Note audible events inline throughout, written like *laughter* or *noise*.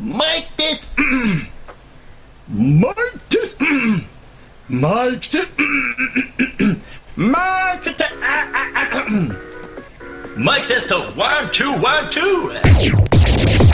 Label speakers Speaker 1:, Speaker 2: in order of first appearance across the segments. Speaker 1: マイクです、うん、マイクです、うん、マイクです、うん、マイクですあああうんマイクテストワンツーワンツー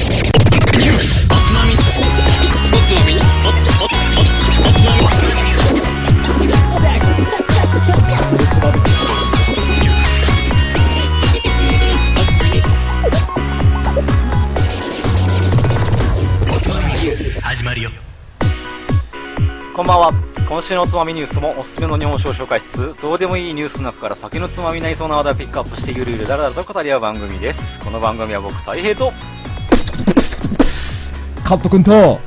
Speaker 2: こんばんは今週のおつまみニュースもおすすめの日本酒を紹介しつつどうでもいいニュースの中から酒のつまみになりそうな話題をピックアップしてゆるゆるだらだらと語り合う番組ですこの番組は僕大平と
Speaker 3: カット君と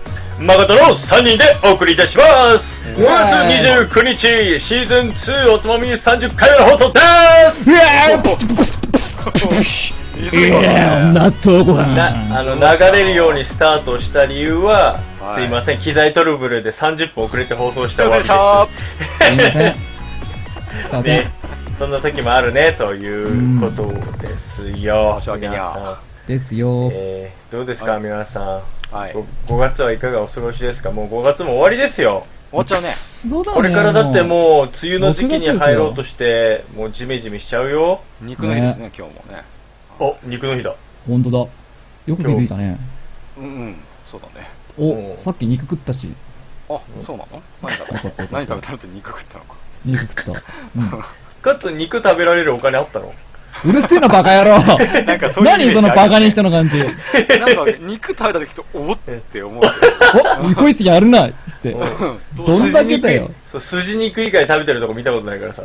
Speaker 4: マガタの3人でお送りいたします5月29日シーズン2おつまみ30回目の放送です
Speaker 3: 納豆ご飯
Speaker 4: なあの流れるようにスタートした理由は、すいません機材トラブルで30分遅れて放送したわけです
Speaker 3: すいませんすいません
Speaker 4: ねそんな時もあるねということですよ
Speaker 2: 申し訳にゃ
Speaker 4: 皆さ
Speaker 3: ですよ
Speaker 4: ん、えーどうですか、皆さん
Speaker 2: はい終
Speaker 4: 5, 月はいかがお過ごしですかもう5月も終わりですよ
Speaker 2: わっちゃうね
Speaker 3: そうだね
Speaker 4: これからだってもう梅雨の時期に
Speaker 3: 6月ですよ
Speaker 4: 入ろうとしてもうジメジメしちゃうよ
Speaker 2: 肉の日ですね今日もね
Speaker 4: あ肉の日だ
Speaker 3: 本当だよく気づいたね
Speaker 2: うんうんそうだね
Speaker 3: お
Speaker 4: お
Speaker 3: さっき肉食ったし
Speaker 2: あそうなの何食べた何食べたのって肉食ったのか
Speaker 3: 肉食
Speaker 2: *laughs*
Speaker 3: った、
Speaker 4: かつ肉食べられるお金あったの
Speaker 3: うん、うるせえなバカ野郎
Speaker 2: なん *laughs* かそういうイメー
Speaker 3: 何
Speaker 2: ジ
Speaker 3: その
Speaker 2: あ
Speaker 3: バ
Speaker 2: る
Speaker 3: カにしたの感じ
Speaker 2: なんか肉食べた時とおって思うよ *laughs*
Speaker 3: おこいつやるなっつって
Speaker 2: どう
Speaker 3: どんだけだ
Speaker 4: 筋
Speaker 3: よ
Speaker 4: 肉そう筋肉以外食べてるとこ見たことないからさ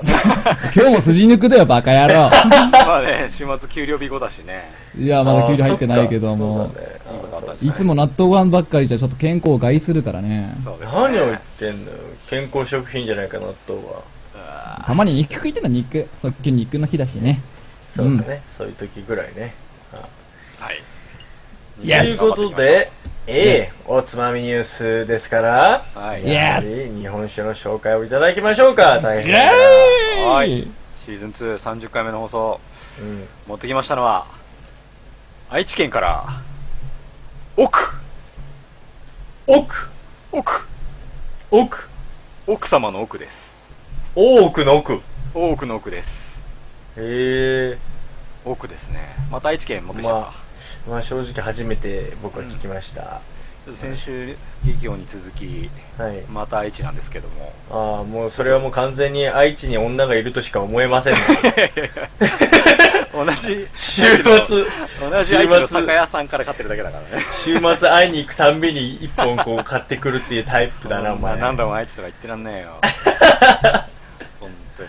Speaker 3: 今日も筋肉だよバカ野郎
Speaker 2: *laughs* まあね週末給料日後だしね
Speaker 3: いやまだ給料入ってないけど
Speaker 4: あ
Speaker 3: も、
Speaker 4: ーそっかそうだねあーそう
Speaker 3: いつも納豆ご飯ばっかりじゃちょっと健康を害するからね
Speaker 2: そうですね
Speaker 4: 何を言ってんのよ健康食品じゃないか納豆は
Speaker 3: たまに肉食いてんの肉そう今日肉の日だしね
Speaker 4: そうだね、そういう時ぐらいね
Speaker 2: はい
Speaker 4: ということでええおつまみニュースですから
Speaker 2: はい
Speaker 4: やはり日本酒の紹介をいただきましょうか大変だな
Speaker 2: はいシーズン230回目の放送
Speaker 4: うん
Speaker 2: 持ってきましたのは愛知県から奥
Speaker 4: 奥
Speaker 2: 奥
Speaker 4: 奥
Speaker 2: 奥様の奥です
Speaker 4: 大奥の奥へ
Speaker 2: 大奥の奥です
Speaker 4: え
Speaker 2: 奥ですねまた愛知県持ってきたのか、
Speaker 4: ままあ正直初めて僕は聞きました、
Speaker 2: 先週企業に続き
Speaker 4: はい
Speaker 2: また愛知なんですけども
Speaker 4: ああもうそれはもう完全に愛知に女がいるとしか思えませんね
Speaker 2: *laughs* 同じ
Speaker 4: 週
Speaker 2: *laughs*
Speaker 4: 末
Speaker 2: 同じ愛知の酒屋さんから買ってるだけだからね
Speaker 4: 週末会いに行くたんびに一本こう買ってくるっていうタイプだなお
Speaker 2: まあ
Speaker 4: 前
Speaker 2: 何度も愛知とか言ってらんねえよ本当に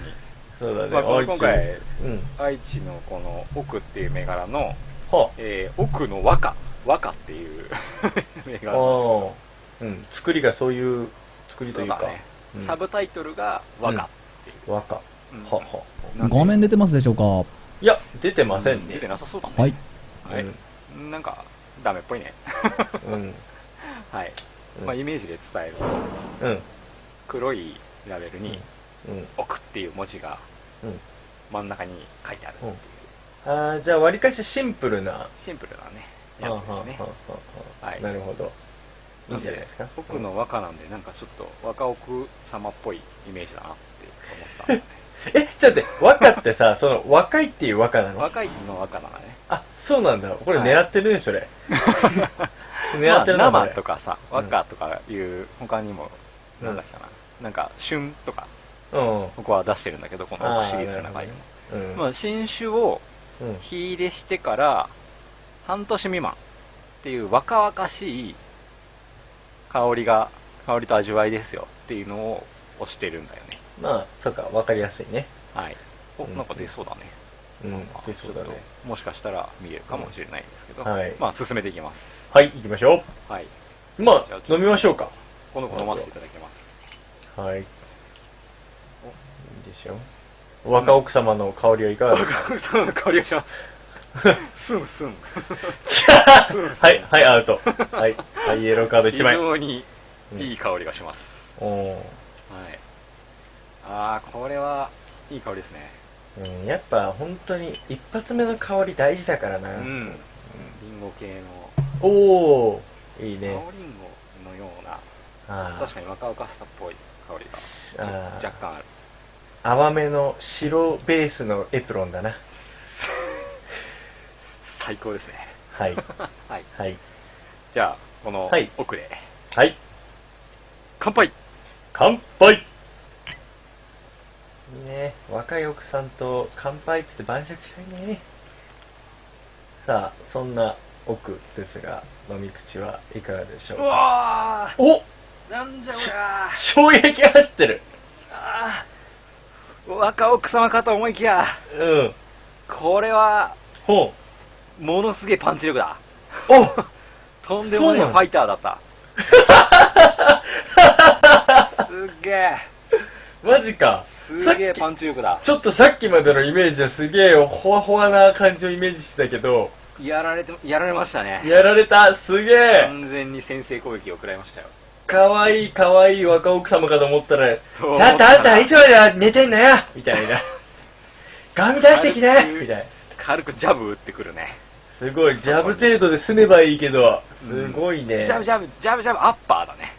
Speaker 4: そうだね、
Speaker 2: まあこの
Speaker 4: 愛知
Speaker 2: 今回
Speaker 4: うん
Speaker 2: 愛知のこの奥っていう銘柄の、
Speaker 4: は
Speaker 2: えー奥の和歌和歌っていう *laughs* 銘
Speaker 4: あ
Speaker 2: 柄
Speaker 4: あーうん作りがそういう作りと
Speaker 2: そ
Speaker 4: いううか
Speaker 2: だね、
Speaker 4: うん
Speaker 2: サブタイトルが和歌っていう、
Speaker 4: 和歌は
Speaker 2: うん
Speaker 4: は
Speaker 2: なんで
Speaker 3: 画面出てますでしょうか
Speaker 4: いや出てません
Speaker 2: 出
Speaker 4: ね
Speaker 2: てなさそうだね
Speaker 3: はい、
Speaker 2: はいなんかダメっぽいね *laughs*
Speaker 4: うんうん
Speaker 2: はい、
Speaker 4: うん
Speaker 2: まあ、イメージで伝えると
Speaker 4: うん
Speaker 2: 黒いラベルに
Speaker 4: うん
Speaker 2: 「奥」っていう文字が
Speaker 4: うん
Speaker 2: 真ん中に書いてあるっていう
Speaker 4: うんああじゃあわりかしシンプルな
Speaker 2: シンプルなねやつですね
Speaker 4: はあはあはあ
Speaker 2: はい
Speaker 4: なるほどいいんじゃないですか
Speaker 2: ん奥の和歌なんでなんかちょっと若奥様っぽいイメージだなって思っ
Speaker 4: *laughs* えちょっと待って和歌ってさ *laughs* その若いっていう和歌な
Speaker 2: た
Speaker 4: の
Speaker 2: 若いの和歌だね
Speaker 4: あそうなんだこれ狙ってるね
Speaker 2: *laughs*
Speaker 4: それ狙ってる
Speaker 2: まあ
Speaker 4: なそ
Speaker 2: 生
Speaker 4: れ
Speaker 2: とかさ和歌とかいう他にもなんだっけかな、なんか旬とか
Speaker 4: うん
Speaker 2: ここは出してるんだけどこの奥シリーズの中にも、
Speaker 4: うん
Speaker 2: まあ、新種を
Speaker 4: うん
Speaker 2: 火入れしてから半年未満っていう若々しい香りが香りと味わいですよっていうのを推してるんだよね
Speaker 4: まあそうかわかりやすいね
Speaker 2: はいお
Speaker 4: うん
Speaker 2: なんか出そうだね、
Speaker 4: うん
Speaker 2: まあ
Speaker 4: でそうだね
Speaker 2: ちょっともしかしたら見えるかもしれないですけど、
Speaker 4: はい
Speaker 2: まあ進めていきます
Speaker 4: はい行きましょ
Speaker 2: はいう
Speaker 4: ま
Speaker 2: じゃあちょっ
Speaker 4: あ
Speaker 2: と
Speaker 4: 飲みましょうか
Speaker 2: この子飲ませていただきます
Speaker 4: はいいいですよ若奥様の香りはいかが *laughs* ですか
Speaker 2: その香りがし
Speaker 4: *laughs*
Speaker 2: ますスンスン
Speaker 4: はいはいアウトはいはいイエローカード
Speaker 2: 非
Speaker 4: 1枚
Speaker 2: 常にいい香りがします、
Speaker 4: おー
Speaker 2: はいああこれはいい香りですね
Speaker 4: うんやっぱ本当に一発目の香り大事だからな
Speaker 2: う
Speaker 4: うん
Speaker 2: んリンゴ系の
Speaker 4: おおーいい
Speaker 2: 青りん
Speaker 4: ね
Speaker 2: ごのような
Speaker 4: あ
Speaker 2: 確かに若々しさっぽい香りが
Speaker 4: ーあー
Speaker 2: 若干ある
Speaker 4: 淡めの白ベースのエプロンだな
Speaker 2: 最高ですね
Speaker 4: はい
Speaker 2: はい
Speaker 4: はい
Speaker 2: じゃあこの
Speaker 4: はい
Speaker 2: 奥で
Speaker 4: はい
Speaker 2: 乾杯
Speaker 4: 乾杯いいね若い奥さんと乾杯っつって晩酌したいねさあそんな奥ですが飲み口はいかがでしょう
Speaker 2: う
Speaker 4: か
Speaker 2: わ
Speaker 4: お
Speaker 2: ーなんじゃこりゃ
Speaker 4: 衝撃走ってる
Speaker 2: ー若奥様かと思いきや
Speaker 4: うん
Speaker 2: これは
Speaker 4: ほ
Speaker 2: ものすげえパンチ力だ
Speaker 4: うお
Speaker 2: とんでもない
Speaker 4: そうな
Speaker 2: フ
Speaker 4: の
Speaker 2: ァイターだった
Speaker 4: *laughs*
Speaker 2: すっげえ
Speaker 4: マジか
Speaker 2: すげえ
Speaker 4: さっ
Speaker 2: パンチ力だ
Speaker 4: きちょっとさっきまでのイメージはすげえほわほわな感じをイメージしてたけど
Speaker 2: やられてやられましたね
Speaker 4: やられたすげえ
Speaker 2: 完全に先制攻撃を食らいましたよ
Speaker 4: かわいいかわいい若奥様かと思ったら
Speaker 2: と思っ
Speaker 4: ち
Speaker 2: たら
Speaker 4: ょっとあんたいつまで寝てんのよみた
Speaker 2: *laughs*
Speaker 4: いなガミ出してきな
Speaker 2: あれ
Speaker 4: みたいな
Speaker 2: 軽くジャブ打ってくるね
Speaker 4: すごいジャブ程度で済めばいいけどすごいね
Speaker 2: ジャブジャブジャブジャブアッパーだね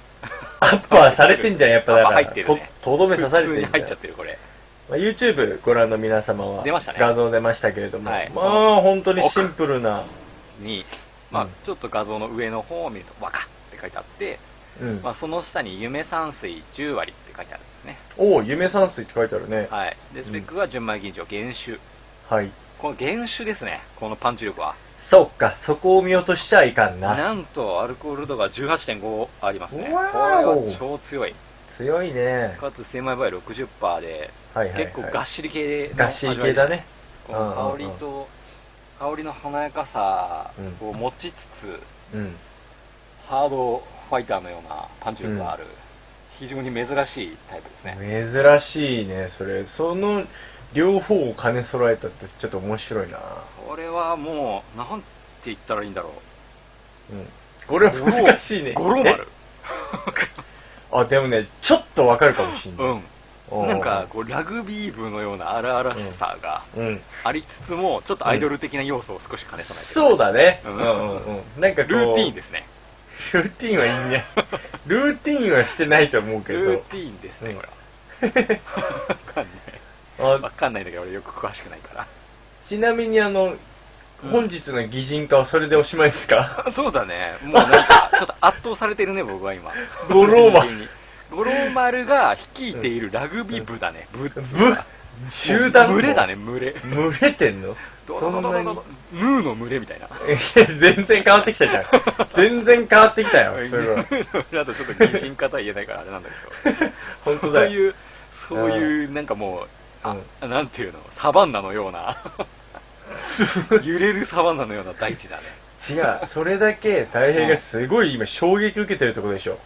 Speaker 4: アッパーされてんじゃんやっぱだか
Speaker 2: アッパー
Speaker 4: ら
Speaker 2: 入ってる
Speaker 4: と
Speaker 2: ね
Speaker 4: とどめ刺され
Speaker 2: 普
Speaker 4: て
Speaker 2: 通に
Speaker 4: ん
Speaker 2: 入
Speaker 4: じゃ
Speaker 2: っ
Speaker 4: ん
Speaker 2: ちゃってるこれ
Speaker 4: まあ YouTube ご覧の皆様は
Speaker 2: 出ましたね
Speaker 4: 画像出ましたけれども、
Speaker 2: はい
Speaker 4: まあ本当にシンプルな、
Speaker 2: にまあ
Speaker 4: うん
Speaker 2: ちょっと画像の上の方を見ると「若」って書いてあって
Speaker 4: うん
Speaker 2: まあその下に「夢山水10割」って書いてあるんですね
Speaker 4: おお夢山水って書いてあるね
Speaker 2: はいでスペックが純米吟醸原酒
Speaker 4: はい
Speaker 2: この原酒ですねこのパンチ力は
Speaker 4: そっかそこを見落としちゃいかんな
Speaker 2: なんとアルコール度が18.5ありますねこれ
Speaker 4: わお
Speaker 2: は超強い
Speaker 4: 強いね
Speaker 2: かつ精米倍60%で
Speaker 4: はいはい、はい、
Speaker 2: 結構がっしり系の
Speaker 4: がっしり系だね
Speaker 2: この香りと香りの華やかさを持ちつつ、
Speaker 4: うん
Speaker 2: ハードファイターのようなパンチ力がある、非常に珍しいタイプですね、
Speaker 4: 珍しいねそれその両方を兼ね揃えたってちょっと面白いな
Speaker 2: これはもうなんて言ったらいいんだろ
Speaker 4: うんこれは難しいね
Speaker 2: う五郎丸
Speaker 4: えあでもねちょっとわかるかもしんない、
Speaker 2: うんなんかこうラグビー部のような荒々しさが
Speaker 4: うん
Speaker 2: ありつつもちょっとアイドル的な要素を少し兼ね備
Speaker 4: そうだね
Speaker 2: う
Speaker 4: うんんうんうんなんか
Speaker 2: えてる、ルーティーン
Speaker 4: で
Speaker 2: ですね
Speaker 4: ルーティーンはいいねルーティーンはしてないと思うけ
Speaker 2: ルー
Speaker 4: ど
Speaker 2: ティーンです
Speaker 4: う
Speaker 2: ね
Speaker 4: ん
Speaker 2: これは *laughs* わかんないわ
Speaker 4: あ
Speaker 2: かんないんだけど俺よく詳しくないから
Speaker 4: ちなみにあの
Speaker 2: うん
Speaker 4: 本日の擬人化はそれでおしまいですか
Speaker 2: *laughs* そうだね。もうなんか、ちょっと圧倒されてるね、僕は今。
Speaker 4: 五郎丸
Speaker 2: 完全に。五郎丸が率いているラグビー部だね。部
Speaker 4: ぶ集団
Speaker 2: 群れだ
Speaker 4: ね
Speaker 2: ね、群れ。
Speaker 4: 群れてんのそ
Speaker 2: どど
Speaker 4: ん
Speaker 2: ど
Speaker 4: な
Speaker 2: ど
Speaker 4: に
Speaker 2: どムーの群れみたいな。
Speaker 4: いや全然変わってき
Speaker 2: *laughs*
Speaker 4: たじゃん全然変わってきたよすごい
Speaker 2: あとちょっと擬人化とは言えないからあれなんだけど。
Speaker 4: 本当
Speaker 2: *laughs* そう
Speaker 4: だよ
Speaker 2: いう、そういう、なんかもう、あ、なんていうの、サバンナのような、
Speaker 4: うん
Speaker 2: 揺れるサバンナのような大地だね。
Speaker 4: *laughs* 違うそれだけ大平がすごい今衝撃受けてるとこでしょ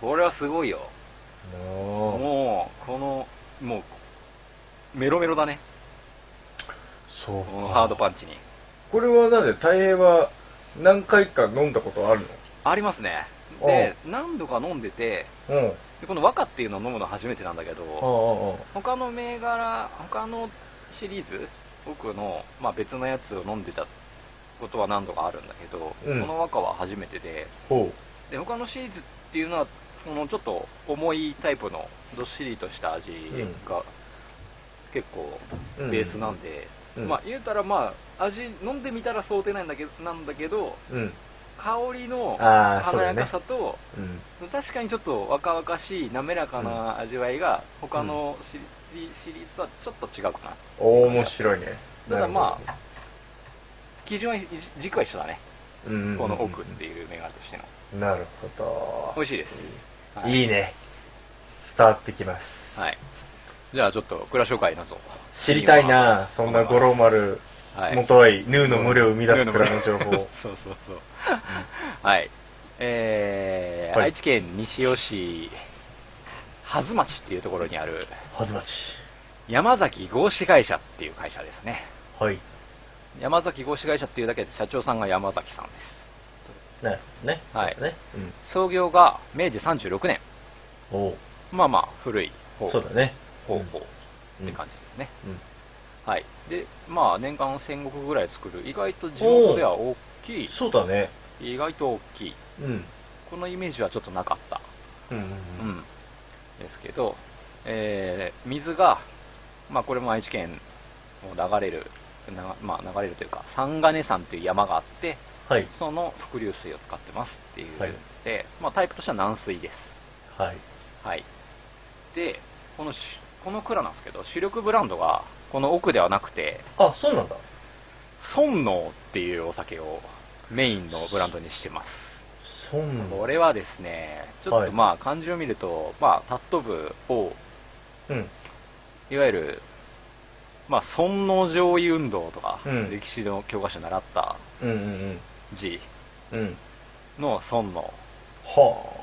Speaker 2: これはすごいよ。
Speaker 4: ああ
Speaker 2: もう、この、もう、メロメロだね。
Speaker 4: そう
Speaker 2: このハード
Speaker 4: か
Speaker 2: パンチに。
Speaker 4: これはなんで大平は何回か飲んだことある
Speaker 2: ありますねで何度か飲んでて
Speaker 4: のうんあ
Speaker 2: でこの若っていうのを飲むの初めてなんだけど
Speaker 4: あああ
Speaker 2: 他の銘柄他のシリーズ僕の、まあ、別のやつを飲んでたことは何度かあるんだけど、
Speaker 4: うん
Speaker 2: この若は初めてで
Speaker 4: ほ
Speaker 2: で他のシリーズっていうのはそのちょっと重いタイプのどっしりとした味が結構
Speaker 4: う
Speaker 2: ベースなんで、
Speaker 4: うん
Speaker 2: まあ言うたらまあ味飲んでみたら想定ないんだけどなんだけど
Speaker 4: うん
Speaker 2: 香りの
Speaker 4: ああそう
Speaker 2: 華
Speaker 4: だ
Speaker 2: やか
Speaker 4: ね
Speaker 2: さと、
Speaker 4: うん
Speaker 2: 確かにちょっと若々しい滑らかな味わいが他のシリ,、シリーズとはちょっと違うかな
Speaker 4: おー面白いね
Speaker 2: ただま
Speaker 4: あ
Speaker 2: あ基準は軸は一緒だね、この奥っていう銘柄としての
Speaker 4: なるほ
Speaker 2: 美
Speaker 4: ど
Speaker 2: 味しいです、はい
Speaker 4: いね伝わってきます
Speaker 2: はいじゃあちょっと蔵紹介なぞ
Speaker 4: 知りたいなそんな五郎丸
Speaker 2: はい
Speaker 4: もといヌーの群れを生み出す蔵の情報
Speaker 2: そうそうそう *laughs* はいえー
Speaker 4: はい
Speaker 2: 愛知県西尾市羽津町っていうところにある
Speaker 4: はずまち
Speaker 2: 山崎合資会社っていう会社ですね
Speaker 4: はい
Speaker 2: 山崎合資会社っていうだけで社長さんが山崎さんです
Speaker 4: なるほどね
Speaker 2: はい
Speaker 4: そうだねうん
Speaker 2: 創業が明治36年
Speaker 4: おう
Speaker 2: まあまあ古い方
Speaker 4: そうだね
Speaker 2: 方
Speaker 4: うん
Speaker 2: 法って感じですね、
Speaker 4: うん
Speaker 2: はいでまあ年間1000石ぐらい作る意外と地元では大きい
Speaker 4: そうだね
Speaker 2: 意外と大きい
Speaker 4: うん
Speaker 2: このイメージはちょっとなかった、
Speaker 4: うん
Speaker 2: うんですけど、えー水が、まあ、これも愛知県を流れるな、まあ、流れるというか三金山という山があって
Speaker 4: はい
Speaker 2: その伏流水を使ってますっていう、
Speaker 4: はい
Speaker 2: でまあ、タイプとしては軟水です
Speaker 4: はい
Speaker 2: はい、でこのしこの蔵なんですけど主力ブランドがこの奥ではなくて
Speaker 4: あそうなんだ
Speaker 2: 尊能っていうお酒をメインのブランドにしてます
Speaker 4: そうなんだ
Speaker 2: これはですねちょっ
Speaker 4: はい
Speaker 2: とまあ漢字を見ると、まあ、尊ぶを
Speaker 4: うん
Speaker 2: いわゆる、まあ、尊能上位運動とか、
Speaker 4: うん
Speaker 2: 歴史の教科書で習った
Speaker 4: うんうん
Speaker 2: 字
Speaker 4: うんうん
Speaker 2: の尊能
Speaker 4: は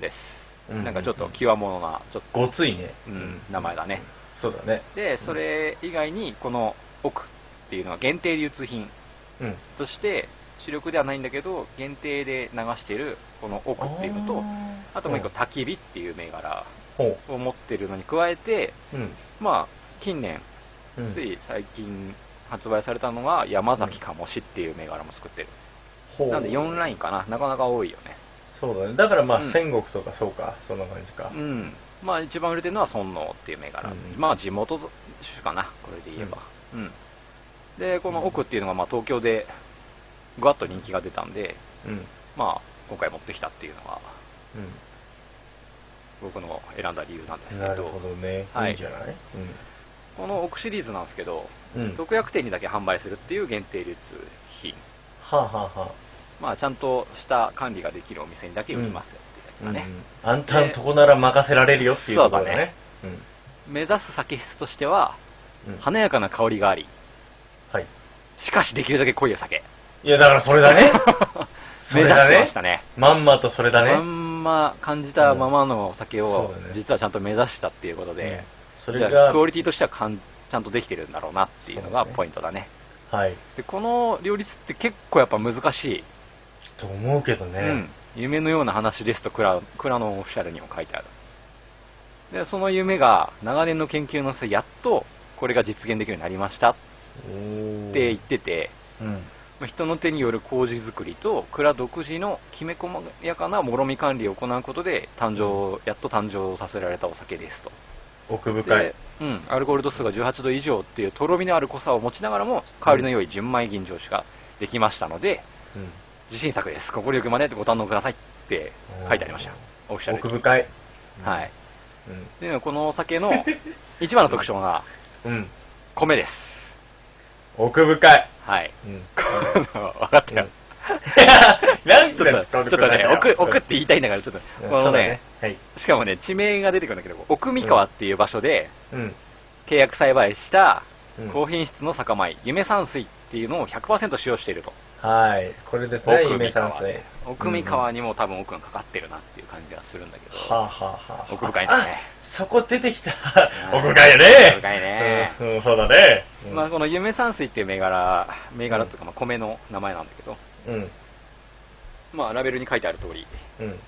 Speaker 2: です、
Speaker 4: あ、う
Speaker 2: なんかちょっと際物なちょっと、
Speaker 4: ごついね
Speaker 2: うん、名前だね
Speaker 4: そうだね
Speaker 2: でそれ以外にこの奥っていうのは限定流通品
Speaker 4: うん
Speaker 2: として主力ではないんだけど限定で流してるこの奥っていうのとあともう一個
Speaker 4: ん
Speaker 2: 焚き火っていう銘柄
Speaker 4: ほ
Speaker 2: を持ってるのに加えて
Speaker 4: ううん
Speaker 2: まあ近年
Speaker 4: うん
Speaker 2: つい最近発売されたのが山崎かもしっていう銘柄も作ってる
Speaker 4: ほう
Speaker 2: なんで4ラインかななかなか多いよね
Speaker 4: そうだねだからまあ、
Speaker 2: うん
Speaker 4: 戦国とかそうかそんな感じか
Speaker 2: うんまあ一番売れてるのは尊王っていう銘柄、
Speaker 4: うん
Speaker 2: まあ地元種かなこれで言えばうん、でこの奥っていうのがまあ東京でぐわっと人気が出たんで
Speaker 4: うんうん
Speaker 2: まあ今回持ってきたっていうのが僕の選んだ理由なんですけ
Speaker 4: な
Speaker 2: ど
Speaker 4: るほどね、
Speaker 2: はい
Speaker 4: い、いんじゃない
Speaker 2: この奥シリーズなんですけど
Speaker 4: うん、うん、は
Speaker 2: 特約店にだけ販売するっていう限定流通品
Speaker 4: あ、はあは
Speaker 2: まあちゃんとした管理ができるお店にだけ売りますよっていうやつ
Speaker 4: あ
Speaker 2: だね、
Speaker 4: うん、あんたのとこなら任せられるよっていうところ
Speaker 2: そう
Speaker 4: だ
Speaker 2: だね
Speaker 4: ねうん
Speaker 2: 目指す酒質としては
Speaker 4: うん
Speaker 2: 華やかな香りがあり
Speaker 4: はい
Speaker 2: しかしできるだけ濃いお酒
Speaker 4: いやだからそれだね
Speaker 2: *laughs*
Speaker 4: そ
Speaker 2: 目
Speaker 4: れ
Speaker 2: 指し
Speaker 4: だ
Speaker 2: てま
Speaker 4: ね
Speaker 2: したね
Speaker 4: まんまとそれだね、
Speaker 2: まんま感じたままのお酒
Speaker 4: うん
Speaker 2: を
Speaker 4: そうだね
Speaker 2: 実はちゃんと目指したっていうことで、
Speaker 4: そ
Speaker 2: じ
Speaker 4: れ
Speaker 2: ゃあ
Speaker 4: が
Speaker 2: クオリティとしてはかんちゃんとできてるんだろうなっていうのが
Speaker 4: そうだね
Speaker 2: ポイントだね
Speaker 4: はい
Speaker 2: でこの両立って結構やっぱ難しい、
Speaker 4: と思うけど
Speaker 2: うん
Speaker 4: ね、、
Speaker 2: 夢のような話ですと蔵蔵のオフィシャルにも書いてあるでその夢が長年の研究の末やっとこれが実現できるようになりましたっ
Speaker 4: おー
Speaker 2: て言ってて、
Speaker 4: うん
Speaker 2: まあ人の手による麹作りと蔵独自のきめ細やかなもろみ管理を行うことで誕生、やっと誕生させられたお酒ですと
Speaker 4: 奥
Speaker 2: で、
Speaker 4: 深い
Speaker 2: うん、アルコール度数が18度以上っていうとろみのある濃さを持ちながらも香りの良い純米吟醸酒ができましたので自信作です心よく真似てご堪能くださいって書いてありましたオフィシ
Speaker 4: うん
Speaker 2: ャ
Speaker 4: 奥
Speaker 2: ルに
Speaker 4: 深い
Speaker 2: はい
Speaker 4: うん
Speaker 2: でこのお酒の一番の特徴が
Speaker 4: うん
Speaker 2: 米です
Speaker 4: 奥深い *laughs*
Speaker 2: はい
Speaker 4: うん
Speaker 2: 分かったよ、
Speaker 4: *laughs* なん
Speaker 2: ちょっとちょっとね奥奥って言いたいんだからちょっと
Speaker 4: うん
Speaker 2: こ
Speaker 4: そ
Speaker 2: の
Speaker 4: うだ
Speaker 2: ね
Speaker 4: ねはい
Speaker 2: しかもね地名が出てくるんだけど奥三河っていう場所で
Speaker 4: うん
Speaker 2: 契約栽培した
Speaker 4: うん
Speaker 2: 高品質の酒米、夢山水っていうのを100%使用していると
Speaker 4: はいこれですね
Speaker 2: 奥
Speaker 4: 夢
Speaker 2: 三
Speaker 4: 山
Speaker 2: 河
Speaker 4: 水
Speaker 2: ね奥三河にも多分奥がかかってるなっていう感じがするんだけど、
Speaker 4: はあはあはあ
Speaker 2: 奥深いんだね
Speaker 4: そこ出てきた
Speaker 2: うん
Speaker 4: *laughs* 奥深いよ
Speaker 2: 奥
Speaker 4: ね
Speaker 2: 深いね、
Speaker 4: うんうんそうだねうん
Speaker 2: まあ、この夢山水っていう銘柄銘柄っていうかまあ米の名前なんだけど、
Speaker 4: うん
Speaker 2: まあ、ラベルに書いてある通り、
Speaker 4: うん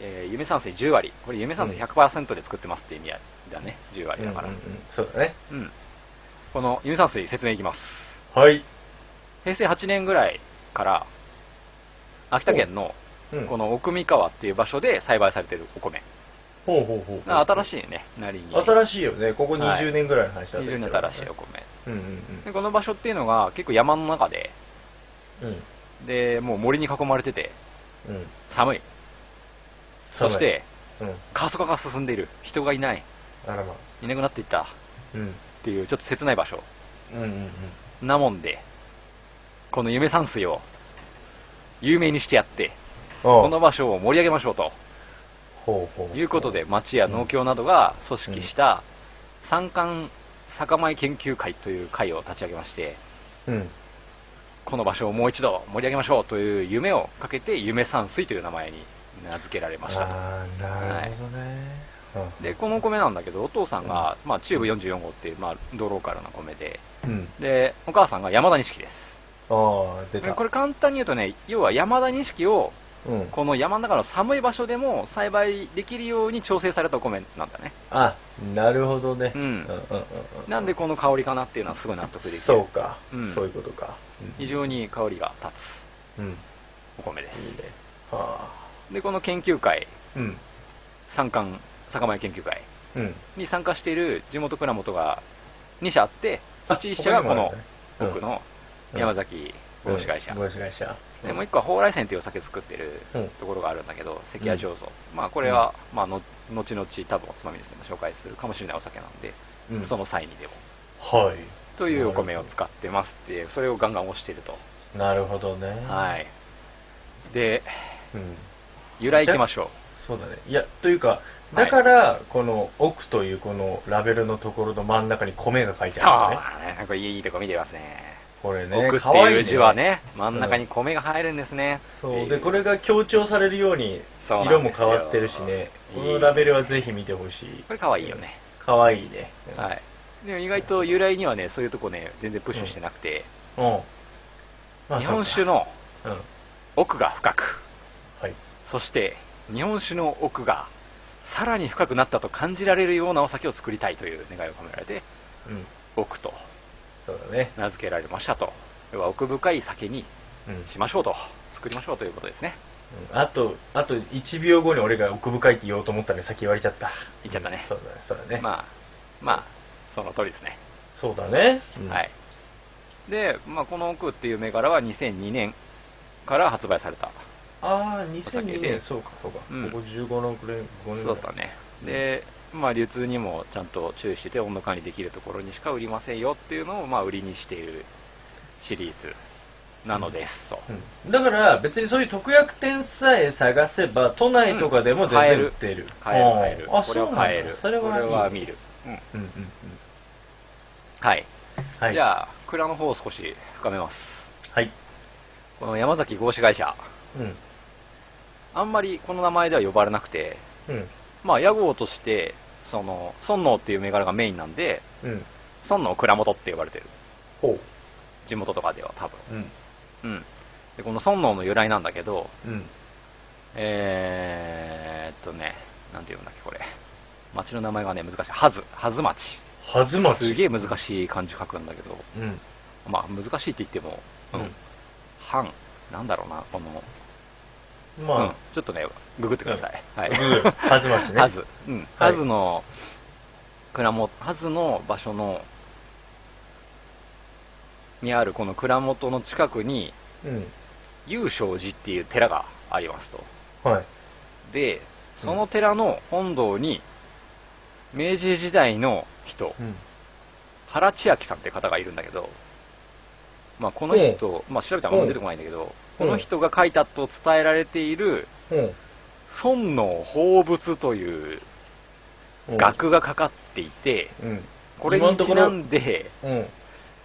Speaker 2: えー夢山水10割これ夢山水100%で作ってますって意味だね10割だから、
Speaker 4: う
Speaker 2: うんん
Speaker 4: うんうんそうだね
Speaker 2: この夢山水説明いきます
Speaker 4: はい
Speaker 2: 平成8年ぐらいから秋田県の
Speaker 4: うん
Speaker 2: この奥三河っていう場所で栽培されてるお米
Speaker 4: ほうほうほうほう
Speaker 2: 新しいねなりに
Speaker 4: 新しいよねここ
Speaker 2: はい
Speaker 4: 20年ぐらいの話だっ
Speaker 2: 非
Speaker 4: た
Speaker 2: 常
Speaker 4: けど
Speaker 2: に
Speaker 4: ね
Speaker 2: 新しいお米
Speaker 4: うんうん
Speaker 2: でこの場所っていうのが結構山の中で
Speaker 4: うんうん
Speaker 2: でもう森に囲まれてて
Speaker 4: うん
Speaker 2: 寒いそして
Speaker 4: うん
Speaker 2: 過疎化が進んでいる人がいない
Speaker 4: あらま
Speaker 2: いなくなっていったっ
Speaker 4: うん
Speaker 2: ていうちょっと切ない場所
Speaker 4: うんうんうん
Speaker 2: なもんでこの夢山水を有名にしてやってこ
Speaker 4: こ
Speaker 2: の場所を盛り上げましょうと
Speaker 4: ほうほ
Speaker 2: いうことで町や農協などが組織した山間酒米研究会という会を立ち上げまして
Speaker 4: うん
Speaker 2: この場所をもう一度盛り上げましょうという夢をかけて夢山水という名前に名付けられました
Speaker 4: ああなるほどね
Speaker 2: でこのお米なんだけどお父さんが、まあ、チューブ44号っていう、まあ、ドローカルな米で
Speaker 4: うん
Speaker 2: でお母さんが山田錦です
Speaker 4: ああ出
Speaker 2: で
Speaker 4: た
Speaker 2: これ簡単に言うとね要は山田錦を
Speaker 4: うん
Speaker 2: この山の中の寒い場所でも栽培できるように調整されたお米なんだね
Speaker 4: あなるほどね
Speaker 2: うん
Speaker 4: うんうんうん
Speaker 2: なんでこの香りかなっていうのはすごい納得できる
Speaker 4: そうか
Speaker 2: うん
Speaker 4: そういうことか
Speaker 2: 非常に香りが立つ
Speaker 4: うん
Speaker 2: お米です
Speaker 4: いいねはあ
Speaker 2: でこの研究会
Speaker 4: うん
Speaker 2: 参観酒米研究会
Speaker 4: うん
Speaker 2: に参加している地元蔵元が2社あってうち1社がこの僕の山崎
Speaker 4: うん
Speaker 2: 卸会社、
Speaker 4: うん、合資会社
Speaker 2: でもう1個は蓬莱泉というお酒作ってる
Speaker 4: うん
Speaker 2: ところがあるんだけど関谷醸造、まあこれは、まあ、の後々多分おつまみですけど紹介するかもしれないお酒なんで、
Speaker 4: うん
Speaker 2: その際にでも
Speaker 4: はい
Speaker 2: というお米を使ってますってそれをガンガン押してると
Speaker 4: なるほどね
Speaker 2: はいで
Speaker 4: うん
Speaker 2: 由来いきましょ
Speaker 4: そうだねいやというかだからこの「奥」というこのラベルのところの真ん中に米が書いうて
Speaker 2: そう
Speaker 4: あるのね
Speaker 2: だねなんかいいとこ見てますね
Speaker 4: これね
Speaker 2: 奥って
Speaker 4: 可愛
Speaker 2: い
Speaker 4: いうね
Speaker 2: 字はね真ん中に米が入るんですね、
Speaker 4: そうでこれが強調されるように
Speaker 2: そうな
Speaker 4: 色
Speaker 2: んで
Speaker 4: も
Speaker 2: すよ
Speaker 4: 変わってるしね
Speaker 2: いい
Speaker 4: このラベルはぜひ見てほしい
Speaker 2: これ可愛いよね、
Speaker 4: 可愛いね
Speaker 2: はいでも意外と由来にはねそういうとこね全然プッシュしてなくて、
Speaker 4: うんまあ
Speaker 2: 日本酒
Speaker 4: そ
Speaker 2: の
Speaker 4: うかうん
Speaker 2: 奥が深く
Speaker 4: はい
Speaker 2: そして日本酒の奥がさらに深くなったと感じられるようなお酒を作りたいという願いを込められて
Speaker 4: うん
Speaker 2: 奥と
Speaker 4: そうだね
Speaker 2: 名付けられましたと要は奥深い酒に
Speaker 4: うんうん
Speaker 2: しましょうと作りましょうということですね
Speaker 4: あとあと1秒後に俺が奥深いって言おうと思ったのに先言われちゃった
Speaker 2: 言っちゃったね
Speaker 4: そうだねそうだね
Speaker 2: まあまあその通りですね、
Speaker 4: そうだねうん
Speaker 2: はいで、まあ、この奥っていう銘柄は2002年から発売された
Speaker 4: ああ2002
Speaker 2: 酒
Speaker 4: 年
Speaker 2: で
Speaker 4: そうかそうか、
Speaker 2: うん
Speaker 4: ここ15年くらい5年
Speaker 2: そうだねで、まあ、流通にもちゃんと注意してて温度管理できるところにしか売りませんよっていうのをまあ売りにしているシリーズなのですと、
Speaker 4: うんだから別にそういう特約店さえ探せば都内とかでも全
Speaker 2: 買え
Speaker 4: 然売
Speaker 2: る
Speaker 4: ってる、
Speaker 2: 買える買える
Speaker 4: あ
Speaker 2: これ
Speaker 4: そう
Speaker 2: は
Speaker 4: なん
Speaker 2: 買える
Speaker 4: だそれは
Speaker 2: これはい
Speaker 4: い
Speaker 2: 見る、うん
Speaker 4: うんうん
Speaker 2: はい、
Speaker 4: はい
Speaker 2: じゃあ蔵の方を少し深めます
Speaker 4: はい
Speaker 2: この山崎合資会社
Speaker 4: うん
Speaker 2: あんまりこの名前では呼ばれなくて
Speaker 4: うん
Speaker 2: まあ屋号としてその尊王っていう銘柄がメインなんで
Speaker 4: うん
Speaker 2: 尊王蔵元って呼ばれてる
Speaker 4: ほ
Speaker 2: 地元とかでは多分
Speaker 4: ううん
Speaker 2: うんでこの尊王の由来なんだけど
Speaker 4: うん
Speaker 2: えーっとね、なんて読むんだっけ、これ。町の名前がね、難しい。はず、はず町。
Speaker 4: はずます
Speaker 2: げえ難しい漢字書くんだけど、
Speaker 4: うん
Speaker 2: まあ、難しいって言っても、うん。
Speaker 4: うん
Speaker 2: 半、なんだろうな、この、うん
Speaker 4: ま。
Speaker 2: ちょっとね、ググってください。は
Speaker 4: あ、
Speaker 2: い。
Speaker 4: うん、はずまちね
Speaker 2: はず、うん。はずの、蔵元、はずの場所の、にあるこの蔵元の近くに、
Speaker 4: うん
Speaker 2: 雄勝寺っていう寺がありますと。
Speaker 4: はい
Speaker 2: でその寺の本堂に明治時代の人
Speaker 4: うん
Speaker 2: 原千秋さんって方がいるんだけど、まあ、この人、まあ、調べたらあんま出てこないんだけどこの人が書いたと伝えられている
Speaker 4: うん
Speaker 2: 尊の宝物という
Speaker 4: うん
Speaker 2: 額がかかっていて
Speaker 4: うん
Speaker 2: これにちなんで
Speaker 4: うん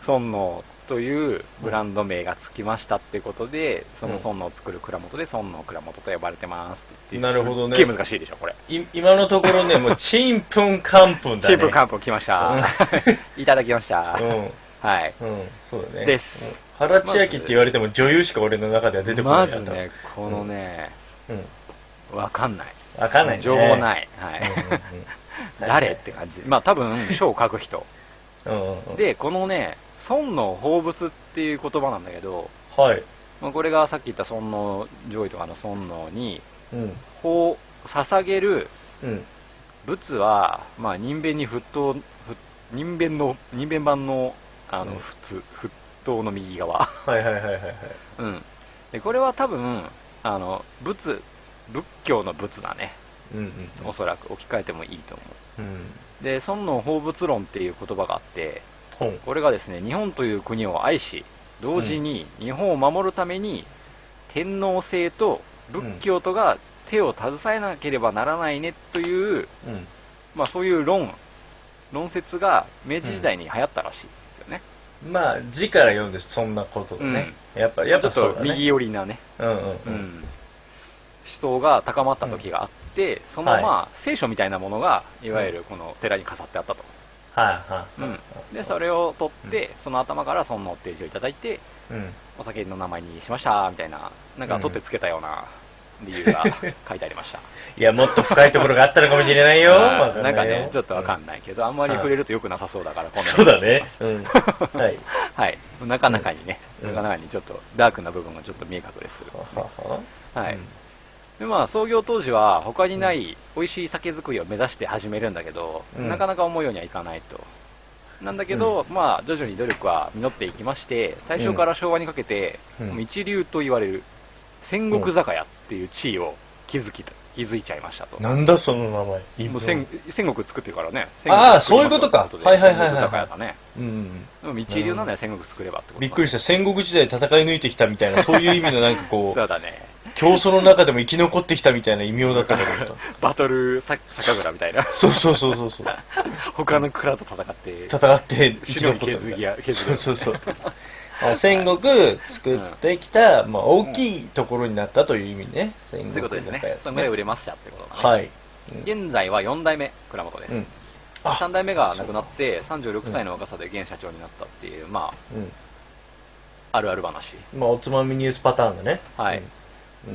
Speaker 2: 尊のというブランド名がつきましたってことでその尊のを作る蔵元で尊の蔵元と呼ばれてますって言って
Speaker 4: なるほどね
Speaker 2: すっげえ難しいでしょこれ
Speaker 4: い今のところねもうちんぷんかんぷんだ
Speaker 2: チー
Speaker 4: ね
Speaker 2: プカンプ来ました。 *laughs* いただきました。
Speaker 4: うん
Speaker 2: はい。
Speaker 4: うん、そうだね。
Speaker 2: です
Speaker 4: うん。原千秋って言われても女優しか俺の中では出てこな
Speaker 2: ま
Speaker 4: いな
Speaker 2: ずね、このね、
Speaker 4: うん。
Speaker 2: わかんない。
Speaker 4: わかんないね。
Speaker 2: 情報
Speaker 4: い。
Speaker 2: ない。はい。
Speaker 4: うん
Speaker 2: 誰って感じ。まあ多分、書を書く人。
Speaker 4: うんうんうん。
Speaker 2: で、このね、尊の宝物っていう言葉なんだけど、
Speaker 4: はい。
Speaker 2: まあ、これがさっき言った尊の上位とかの尊のに、
Speaker 4: うん。
Speaker 2: 法、捧げる
Speaker 4: うん。
Speaker 2: 仏は、まあ人弁に沸騰、ふ人弁の、人弁版の、あ
Speaker 4: う
Speaker 2: の、
Speaker 4: ん
Speaker 2: 普通、沸騰の右側。
Speaker 4: *laughs* はいはいはいはいはい。
Speaker 2: うん、でこれは多分あの仏仏教の仏だね
Speaker 4: うんうん
Speaker 2: おそらく置き換えてもいいと思
Speaker 4: うん。うん。
Speaker 2: うで孫の放仏論っていう言葉があって
Speaker 4: 本。
Speaker 2: これがですね日本という国を愛し同時に日本を守るために天皇制と仏教とが手を携えなければならないねという、
Speaker 4: うん。
Speaker 2: まあ、そういう論論説が明治時代に流行ったらしいですよね、
Speaker 4: まあ、字から読んでそんなことだね。やっぱ、やっ
Speaker 2: ちょ
Speaker 4: ぱ
Speaker 2: っ
Speaker 4: そう
Speaker 2: と
Speaker 4: だ
Speaker 2: 右
Speaker 4: ね。
Speaker 2: 寄りなね
Speaker 4: うんうんう。
Speaker 2: うんん、思想が高まった時があって、そのまま聖書みたいなものがいわゆるこの寺に飾ってあったと、
Speaker 4: はいは
Speaker 2: うんでそれを取って、その頭からその提示をいただいて
Speaker 4: い。うん。
Speaker 2: お酒の名前にしましたみたいななんか取ってつけたような理由が書いてありました、
Speaker 4: いや、もっと深いところがあったのかもしれないよ。
Speaker 2: まあ
Speaker 4: わ
Speaker 2: なんか
Speaker 4: いよ
Speaker 2: ねちょっとわかんないけど、あんまり触れると良くなさそうだからこんな *laughs*
Speaker 4: そうだね
Speaker 2: 話し。
Speaker 4: うん。はい。
Speaker 2: はい、なかなかにね、
Speaker 4: うん
Speaker 2: なかなかにちょっとダークな部分がちょっと見え隠れする、
Speaker 4: は
Speaker 2: はい
Speaker 4: うん
Speaker 2: でまあ、創業当時は他にない美味しい酒造りを目指して始めるんだけど、
Speaker 4: うん
Speaker 2: なかなか思うようにはいかないと。なんだけど、まあ、徐々に努力は実っていきまして大正から昭和にかけて、
Speaker 4: うん
Speaker 2: もう一流と言われる戦国酒屋っていう地位を築きた築いちゃいましたと
Speaker 4: はなんだその名前
Speaker 2: もう戦戦国作ってるからね
Speaker 4: あーそういうことか
Speaker 2: は
Speaker 4: はいい
Speaker 2: は
Speaker 4: はいい
Speaker 2: は
Speaker 4: はい
Speaker 2: は
Speaker 4: いはいい
Speaker 2: 酒屋だね
Speaker 4: うん
Speaker 2: でも一流なんだよ戦国作ればってこと
Speaker 4: びっくりした戦国時代戦い抜いてきたみた
Speaker 2: *laughs*
Speaker 4: いなそういう意味のなんかこ
Speaker 2: そうだね
Speaker 4: う競争の中でも生き残ってきたみたいな異名だったかと思った
Speaker 2: バトルさ酒蔵みたいな
Speaker 4: そうそうそうそうそう
Speaker 2: 他の蔵と戦って
Speaker 4: 戦って生き
Speaker 2: 白
Speaker 4: 残
Speaker 2: い
Speaker 4: ったみ
Speaker 2: 削
Speaker 4: たい
Speaker 2: り
Speaker 4: な
Speaker 2: 合削り
Speaker 4: そ
Speaker 2: 合
Speaker 4: うそ
Speaker 2: *laughs*
Speaker 4: うそうあ戦国作ってきた、まあ、大きいところになったという意味ね戦
Speaker 2: そうい
Speaker 4: 国
Speaker 2: うことですね
Speaker 4: 中屋
Speaker 2: そのぐらい売れましたってことだね
Speaker 4: はい
Speaker 2: 現在は4代目蔵元です、
Speaker 4: うんあ
Speaker 2: 3代目が亡くなって36歳の若さで現社長になったっていう、ま
Speaker 4: う
Speaker 2: ああるある話
Speaker 4: んまあおつまみニュースパターンだね
Speaker 2: はい、
Speaker 4: うん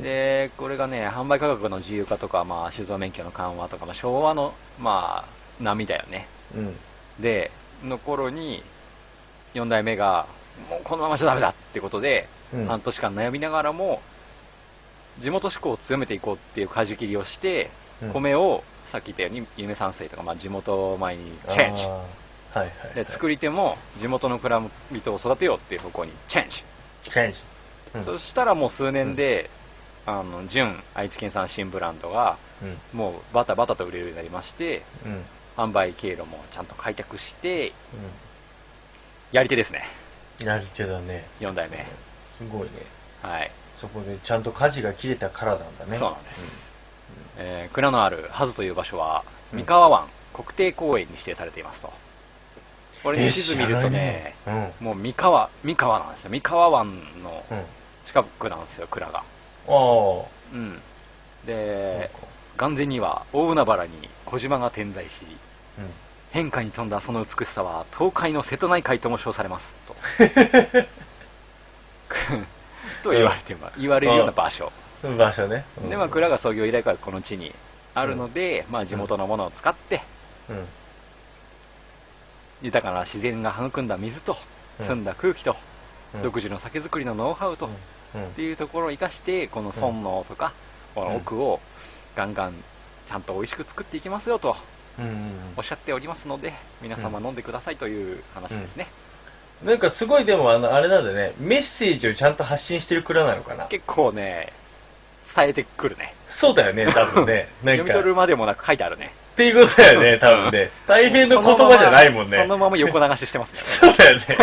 Speaker 2: でこれがね販売価格の自由化とか、まあ、酒造免許の緩和とか、まあ、昭和の、まあ、波だよね
Speaker 4: うん
Speaker 2: での頃に4代目がもうこのままじゃダメだってことで、
Speaker 4: うん
Speaker 2: 半年間悩みながらも地元志向を強めていこうっていう舵切りをして、
Speaker 4: うん
Speaker 2: 米をさっき言ったように夢山水とか、まあ、地元米にチェンジ
Speaker 4: あーはいはい、は
Speaker 2: で
Speaker 4: い、
Speaker 2: 作り手も地元の蔵人を育てようっていう方向にチェンジ、
Speaker 4: チェンジうん
Speaker 2: そしたらもう数年で、あの純愛知県産新ブランドがもうバタバタと売れるようになりまして
Speaker 4: うんうん
Speaker 2: 販売経路もちゃんと開拓してやり手ですね
Speaker 4: うんやるけどね
Speaker 2: 4代目
Speaker 4: すごいね
Speaker 2: はい、
Speaker 4: そこでちゃんと舵が切れたからなんだね
Speaker 2: そうなんです、えー蔵のあるハズという場所は三河湾国定公園に指定されていますとこれ
Speaker 4: え
Speaker 2: ね地図見るとね
Speaker 4: 知らないね
Speaker 2: もう三河三河なんですよ三河湾の
Speaker 4: うん、うん、
Speaker 2: 近くなんですよ蔵が
Speaker 4: あ
Speaker 2: うん
Speaker 4: あ、
Speaker 2: で
Speaker 4: なんか
Speaker 2: 眼前には大海原に小島が点在し
Speaker 4: うん
Speaker 2: 変化に富んだその美しさは東海の瀬戸内海とも称されますと *laughs* と言われてま言われるような場所
Speaker 4: 場所ね。うん
Speaker 2: でまあ、蔵が創業以来からこの地にあるので、まあ、地元のものを使って
Speaker 4: うん。
Speaker 2: 豊かな自然が育んだ水と
Speaker 4: うん
Speaker 2: 澄んだ空気と、
Speaker 4: うん
Speaker 2: 独自の酒造りのノウハウと、
Speaker 4: うん
Speaker 2: っ
Speaker 4: うん
Speaker 2: ていうところを生かしてこの尊能とか、この奥をガンガンちゃんと美味しく作っていきますよと
Speaker 4: うん
Speaker 2: おっしゃっておりますので皆様飲んでくださいという話ですね、
Speaker 4: うん。なんかすごいでもあの、あれなんだね、メッセージをちゃんと発信してる蔵なのかな。
Speaker 2: 結構ね伝えてくるね
Speaker 4: そうだよね、多分
Speaker 2: *laughs*
Speaker 4: ね。なん
Speaker 2: 読
Speaker 4: か。
Speaker 2: み取るまでもなく書いてあるね
Speaker 4: っていうことだよね、多分ね。大変の言葉じゃないもん
Speaker 2: そ
Speaker 4: ね。
Speaker 2: のまま横流ししてます
Speaker 4: *laughs*
Speaker 2: ね
Speaker 4: そうだよね。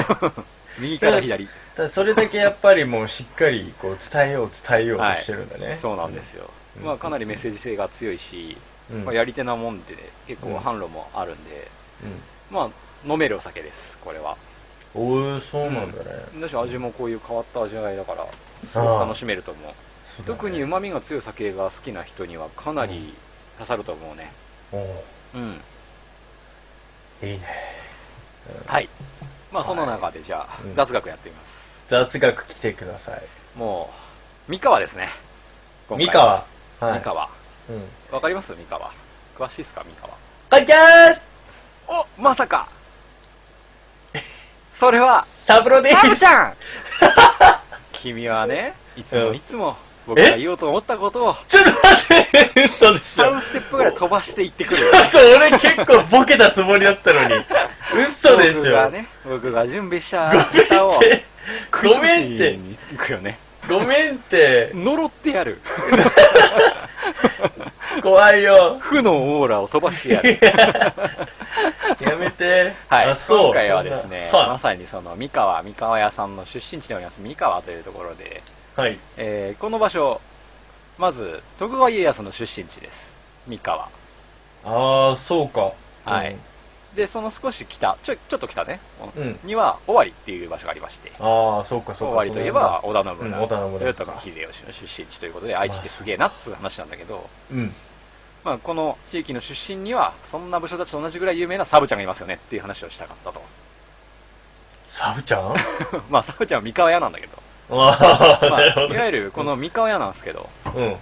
Speaker 2: 右から左
Speaker 4: ただそれだけやっぱりもうしっかりこう伝えよう伝えようとしてるんだね。
Speaker 2: そうなんですよ、
Speaker 4: うん
Speaker 2: まあ、かなりメッセージ性が強いし、
Speaker 4: うん。
Speaker 2: まあ、やり手なもんで結構
Speaker 4: うん
Speaker 2: 販路もあるんで、まあ、飲めるお酒ですこれは
Speaker 4: うん。おー、そうなんだね。
Speaker 2: だし味もこういう変わった味わいだからす
Speaker 4: あ
Speaker 2: ご
Speaker 4: あ
Speaker 2: く楽しめると思う
Speaker 4: そうだね
Speaker 2: 特にうまみが強い酒が好きな人にはかなり刺さると思うね
Speaker 4: おー
Speaker 2: うん、
Speaker 4: いいね。
Speaker 2: はいまあその中でじゃあ
Speaker 4: うん
Speaker 2: 雑学やってみます、
Speaker 4: 雑学来てください。
Speaker 2: もう三河ですね今回
Speaker 4: 三河。はい。
Speaker 2: 三河
Speaker 4: うん。
Speaker 2: わかります三河詳しいですか三河
Speaker 4: こんにちは
Speaker 2: おまさかそれは
Speaker 4: サブロです
Speaker 2: サブちゃん *laughs* 君はねいつも
Speaker 4: うん
Speaker 2: いつも僕が言おうと思ったことを
Speaker 4: ちょっと待って嘘でしょ
Speaker 2: 3ステップぐらい飛ばしてい
Speaker 4: *laughs*
Speaker 2: ってくるよ
Speaker 4: ちょっと俺結構ボケたつもりだったのに。嘘でし
Speaker 2: 僕
Speaker 4: ょ
Speaker 2: が、ね僕が準備したネタを
Speaker 4: ごめんってごめんって
Speaker 2: に行くよね
Speaker 4: ごめんって、
Speaker 2: 呪ってやる
Speaker 4: 怖いよ。
Speaker 2: 負のオーラを飛ばしてやる
Speaker 4: やめて。
Speaker 2: はい
Speaker 4: *laughs* あ、そう。
Speaker 2: 今回はですね
Speaker 4: そんな
Speaker 2: ま
Speaker 4: は
Speaker 2: さにその三河三河屋さんの出身地であります三河というところで、
Speaker 4: い。はい。
Speaker 2: えーこの場所まず徳川家康の出身地です三河
Speaker 4: ああ、そうか。
Speaker 2: はいでその少し北ちょちょっと北ね、
Speaker 4: うん
Speaker 2: には尾張っていう場所がありまして
Speaker 4: ああ、そうか、そう
Speaker 2: 尾
Speaker 4: か。
Speaker 2: 張といえば織田信長、
Speaker 4: うん織田信長
Speaker 2: 豊臣秀吉の出身地ということで愛知ってすげえなっつう話なんだけど、
Speaker 4: そうなんだ、
Speaker 2: まあ、この地域の出身にはそんな武将たちと同じぐらい有名なサブちゃんがいますよねっていう話をしたかったと *laughs*
Speaker 4: サブちゃんあ
Speaker 2: まあサブちゃんは三河屋なんだけど、
Speaker 4: あ、
Speaker 2: ま
Speaker 4: *laughs* なるほ
Speaker 2: あ、
Speaker 4: ど
Speaker 2: い。わゆるこの三河屋なんですけど
Speaker 4: うん。は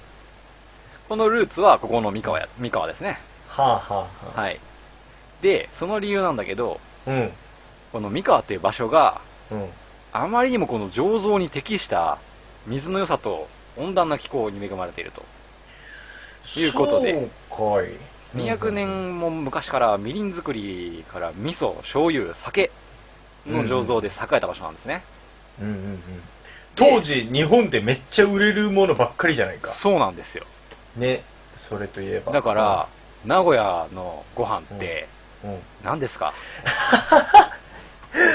Speaker 2: このルーツはここの三河屋三河ですね
Speaker 4: あ、はあ、はあ。
Speaker 2: はいでその理由なんだけど
Speaker 4: うん。
Speaker 2: この三河っていう場所が
Speaker 4: うん
Speaker 2: あまりにもこの醸造に適した水の良さと温暖な気候に恵まれているということで
Speaker 4: そうかい
Speaker 2: 200年も昔からみりん作りから味噌醤油酒の醸造で栄えた場所なんですね、
Speaker 4: うんうんうん当時日本でめっちゃ売れるものばっかりじゃないか
Speaker 2: そうなんですよ
Speaker 4: ねそれといえば
Speaker 2: だから名古屋のご飯って
Speaker 4: うんうん
Speaker 2: 何ですか、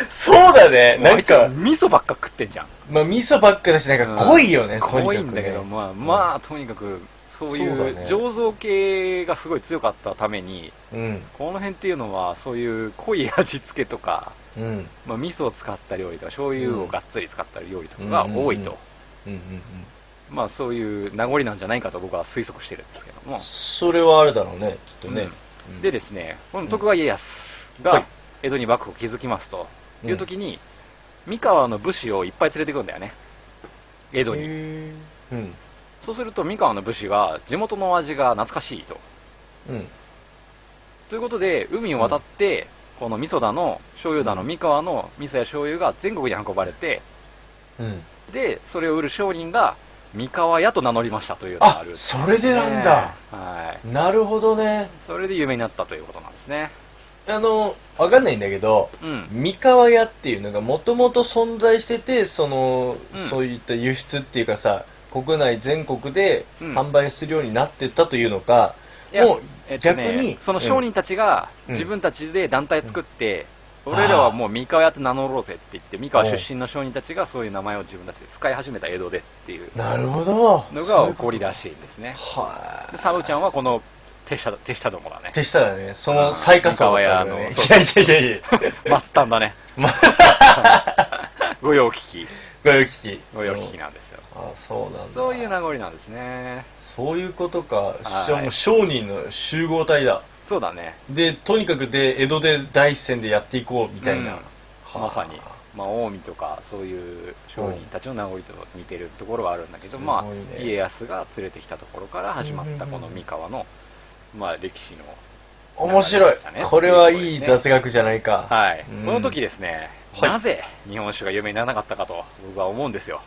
Speaker 4: そうだね
Speaker 2: もう
Speaker 4: な
Speaker 2: あ
Speaker 4: ん
Speaker 2: いつ
Speaker 4: か
Speaker 2: 味噌ばっか食ってんじゃん
Speaker 4: まあ味噌ばっかだしなんか濃いよねとにかくね
Speaker 2: 濃いんだけど、まあ、まあ、とにかく、そうい
Speaker 4: そうだ
Speaker 2: う
Speaker 4: ね
Speaker 2: 醸造系がすごい強かったために、
Speaker 4: うん
Speaker 2: この辺っていうのは、そういう濃い味付けとか、
Speaker 4: うんうん
Speaker 2: まあ、味噌を使った料理とか、醤油をがっつり使った料理とかが多いと、
Speaker 4: うんうんうん
Speaker 2: まあ、そういう名残なんじゃないかと僕は推測してるんですけども、
Speaker 4: それはあれだろうねきっとねうん
Speaker 2: でですね、この徳川家康
Speaker 4: はい
Speaker 2: が江戸に幕府を築きますという時に、三河の武士をいっぱい連れてくんだよね、江戸に。
Speaker 4: へーうん
Speaker 2: そうすると三河の武士が地元の味が懐かしいと。
Speaker 4: うん
Speaker 2: ということで海を渡って、この味噌だの醤油だの三河の味噌や醤油が全国に運ばれて
Speaker 4: うん
Speaker 2: でそれを売る商人が三河屋と名乗りましたというのが
Speaker 4: あ
Speaker 2: ある
Speaker 4: それでなんだ
Speaker 2: ねえはい
Speaker 4: なるほどね
Speaker 2: それで有名になったということなんですね
Speaker 4: あのわかんないんだけど
Speaker 2: うん
Speaker 4: 三河屋っていうのがもともと存在しててその、
Speaker 2: うん
Speaker 4: そういった輸出っていうかさ国内全国で
Speaker 2: うん
Speaker 4: 販売するようになってったというのか、
Speaker 2: いや
Speaker 4: もう
Speaker 2: えっと
Speaker 4: 逆
Speaker 2: ね
Speaker 4: に
Speaker 2: その商人たちが
Speaker 4: うん
Speaker 2: 自分たちで団体作って、俺らはもう三河屋って名乗ろうぜって言って三河出身の商人たちがそういう名前を自分たちで使い始めた江戸でっていう
Speaker 4: なるほど
Speaker 2: の
Speaker 4: そう
Speaker 2: が
Speaker 4: いう
Speaker 2: 起
Speaker 4: こ
Speaker 2: ことりらしいんですね
Speaker 4: は
Speaker 2: でサブちゃんはこの手下手下どもだね
Speaker 4: い手したらねその最下層だったよね
Speaker 2: うん
Speaker 4: いやいやい
Speaker 2: *laughs*
Speaker 4: やいや
Speaker 2: 末端だね。 *laughs* ご用聞き、
Speaker 4: ご用聞き
Speaker 2: ご用聞きなん
Speaker 4: *laughs*
Speaker 2: ですよ。
Speaker 4: あそうなんだ
Speaker 2: そういう名残なんですね。
Speaker 4: そういうことか、
Speaker 2: はい
Speaker 4: じゃあもう商人の集合体だ
Speaker 2: そうだね。
Speaker 4: でとにかくで江戸で第一線でやっていこうみたいな、
Speaker 2: うん
Speaker 4: はあ
Speaker 2: まさに。まあ、近江とか、そういう商人たちの名残と似てるところはあるんだけど、
Speaker 4: すごいね
Speaker 2: まあ、家康が連れてきたところから始まったこの三河の、まあ、歴史の。
Speaker 4: 面
Speaker 2: 流
Speaker 4: 白い、
Speaker 2: れでしたね
Speaker 4: これはいい雑学じゃないか、
Speaker 2: はい。
Speaker 4: うん
Speaker 2: この時ですね、
Speaker 4: はい
Speaker 2: なぜ日本酒が有名にならなかったかと、僕は思うんですよ。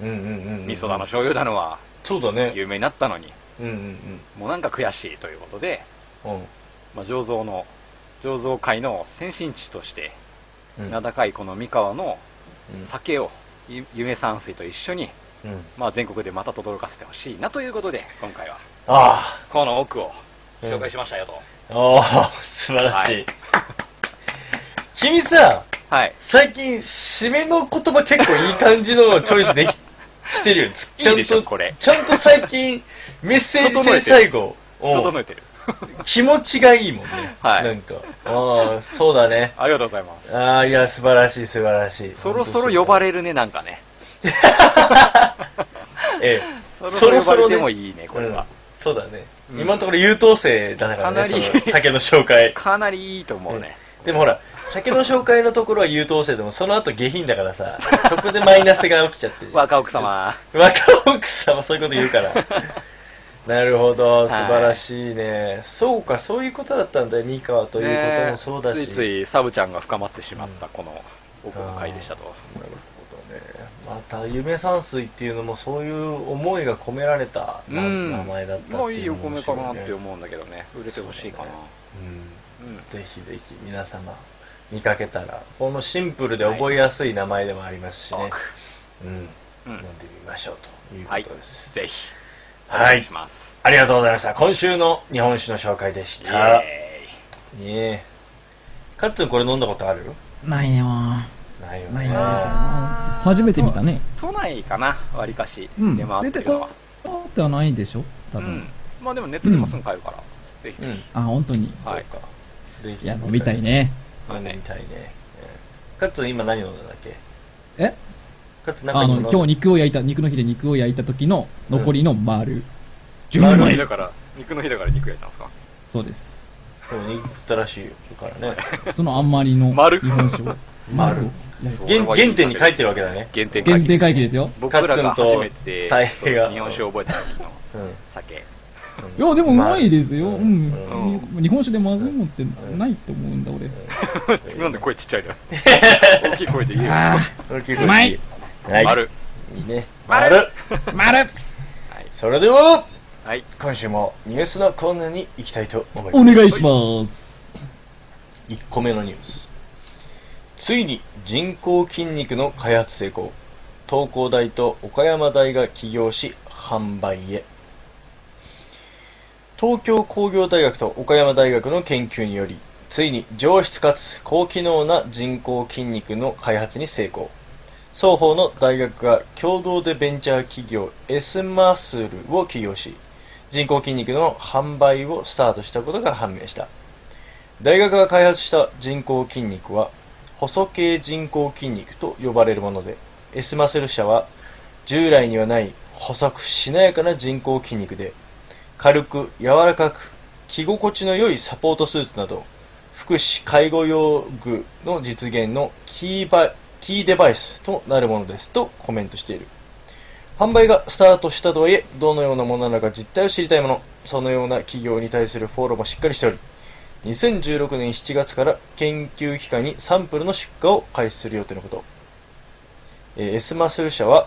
Speaker 4: うんうんうんうん
Speaker 2: 味噌だの、醤油だのは
Speaker 4: そうだね
Speaker 2: 有名になったのに、
Speaker 4: うんうん
Speaker 2: もうなんか悔しいということで、
Speaker 4: うん
Speaker 2: まあ、醸造の醸造界の先進地として
Speaker 4: うん
Speaker 2: 名高いこの三河の
Speaker 4: うん
Speaker 2: 酒をゆ夢山水と一緒に、
Speaker 4: うん
Speaker 2: まあ、全国でまた轟かせてほしいなということで今回は
Speaker 4: あ
Speaker 2: この奥を紹介しましたよと、
Speaker 4: あおー *laughs* 素晴らしい、
Speaker 2: はい
Speaker 4: 君さ
Speaker 2: はい
Speaker 4: 最近締めの言葉結構いい感じのチョイスできしてるよつちゃ
Speaker 2: いい
Speaker 4: ん
Speaker 2: でしょ
Speaker 4: と
Speaker 2: これ
Speaker 4: ちゃんと最近メッセージ性最後うん
Speaker 2: 整えてる
Speaker 4: 気持ちがいいもんね、
Speaker 2: はい
Speaker 4: なんかああそうだね
Speaker 2: ありがとうございます
Speaker 4: ああいや素晴らしい素晴らしい
Speaker 2: そろそろ呼ばれるねなんかね
Speaker 4: ええ
Speaker 2: そろ
Speaker 4: そ
Speaker 2: そ
Speaker 4: ろ
Speaker 2: ろ
Speaker 4: そ
Speaker 2: 呼
Speaker 4: ろ
Speaker 2: ば
Speaker 4: ね
Speaker 2: れてもいいねこれは、
Speaker 4: うんそうだね、
Speaker 2: うん
Speaker 4: 今のところ優等生だからね
Speaker 2: かなり
Speaker 4: その酒の紹
Speaker 2: *laughs*
Speaker 4: 介
Speaker 2: かなりいいと思うね、
Speaker 4: でもほら酒の紹介のところは優等生でもその後下品だからさそこでマイナスが起きちゃってる
Speaker 2: 若奥様
Speaker 4: *laughs* 若奥さんもそういうこと言うから
Speaker 2: *laughs*
Speaker 4: なるほど素晴らしいね、そうかそういうことだったんだよ三河ということもそうだし、
Speaker 2: ねついついサブちゃんが深まってしまったこの奥の回でしたと、
Speaker 4: なるほどねまた夢山水っていうのもそういう思いが込められた
Speaker 2: う
Speaker 4: な
Speaker 2: ん
Speaker 4: 名前だったっていうの
Speaker 2: もういいお
Speaker 4: 面
Speaker 2: 米
Speaker 4: 白
Speaker 2: か
Speaker 4: ね
Speaker 2: なって思うんだけどね売れてほしいかなうん
Speaker 4: うんぜひぜひ皆様見かけたらこのシンプルで覚えやすい名前でもありますしね、
Speaker 2: はい
Speaker 4: うん、
Speaker 2: うん
Speaker 4: 飲んでみましょうということです、
Speaker 2: ぜひお
Speaker 4: はい
Speaker 2: 願いします、
Speaker 4: ありがとうございました今週の日本酒の紹介でし
Speaker 2: イ
Speaker 4: たね
Speaker 2: エ
Speaker 4: えカッツンこれ飲んだことある
Speaker 5: ないねも
Speaker 4: ないよ
Speaker 5: うないんで
Speaker 4: ね
Speaker 5: すよ
Speaker 3: 初めて見たね。
Speaker 2: ーイ都内かなわりかし
Speaker 3: うん
Speaker 2: 出回ってるのは、
Speaker 3: あってはないでしょ
Speaker 2: う
Speaker 3: 多
Speaker 2: ん
Speaker 3: 分。
Speaker 2: まあでもネットでもすぐ買えるから、ぜひぜひ、
Speaker 3: あ、本当に。
Speaker 2: はい
Speaker 4: そうかぜひ
Speaker 3: いや、飲みたいね。
Speaker 4: 飲
Speaker 2: はい
Speaker 4: みたいねうんカッツン今何飲んだんだっけ
Speaker 3: え
Speaker 4: カッツンなんか
Speaker 3: あ
Speaker 4: 今飲
Speaker 3: の、
Speaker 4: んだ
Speaker 3: 今日肉を焼いた、肉の日で肉を焼いた時の残りの丸。純
Speaker 2: 丸の
Speaker 3: 米
Speaker 2: 日だから肉の日だから肉やったんですか
Speaker 3: そうです。
Speaker 4: でも肉食ったらしいからね
Speaker 3: そのあんまりの
Speaker 2: 丸
Speaker 3: 日本酒を。丸を焼いて。
Speaker 2: そう
Speaker 4: 原原点に書いてるわけだね、
Speaker 2: 原点回
Speaker 3: 限
Speaker 2: 帰
Speaker 3: 定会議
Speaker 2: で
Speaker 3: ですすよ。
Speaker 2: 僕らが
Speaker 4: カッツンと
Speaker 2: 初めて
Speaker 4: 太平が
Speaker 2: そう日本酒を覚えた時の
Speaker 4: うん、
Speaker 2: 酒
Speaker 3: いや、でもうまいですよ。
Speaker 4: う
Speaker 3: うんん。日本酒でまずいもんってないと思うんだ、俺。
Speaker 2: なんで声ちっちゃ
Speaker 4: *laughs*
Speaker 2: いの大きい声で言えよ。
Speaker 3: あ
Speaker 4: 大きい声で
Speaker 3: うまい
Speaker 4: はい。
Speaker 2: 丸。
Speaker 4: いいね。
Speaker 2: 丸
Speaker 4: 丸
Speaker 3: あ、丸
Speaker 4: それでは、
Speaker 2: はい。
Speaker 4: 今週もニュースのコーナーに行きたいと思います。
Speaker 3: お願いします。
Speaker 4: 1個目のニュースついに人工筋肉の開発成功東工大と岡山大が起業し販売へ東京工業大学と岡山大学の研究によりついに上質かつ高機能な人工筋肉の開発に成功双方の大学が共同でベンチャー企業エスマスルを起業し人工筋肉の販売をスタートしたことが判明した大学が開発した人工筋肉は細形人工筋肉と呼ばれるものでエスマセル社は従来にはない細くしなやかな人工筋肉で軽く柔らかく着心地の良いサポートスーツなど福祉介護用具の実現のキーバキーデバイスとなるものですとコメントしている販売がスタートしたとはいえどのようなものなのか実態を知りたいものそのような企業に対するフォローもしっかりしており2016年7月から研究機関にサンプルの出荷を開始する予定のこと、えーエスマスル社は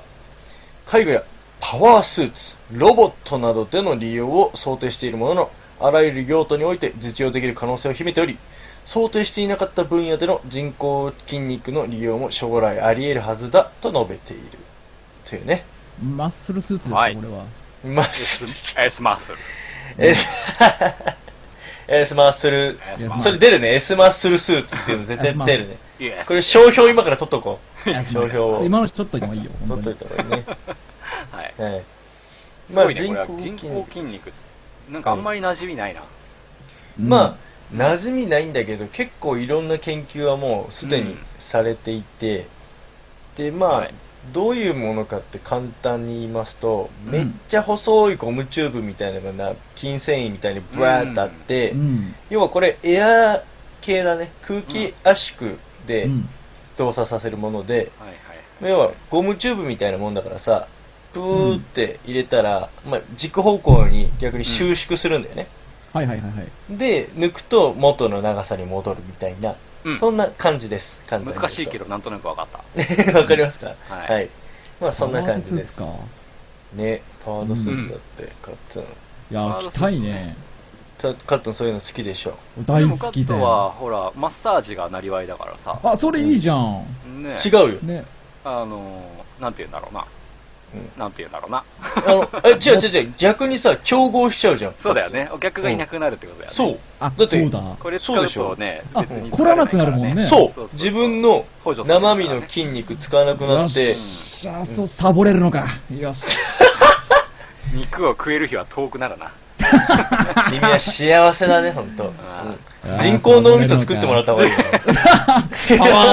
Speaker 4: 介護やパワースーツロボットなどでの利用を想定しているもののあらゆる用途において実用できる可能性を秘めており想定していなかった分野での人工筋肉の利用も将来あり得るはずだと述べているというね
Speaker 3: マッスルスーツですか、
Speaker 2: は
Speaker 3: こ
Speaker 2: い
Speaker 3: れは。
Speaker 4: マ
Speaker 2: エス
Speaker 4: ス
Speaker 2: エスマッスル。
Speaker 4: エスエスマッ *laughs* スル
Speaker 2: エスマッス
Speaker 4: それ出るねエスマッスルスーツっていうの絶対出るね
Speaker 2: ル。イエス
Speaker 4: これ商標今から取っとこう
Speaker 3: そう
Speaker 4: 標
Speaker 3: 今のちょっと今いいよ、
Speaker 4: 取
Speaker 3: 本
Speaker 4: っ
Speaker 3: 当
Speaker 4: とい。た
Speaker 3: に
Speaker 4: 方がいいね
Speaker 2: はい。
Speaker 4: *laughs* はい
Speaker 2: すごいね、これは
Speaker 4: 人工筋
Speaker 2: 人
Speaker 4: 肉
Speaker 2: 工筋肉。なんかあんまり馴染みないな。
Speaker 4: まあ馴染みないんだけど結構いろんな研究はもうすで
Speaker 2: う
Speaker 4: に
Speaker 2: ん
Speaker 4: されていて、でまあ、
Speaker 2: はい
Speaker 4: どういうものかって簡単に言いますと、めっちゃ細いゴムチューブみたいなのがな筋繊維みたいにブワーッとあって、
Speaker 3: うん。
Speaker 4: 要はこれエアー系だね空気圧縮
Speaker 3: う
Speaker 4: で
Speaker 3: ん。
Speaker 4: 動作させるもので、
Speaker 2: はいはい。
Speaker 4: 要はゴムチューブみたいなもんだからさプーって入れたら、まあ、軸方向に逆に収縮するんだよね、
Speaker 3: はいはいはいはい。
Speaker 4: で抜くと元の長さに戻るみたいな、
Speaker 2: うん
Speaker 4: そんな感じです簡単に言うと
Speaker 2: 難しいけど、なんとなくわかった。
Speaker 4: ど *laughs* わかりますか
Speaker 2: はい
Speaker 4: まあそんな感じです
Speaker 3: パワードスーツか。
Speaker 4: ねパワードスーツだって、カットン
Speaker 3: いやー、着たいね。
Speaker 4: たカットンそういうの好きでしょ
Speaker 3: 大
Speaker 2: でもカ
Speaker 3: 好き
Speaker 2: ッ
Speaker 3: だ
Speaker 2: トは、
Speaker 3: よ。
Speaker 2: ほら、マッサージがなりわいだからさ。
Speaker 3: あ、それいいじゃん。
Speaker 2: ね
Speaker 4: 違うよ
Speaker 3: ね。
Speaker 2: あのー、なんて言うんだろうな。
Speaker 4: う
Speaker 2: なんて言うんだろうな。
Speaker 4: あ
Speaker 2: *laughs*
Speaker 4: のえ違う違う違う逆にさ競合しちゃうじゃん
Speaker 2: そうだよね。お客がいなくなるってことだよね。
Speaker 4: そう
Speaker 3: あ、
Speaker 4: だ
Speaker 3: そ
Speaker 4: って
Speaker 3: うだ。
Speaker 2: これ使うとね、
Speaker 3: そう
Speaker 2: 別
Speaker 3: でしょ
Speaker 2: に
Speaker 3: あ来らなくなるもんね
Speaker 2: そ
Speaker 4: そう
Speaker 2: うそう
Speaker 4: 自分の
Speaker 2: 補助されるか
Speaker 4: 生
Speaker 2: ら
Speaker 4: 身
Speaker 2: ね
Speaker 4: の筋肉使わなく
Speaker 3: よ
Speaker 4: な
Speaker 3: っ
Speaker 4: って
Speaker 3: しゃ、そう、サボれるのか。よし。
Speaker 2: 肉を食える日は遠くならな。
Speaker 4: 君は幸せ *laughs* だね、本当。
Speaker 2: あ
Speaker 4: うん人工脳みそ作ってもらった方がいいよ。
Speaker 3: *laughs* パワ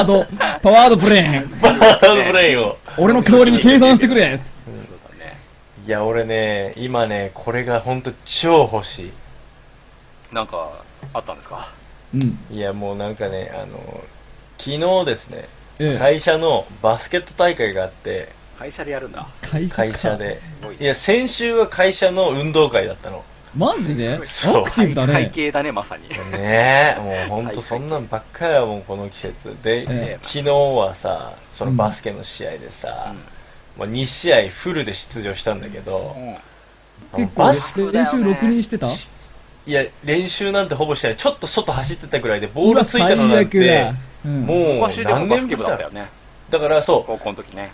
Speaker 3: ード、パワードブレ
Speaker 4: *laughs*
Speaker 3: ーン。
Speaker 4: バードブレインを。
Speaker 3: 俺の代わりに計算してくれ。
Speaker 2: そうだね。
Speaker 4: いや、俺ね、今ね、これが本当超欲し
Speaker 2: なんか、あったんですか
Speaker 3: うん。
Speaker 4: い。いや、もうなんかね、あの、昨日ですね、
Speaker 3: ええ。
Speaker 4: 会社のバスケット大会があって、
Speaker 2: 会社でやるんだ。
Speaker 3: 会社か
Speaker 4: 会社。で。
Speaker 2: すごい
Speaker 4: いや、先週は会社の運動会だったの。
Speaker 3: マジでアクテ
Speaker 4: そう
Speaker 3: ィブだ
Speaker 2: 会
Speaker 3: ね。
Speaker 2: 計だね、まさに。
Speaker 4: ねえ、もう本当そんなんばっかりやもん、この季節。で
Speaker 3: ええ、
Speaker 4: 昨日はさ、そのバスケの試合でさ、もう2試合フルで出場したんだけど、
Speaker 3: 結
Speaker 4: バス
Speaker 3: 構、練習6人してた
Speaker 4: いや、練習なんてほぼしてない。ちょっと外走ってたぐらいで、ボールついたのなん
Speaker 3: うわ
Speaker 4: て
Speaker 3: 最悪、だうん
Speaker 4: もう
Speaker 2: 昔でも
Speaker 4: 何
Speaker 2: バス
Speaker 4: 年
Speaker 2: ケ
Speaker 4: ぶ
Speaker 2: 部だっ
Speaker 4: りだ
Speaker 2: たよね。
Speaker 4: だからそう、
Speaker 2: 高校の時ね。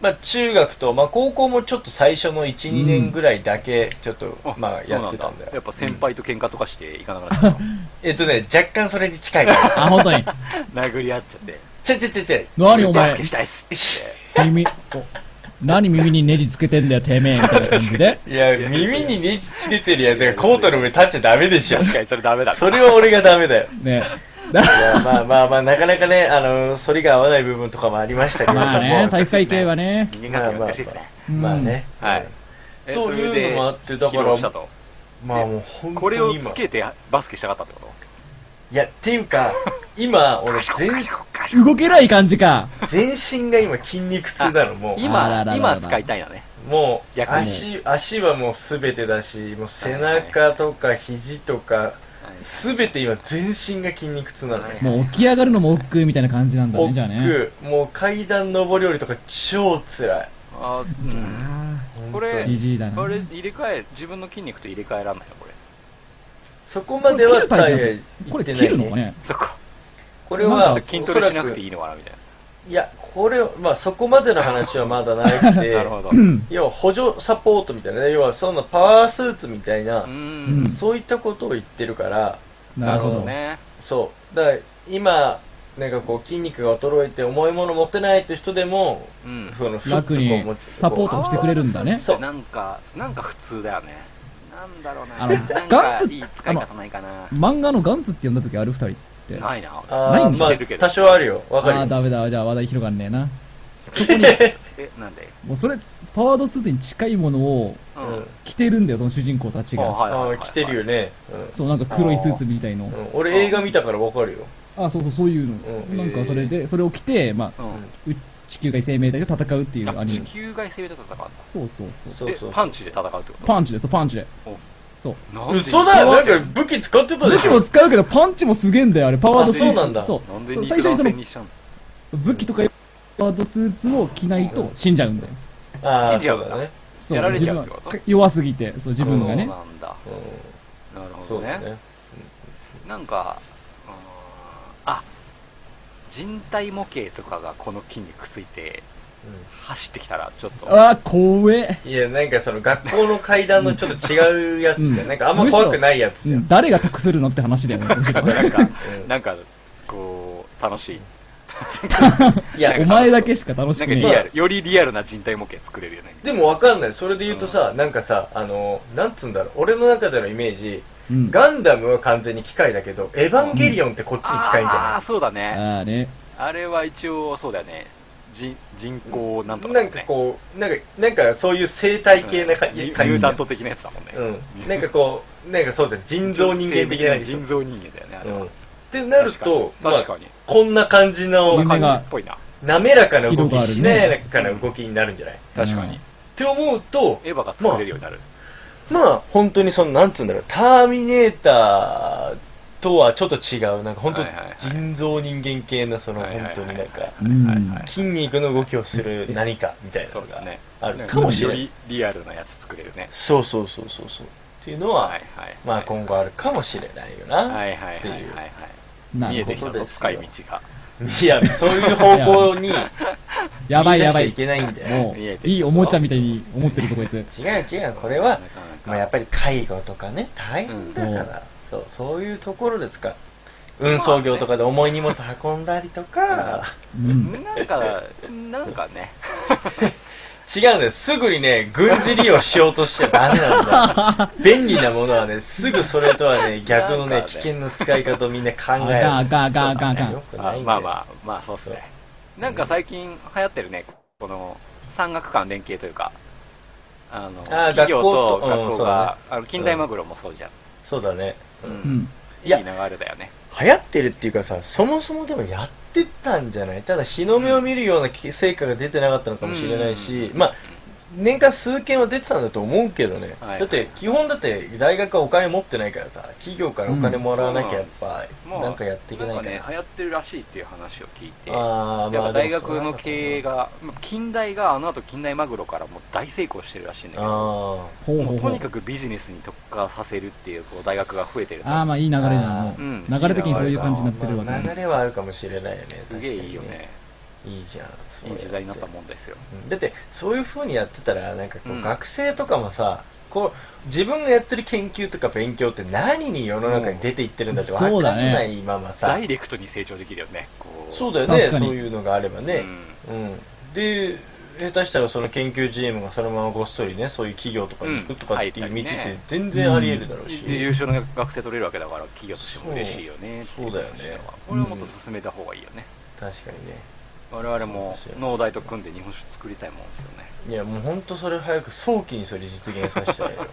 Speaker 4: まあ中学と、まあ高校もちょっと最初の1、2年ぐらいだけ、ちょっと、まあやってたんだ
Speaker 2: そうなやっ
Speaker 4: よ。
Speaker 2: ぱ先輩と喧嘩とかしていかなくなっちゃったの。
Speaker 4: えっとね、若干それに近い
Speaker 2: *laughs*
Speaker 4: から。
Speaker 3: あ、本当に。
Speaker 2: 殴り合っちゃって。
Speaker 4: ちゃちゃちゃちゃ。
Speaker 3: 何お
Speaker 2: バス
Speaker 3: 前
Speaker 2: ケ、したいっすって
Speaker 3: 耳、何耳にネジつけてんだよ、てめえ、みたいな感
Speaker 4: *laughs*
Speaker 3: じで。
Speaker 4: いや、耳にネジつけてるやつがコートの上立っちゃダメでしょ
Speaker 2: 言って。。確 *laughs* かにそれダメだね。
Speaker 4: それは俺がダメだよ。
Speaker 3: ね。
Speaker 4: いや、まあまあまあ、なかなかね、あの、反りが合わない部分とかもありましたけれども。
Speaker 3: まあね、体育会系はね。
Speaker 2: 人間関係難しいっすね。
Speaker 4: まあね。
Speaker 2: はい。え
Speaker 4: というのもあってだから
Speaker 2: 披露したと。
Speaker 4: まあもう本当に今。
Speaker 2: これをつけてバスケしたかったってこと
Speaker 4: いや、ってい
Speaker 2: *laughs*
Speaker 4: うか、今、俺、全、
Speaker 3: 動けない感じか。
Speaker 4: 全身が今筋肉痛なの、もう。
Speaker 2: 今
Speaker 3: あらららら
Speaker 2: 今使いたいんだね。
Speaker 4: もう
Speaker 2: 逆に
Speaker 4: 足足はもう全てだしもう背中とか肘とか全て今全身が筋肉痛なのね
Speaker 3: もう起き上がるのも億劫みたいな感じなんだね、
Speaker 4: 奥
Speaker 3: じゃあね。
Speaker 4: もう階段上り下りとか超辛い
Speaker 2: あーうんこれ
Speaker 4: 本当に
Speaker 3: GG だな。
Speaker 2: これ入れ替え自分の筋肉と入れ替えらんないよこれ
Speaker 4: そこまでは
Speaker 3: これ切るタイプなん
Speaker 4: 大概
Speaker 3: ですこれ
Speaker 4: 行ってない
Speaker 3: 切るのかね
Speaker 2: そっか
Speaker 4: これ
Speaker 3: ま
Speaker 4: は
Speaker 3: だ
Speaker 2: 筋トレしなくていいのかなみたい
Speaker 4: いやこれまあそこまでの話はまだな
Speaker 2: *laughs*
Speaker 4: く
Speaker 2: ななる
Speaker 4: て
Speaker 2: ほど
Speaker 4: 要は補助サポートみたいなね要はそんなパワースーツみたいな
Speaker 2: う
Speaker 3: うん
Speaker 2: ん
Speaker 4: そういったことを言ってるから
Speaker 3: なるほど。
Speaker 2: ね
Speaker 4: そうだから今なんかこう筋肉が衰えて重いもの持てないって人でも
Speaker 2: うん
Speaker 4: そのふっと
Speaker 3: 楽に
Speaker 4: こう持ち
Speaker 3: サポートをしてくれるんだね。
Speaker 4: そう
Speaker 2: なんかなんか普通だよねなんだろうな
Speaker 3: あの
Speaker 2: なん
Speaker 3: ガ
Speaker 2: か
Speaker 3: ンツ
Speaker 2: いい使い方ないかな
Speaker 3: 漫画のガンツって呼んだ時ある二人って。あ
Speaker 2: ないな
Speaker 4: あー
Speaker 3: ないんだ
Speaker 4: まあ
Speaker 2: 知ってるけど
Speaker 4: 多少あるよわ
Speaker 3: あ
Speaker 4: かる
Speaker 3: ー、
Speaker 4: よ
Speaker 3: ダメだ。じゃあ話題広がんねえな。
Speaker 4: *laughs*
Speaker 2: えなんで
Speaker 3: もうそれ、パワードスーツに近いものを
Speaker 2: う
Speaker 4: うん
Speaker 3: 着てるんだよ、その主人公たち
Speaker 2: あ
Speaker 3: が。
Speaker 2: はいはいはい
Speaker 4: あー来てるよね
Speaker 3: そう、なんか黒いスーツみたいの
Speaker 4: う。んうん俺映画見たからわかるよ
Speaker 3: あ、そうそう、そういう
Speaker 4: う
Speaker 3: の。
Speaker 4: ん
Speaker 3: なんかそれで、それを着て、まあ、
Speaker 2: うん
Speaker 3: 地球外生命体と戦うっていうア
Speaker 2: あ
Speaker 3: ニ
Speaker 2: 地
Speaker 3: メ。
Speaker 2: 球外生命と戦うんだ
Speaker 3: そうそうそう。
Speaker 4: そうそう
Speaker 2: えパンチで戦うってこと
Speaker 3: パンチで、そう、パンチで
Speaker 2: お。
Speaker 3: そう。
Speaker 2: なんで
Speaker 4: 嘘だよなんか武器使ってたで
Speaker 3: 武
Speaker 4: し
Speaker 3: 器も
Speaker 4: ょ
Speaker 3: 使うけど、パンチもすげえんだよ、あれ。パワードスーツ。
Speaker 4: あそうなんだ
Speaker 3: そ
Speaker 2: なんで
Speaker 3: そう
Speaker 2: 肉
Speaker 3: 最
Speaker 2: 弾
Speaker 3: 初にその
Speaker 2: 戦にしちゃうの
Speaker 3: う。武器とかパワードスーツを着ないと死んじゃうんだよ。
Speaker 4: あ
Speaker 2: 信
Speaker 4: あ
Speaker 2: じ合
Speaker 4: そううん
Speaker 2: だ
Speaker 4: だね
Speaker 3: そう
Speaker 2: やられち
Speaker 3: 自
Speaker 2: ゃ
Speaker 3: 分
Speaker 2: うっ
Speaker 3: は
Speaker 2: てこと
Speaker 3: 弱すぎて、そう、自分がね
Speaker 2: そう。なんだ
Speaker 4: うん
Speaker 2: なるほ
Speaker 4: そ
Speaker 2: ど
Speaker 4: う
Speaker 2: ね
Speaker 4: だね
Speaker 2: なんかうーんあ人体模型とかがこの筋肉ついて走ってきたらちょっと
Speaker 3: あー、怖え。
Speaker 4: いやなんかその学校の階段のちょっと違うやつじゃ
Speaker 3: うん
Speaker 4: んなんかあんま怖くないやつじゃん
Speaker 3: 誰が得するのって話だよ
Speaker 2: *laughs*
Speaker 3: ね、むしろ
Speaker 2: なんか
Speaker 4: うん
Speaker 2: なんかこう楽しい
Speaker 4: いや
Speaker 3: お前だけしか楽し
Speaker 2: なん
Speaker 3: く
Speaker 2: か
Speaker 3: ね
Speaker 2: リ
Speaker 3: え
Speaker 2: ア
Speaker 3: よ。
Speaker 2: ルよりリアルな人体模型作れるよね
Speaker 4: でもわかんないそれで言うとさなんかさあのなんつうんだろう俺の中でのイメージ
Speaker 3: うん
Speaker 4: ガンダムは完全に機械だけどエヴァンゲリオンってこっちに近いんじ
Speaker 2: ああ
Speaker 4: ゃ
Speaker 2: ーそうだね
Speaker 3: あーね。
Speaker 2: あれは一応そうだよね人人工なんとか
Speaker 4: な
Speaker 2: だも
Speaker 4: いなんんか
Speaker 2: ね
Speaker 4: こうなんかなんかそういう生態系なか
Speaker 2: うんミュ
Speaker 4: 感
Speaker 2: ミュ
Speaker 4: じ
Speaker 2: ータント的なやつだもんね
Speaker 4: うんなんかこうなんかそうじゃん人造人間的なやつ
Speaker 2: 人造人間だよねあれ
Speaker 4: うん
Speaker 2: は
Speaker 4: ってなるとま
Speaker 2: 確
Speaker 4: あ
Speaker 2: かに
Speaker 4: こんな感じ
Speaker 2: こ
Speaker 4: の
Speaker 2: んな
Speaker 3: 夢が
Speaker 2: 感じっぽいな
Speaker 4: 滑らかな動
Speaker 3: 広が
Speaker 4: き
Speaker 3: あるね
Speaker 4: しなやかな動きになるんじゃないっ
Speaker 2: 確かに
Speaker 3: うん
Speaker 4: て思うと
Speaker 2: エヴァが作れるようになる
Speaker 4: まあ本当にそのなんつうんだろうターミネーターとはちょっと違うなんか本当
Speaker 2: はいはいはい
Speaker 4: 人造人間系なその
Speaker 2: はいはいは
Speaker 4: 本
Speaker 2: い
Speaker 4: 当になんか
Speaker 3: うん
Speaker 2: はいはい
Speaker 4: 筋肉の動きをする何かみたいな
Speaker 2: そ
Speaker 4: の
Speaker 2: うだ
Speaker 4: が
Speaker 2: ね
Speaker 4: あるかもしれない
Speaker 2: よりリアルなやつ作れるね
Speaker 4: そうそうそうそうそうっていうの
Speaker 2: は
Speaker 4: は、
Speaker 2: いはい
Speaker 4: まあ今後あるかもしれないよな、
Speaker 2: はいはいはいはいは
Speaker 3: ない
Speaker 2: 見え
Speaker 3: るほ
Speaker 2: て
Speaker 3: ど
Speaker 2: きたぞ深い道が
Speaker 4: い、やそういう方向に
Speaker 3: *laughs* やばいやば
Speaker 4: 見
Speaker 3: い
Speaker 4: 出し。ちゃいけないんだよ
Speaker 3: もう、いいおもちゃみたいに思ってるぞ、こ
Speaker 2: *laughs*
Speaker 3: いつ。
Speaker 4: 違う違うこれは
Speaker 2: な、かなか
Speaker 4: まあ、やっぱり介護とかね大変だから、そうそういうところですか運送業とかで重い荷物運んだりとか、
Speaker 3: うん。
Speaker 2: なんかなんかね
Speaker 4: 違うんだよすぐにね軍事利用しようとしちゃダメなんだよ便利なものはねすぐそれとはね逆の
Speaker 2: なん
Speaker 4: ね
Speaker 2: かね
Speaker 4: 危険な使い方をみんな考
Speaker 3: あ
Speaker 4: える
Speaker 3: かんあかんあかんあかんあか
Speaker 4: よ
Speaker 3: ん。
Speaker 4: く
Speaker 2: あ
Speaker 4: ないんだ
Speaker 2: まあ
Speaker 4: よ
Speaker 2: まあまあそうっすねなんか最近流行ってるねこの産学間連携というかあの
Speaker 4: あー
Speaker 2: 企業と
Speaker 4: 学校とうん
Speaker 2: 学校が、あの近代マグロもそうじゃん、
Speaker 4: そうだね
Speaker 2: うん
Speaker 3: うん。
Speaker 2: い
Speaker 4: い
Speaker 2: い流
Speaker 4: や
Speaker 2: れだよね
Speaker 4: 流行ってるっていうかさそもそもでもやってたんじゃないただ日の目を見るようなき成果が出てなかったのかもしれないし、まあ年間数件は出てたんだと思うけどね、
Speaker 2: はい
Speaker 4: だって基本だって大学はお金持ってないからさ企業からお金もらわなきゃやっぱ、
Speaker 2: もう
Speaker 4: なんかやっていけない
Speaker 2: ん
Speaker 4: か
Speaker 2: からね流行ってるらしいっていう話を聞いて
Speaker 4: あー
Speaker 2: やっ
Speaker 4: ま
Speaker 2: ぱ
Speaker 4: あ
Speaker 2: 大学の経営
Speaker 4: 営
Speaker 2: がまあ近代があの後近代マグロからもう大成功してるらしいんだけど
Speaker 4: あ
Speaker 3: ほう
Speaker 2: も
Speaker 3: ほう
Speaker 2: うと
Speaker 3: ほう
Speaker 2: に。かくビジネスに特化させるっていうこう大学が増えてると
Speaker 3: ああ、まあいい流れだな。も
Speaker 4: あー
Speaker 2: うん
Speaker 3: う流れ的にそういう感じになってるわ
Speaker 4: ー、まあ、
Speaker 3: け
Speaker 4: 流れはあるかもしれないよね
Speaker 2: すげえいいよね
Speaker 4: 確かにねいいじゃんそう
Speaker 2: いい
Speaker 4: やって
Speaker 2: 時代になったもんですよ
Speaker 4: うんだってそういう風にやってたらなんかこう、
Speaker 2: うん
Speaker 4: 学生とかもさこう自分がやってる研究とか勉強って何に世の中に出ていってるんだって
Speaker 3: うん
Speaker 4: 分かん
Speaker 3: そうだ
Speaker 4: ないままさ
Speaker 2: ダイレクトに成長できるよねこう
Speaker 4: そうだよね
Speaker 3: 確かに
Speaker 4: そういうのがあればね、うんで下手したらその研究チームがそのままごっそりねそういう企業とかに行くとかっていう
Speaker 2: うん
Speaker 4: 道
Speaker 2: 入っ
Speaker 4: っ
Speaker 2: たり
Speaker 4: て
Speaker 2: ね
Speaker 4: 全然あり得るだろうし、
Speaker 2: で優秀な学生取れるわけだから企業としても嬉しいよね
Speaker 4: そう
Speaker 2: ってい話
Speaker 4: そうだよね
Speaker 2: これはもっと進めた方がいいよね、
Speaker 4: 確かにね
Speaker 2: 我々も
Speaker 4: そうですよ
Speaker 2: 農大と組んで日本酒作りたいもんですよね
Speaker 4: いやもう本当それ早く早期にそれ実現させたいよ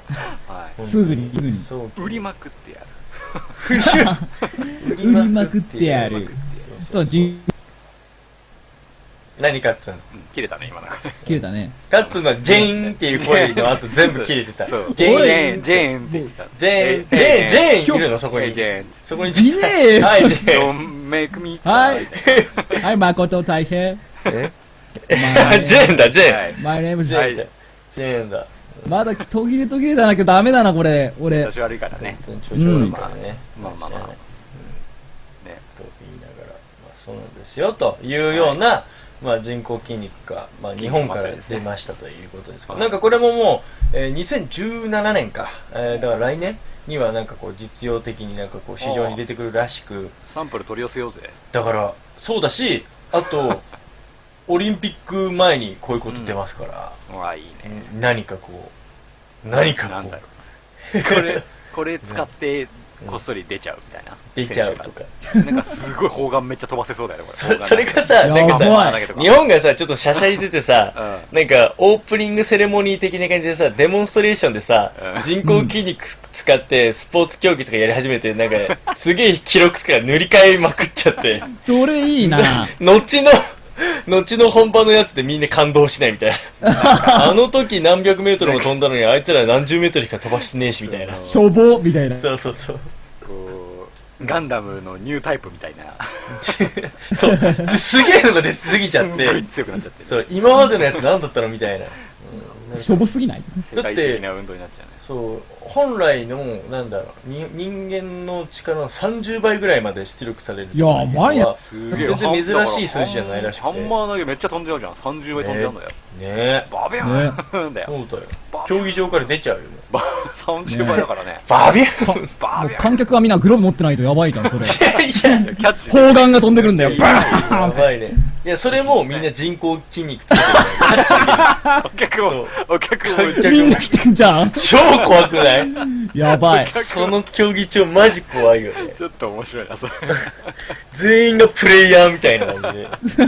Speaker 2: は
Speaker 3: ど。すぐに行くに。
Speaker 4: 早期
Speaker 2: い売りまくってやる
Speaker 4: 売
Speaker 3: 売りまくってやる。そう、人
Speaker 4: 何かっつうの
Speaker 2: うん切れたね今
Speaker 4: *laughs*
Speaker 2: なんか
Speaker 3: 切れたね。
Speaker 4: かっつうのジェーンっていう声の後全部切れてた
Speaker 2: そうジ
Speaker 4: ジ
Speaker 2: ェ
Speaker 4: ェーン
Speaker 2: ーンジェーンって言ってた
Speaker 4: ジェーンジェーンジ
Speaker 2: ン
Speaker 4: ェーンいるのそこに
Speaker 2: ジェーン
Speaker 4: そこに
Speaker 3: いねえよ
Speaker 4: はいジェーン
Speaker 2: Don't make me
Speaker 3: は
Speaker 2: cry
Speaker 3: い。はい、誠大平。
Speaker 4: え
Speaker 3: My
Speaker 4: *laughs* ジェーンだジェ
Speaker 2: は
Speaker 4: ーン
Speaker 2: い
Speaker 3: My name
Speaker 4: ジ
Speaker 3: is
Speaker 4: ェ
Speaker 2: は
Speaker 4: ーン
Speaker 2: い
Speaker 4: だジェーンだ
Speaker 3: まだ途切れ途切れだなきゃダメだな、これ。俺
Speaker 2: 調。子悪いからね
Speaker 4: 全然調子悪いからね
Speaker 2: うんまあまあまあ
Speaker 4: 間違いない
Speaker 2: ね
Speaker 4: と言いながら、まあ、そうなんですよというような、まあ、人工筋肉が、まあ、日本から出ましたということですけど、
Speaker 2: はい
Speaker 4: なんかこれももう、えー2017年か、えーだから来年にはなんかこう実用的になんかこう市場に出てくるらしく
Speaker 2: サンプル取り寄せようぜ
Speaker 4: だからそうだしあ
Speaker 2: *laughs*
Speaker 4: とオリンピック前にこういうこと出ますから、
Speaker 2: うわいいね
Speaker 4: 何かこう何か
Speaker 2: なん
Speaker 4: こ
Speaker 2: だ
Speaker 4: う
Speaker 2: ろうこれこれ使ってこっそり出ちゃうみたいな
Speaker 4: *laughs* 出ちゃうとか
Speaker 2: なんかすごい砲丸めっちゃ飛ばせそうだよねこ
Speaker 4: そ
Speaker 2: れ
Speaker 4: それかさなんか
Speaker 3: いや
Speaker 4: さ
Speaker 3: 重
Speaker 4: *laughs*
Speaker 3: い
Speaker 4: 日本がさちょっとしゃしゃり出てさ、なんか、オープニングセレモニー的な感じでさ、デモンストレーションでさ
Speaker 2: う、ん
Speaker 4: 人工筋肉使ってスポーツ競技とかやり始めて、なんか、すげえ記録とか塗り替えまくっちゃって、
Speaker 3: それいい
Speaker 4: *laughs*
Speaker 3: な。
Speaker 4: 後の、後の本番のやつでみんな感動しないみたいな。あの時何百メートルも飛んだのに、あいつら何十メートルしか飛ばしてねえしみたいな。
Speaker 3: しょぼみたいな。
Speaker 4: そうそうそう。
Speaker 2: こうガンダムのニュータイプみたいな
Speaker 4: そう。すげえのが出すぎちゃっ
Speaker 2: *laughs* すごい
Speaker 4: て、
Speaker 2: 強くなっちゃって
Speaker 4: そう、今までのやつ何だったのみたいな。
Speaker 3: しょぼすぎない
Speaker 2: 世界的な運動になっちゃうね
Speaker 4: そう本来のなんだろうに人間の力の30倍ぐらいまで出力される
Speaker 3: いやばいや
Speaker 4: ね
Speaker 2: すげえ
Speaker 4: 全然珍しい数字じゃないらしくて
Speaker 2: ハンマー投げめっちゃ飛んじゃうじゃん30倍飛んじゃうんだよ、
Speaker 4: え
Speaker 2: バビ *laughs* ューンだよ、
Speaker 4: そうだよ競技場から出ちゃうよね
Speaker 2: ば30倍だからね
Speaker 4: バビューン
Speaker 2: バ
Speaker 3: も
Speaker 2: ー
Speaker 3: う
Speaker 2: ビューン
Speaker 3: 観客がみんなグローブ持ってないとやばいじゃん、そ
Speaker 4: *laughs*
Speaker 2: い
Speaker 3: れ。
Speaker 2: やキャッチ
Speaker 3: 砲丸が飛んでくるんだよ。バー
Speaker 4: や
Speaker 3: ン
Speaker 4: ばいねいやそれもみんな人工筋肉つけてるからキャッチで
Speaker 2: お
Speaker 4: きない
Speaker 2: 客もお客も
Speaker 4: 観客
Speaker 3: みんな来てんじゃん。
Speaker 4: 超怖くない
Speaker 3: やばい。
Speaker 4: その競技場マジ怖いよね
Speaker 2: ちょっと面白いなそれ
Speaker 4: *laughs* 全員がプレイヤーみたいな感じで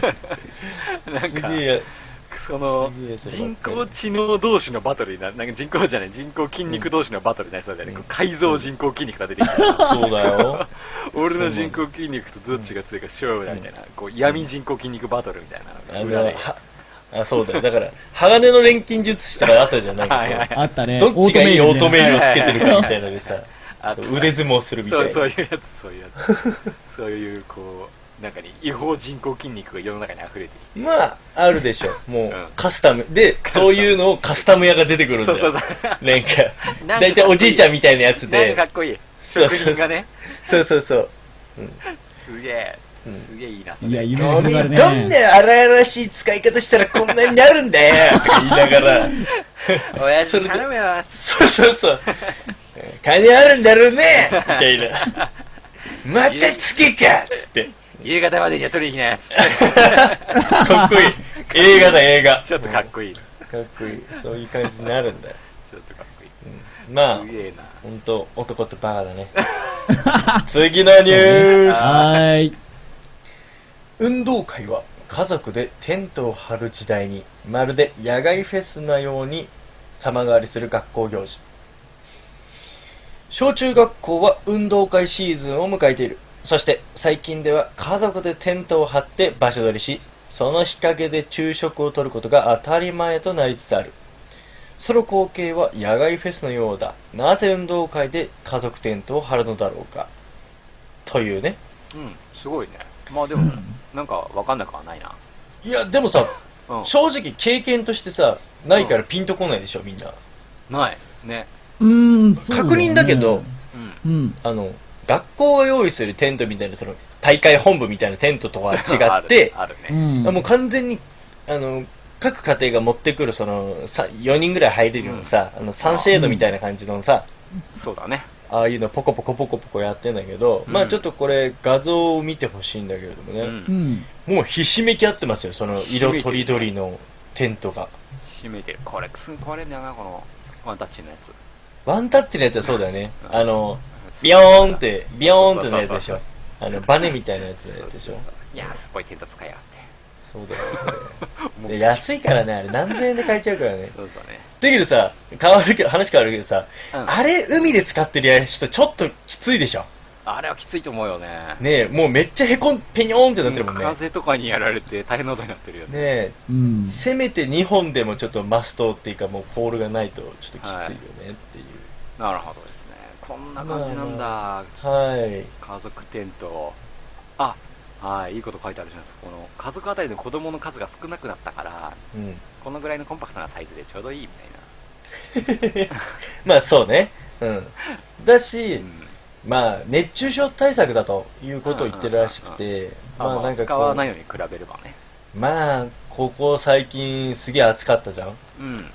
Speaker 2: なん
Speaker 4: す
Speaker 2: か
Speaker 4: げえ
Speaker 2: その人工知能同士のバトルにななんか人工じゃない人工筋肉同士のバトルになりそうだよね、こう改造人工筋肉が出てきて
Speaker 4: そうだよ
Speaker 2: 俺の人工筋肉とどっちが強いか勝負だみたいな、こう闇人工筋肉バトルみたいなの
Speaker 4: あ
Speaker 2: が裏
Speaker 4: の
Speaker 2: で
Speaker 4: はあそうだよだから鋼の錬金術師とかあったじゃんないかこう
Speaker 2: はいはい
Speaker 3: あったね。
Speaker 4: どっちがいいオートメ
Speaker 3: イ
Speaker 4: イルをつけてるかみたいなのでさ、
Speaker 2: あ
Speaker 4: そう腕相撲するみた
Speaker 2: そう
Speaker 4: い
Speaker 2: そう
Speaker 4: な。
Speaker 2: いうやつそういうやつそういうこうなんかに違法人工筋肉が世の中に溢れてき
Speaker 4: まあ、あるでしょ。もう
Speaker 2: うん、
Speaker 4: カスタム。で、そういうのをカスタム屋が出てくるん
Speaker 2: て
Speaker 4: だ
Speaker 2: そうそ
Speaker 4: よ。
Speaker 2: う
Speaker 4: な
Speaker 2: そ
Speaker 4: んか
Speaker 2: う、なんか
Speaker 4: だいたいおじいちゃんみたいなやつ
Speaker 2: なん
Speaker 4: で
Speaker 2: かか、っこいい
Speaker 4: そう
Speaker 2: 職
Speaker 4: そうそう
Speaker 2: 人がね
Speaker 4: そうそうそう。
Speaker 2: すげえ
Speaker 4: うん
Speaker 2: すげえいいなそれ
Speaker 3: いや、夢が
Speaker 4: どん
Speaker 3: 広がる
Speaker 4: どん
Speaker 3: ね。
Speaker 4: な荒々しい使い方したらこんなになるんだよとか言いながら、
Speaker 2: 親
Speaker 4: そ
Speaker 2: 父
Speaker 4: れで
Speaker 2: 頼むよ
Speaker 4: そうそうそう。金あるんだろうねみたいな。また月かつって。
Speaker 2: 夕方までには取りに行きなやつ
Speaker 4: かっこいい。映画だ、映画。
Speaker 2: ちょっとかっこいいち
Speaker 4: かっこいい。そういう感じになるんだよ。
Speaker 2: ょっとかっこいい
Speaker 4: まあ
Speaker 2: す、げえな
Speaker 4: 本当男ってバカだね *laughs* 次のニュース
Speaker 3: はーい。
Speaker 4: 運動会は家族でテントを張る時代にまるで野外フェスなように様変わりする学校行事小中学校は運動会シーズンを迎えているそして最近では家族でテントを張って場所取りしその日陰で昼食をとることが当たり前となりつつあるその光景は野外フェスのようだなぜ運動会で家族テントを張るのだろうかというね
Speaker 2: うんすごいねまあでもなんかわかんなくはないない
Speaker 4: やでもさ
Speaker 2: うん
Speaker 4: 正直経験としてさないからピンとこないでしょみんな、
Speaker 2: ないね
Speaker 3: うーん、そうよね
Speaker 4: 確認だけど。
Speaker 2: うん
Speaker 3: うん。
Speaker 4: あの学校が用意するテントみたいなその大会本部みたいなテントとは違
Speaker 2: *laughs* あ
Speaker 4: っ
Speaker 2: る
Speaker 4: て
Speaker 2: ある
Speaker 3: う
Speaker 2: ね
Speaker 3: ん。
Speaker 4: もう完全にあの各家庭が持ってくるそのさ4人ぐらい入れるようなさ、あのサンシェードみたいな感じのさ、
Speaker 2: そうだね
Speaker 4: ああいうのポコポコポコポコやってんだけど、
Speaker 2: うん
Speaker 4: まあちょっとこれ画像を見てほしいんだけれどもね、
Speaker 2: うん
Speaker 3: うん。
Speaker 4: もうひしめき合ってますよその色とりどりのテントが
Speaker 2: 閉めてるこれすぐ壊れんだよなこのワンタッチのやつ
Speaker 4: ワンタッチのやつはそうだよねあのビヨ
Speaker 2: や
Speaker 4: ーンって、ビヨーンってなやつでしょ。あの、バネみたいなやつのやつでしょ。
Speaker 2: いやーすごいテント使いやがっ
Speaker 4: そうだよ
Speaker 2: て
Speaker 4: ね。で安いからね、あれ何千円で買えちゃうからね。
Speaker 2: そうだね
Speaker 4: だけどさ、変わるけど、話変わるけどさ、
Speaker 2: うん
Speaker 4: あれ海で使ってる人ちょっときついでしょ。
Speaker 2: あれはきついと思うよね
Speaker 4: ねえもうめっちゃへこんペニョーンってなってるもんねね
Speaker 2: 風とかにやられて大変なことになってるよね
Speaker 4: え
Speaker 3: うん。
Speaker 4: せめて2本でもちょっとマストっていうかもうポールがないとちょっときついよねっていう
Speaker 2: なるほどですねこんな感じなんだ
Speaker 4: はい、
Speaker 2: 家族テントあはいいいこと書いてあるじゃないですかこの家族あたりの子供の数が少なくなったから
Speaker 4: うん
Speaker 2: このぐらいのコンパクトなサイズでちょうどいいみたい
Speaker 4: まあそうねうんだし、
Speaker 2: な、うん
Speaker 4: まあ熱中症対策だということを言ってるらしくて
Speaker 2: あまあ、
Speaker 4: なんか
Speaker 2: 使
Speaker 4: こ
Speaker 2: わ
Speaker 4: う
Speaker 2: ないのに比べればね
Speaker 4: まあここ最近すげえ暑かったじゃん
Speaker 2: うん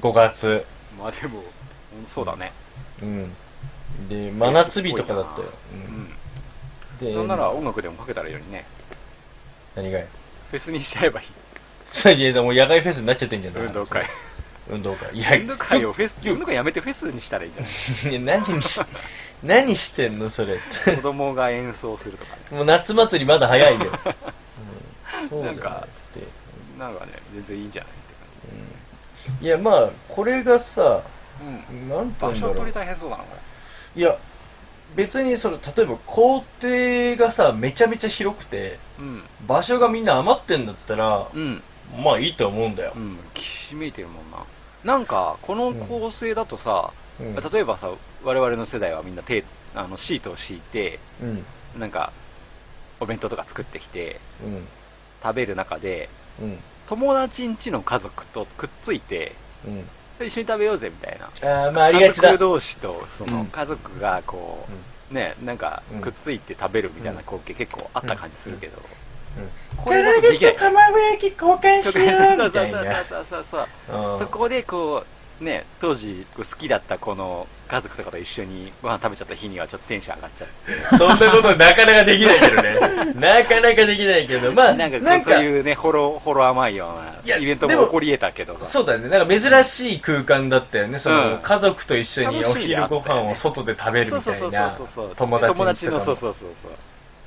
Speaker 4: 5月
Speaker 2: まあでもうんそうだね
Speaker 4: うんで真夏日とかだったよ、
Speaker 2: う
Speaker 4: うん
Speaker 2: ん
Speaker 4: で
Speaker 2: なんなら音楽でもかけたらいいのにね
Speaker 4: 何が *laughs* や
Speaker 2: フェスにしちゃえばいい
Speaker 4: さいやでも野外フェスになっちゃってんじゃない
Speaker 2: 運動会
Speaker 4: 運動会いや
Speaker 2: 運動会をフェス運動会やめてフェスにしたらいいんじゃない
Speaker 4: *laughs* いや何にし何してんのそれ
Speaker 2: 子供が演奏するとかね
Speaker 4: もう夏祭りまだ早
Speaker 2: *laughs*
Speaker 4: いよ、うん、そうじ
Speaker 2: な
Speaker 4: ゃ
Speaker 2: んか
Speaker 4: くて
Speaker 2: なんかね全然いいんじゃないって
Speaker 4: いやまあこれがさ
Speaker 2: 感じ、
Speaker 4: なんて
Speaker 2: うん、場
Speaker 4: 言うんだ
Speaker 2: 所
Speaker 4: ろ
Speaker 2: 取
Speaker 4: う
Speaker 2: り大変そうだなこれ
Speaker 4: いや別にその例えば校庭がさめちゃめちゃ広くて
Speaker 2: うん
Speaker 4: 場所がみんな余ってんだったら
Speaker 2: うん
Speaker 4: まあいいと思うんだよ
Speaker 2: う、んきしめいてるもんななんかこの構成だとさ、
Speaker 4: うん
Speaker 2: 例えばさ我々の世代はみんな手あのシートを敷いて
Speaker 4: うん
Speaker 2: なんかお弁当とか作ってきて
Speaker 4: うん
Speaker 2: 食べる中で
Speaker 4: うん
Speaker 2: 友達ん家の家族とくっついて
Speaker 4: うん
Speaker 2: 一緒に食べようぜみたいな
Speaker 4: ああまあありがちだ
Speaker 2: 家族同士とその
Speaker 4: うん
Speaker 2: 家族がこう、ねなんか
Speaker 4: うん
Speaker 2: くっついて食べるみたいな光景結構あった感じするけど、これだと
Speaker 4: 唐
Speaker 2: で
Speaker 4: 揚
Speaker 2: きな
Speaker 4: げ
Speaker 2: い
Speaker 4: と卵焼き交換
Speaker 2: そう
Speaker 4: し
Speaker 2: そ
Speaker 4: よう
Speaker 2: う
Speaker 4: み
Speaker 2: そ
Speaker 4: た
Speaker 2: う
Speaker 4: い
Speaker 2: そう
Speaker 4: な
Speaker 2: そうそうそう
Speaker 4: うん
Speaker 2: そこでこうね当時こう好きだったこの家族とかと一緒にご飯食べちゃった日にはちょっとテンション上がっちゃって
Speaker 4: そんなことなかなかできないけどね。
Speaker 2: *laughs*
Speaker 4: なかなかできないけど、まあ、
Speaker 2: なんかこうそういうねほろほろ甘いよう
Speaker 4: い
Speaker 2: な
Speaker 4: や
Speaker 2: イベント
Speaker 4: で
Speaker 2: も
Speaker 4: も
Speaker 2: 起こり得たけどさ
Speaker 4: そうだね。なんか珍しい空間だったよね。その、
Speaker 2: うん
Speaker 4: 家族と一緒にお
Speaker 2: 楽しい
Speaker 4: 昼
Speaker 2: やつだ
Speaker 4: ご
Speaker 2: よね
Speaker 4: 飯を外で食べるみた
Speaker 2: そうそ
Speaker 4: いな
Speaker 2: うそうそうそう。
Speaker 4: 友達に
Speaker 2: 友達の
Speaker 4: とか
Speaker 2: そ
Speaker 4: も
Speaker 2: うそうそうそう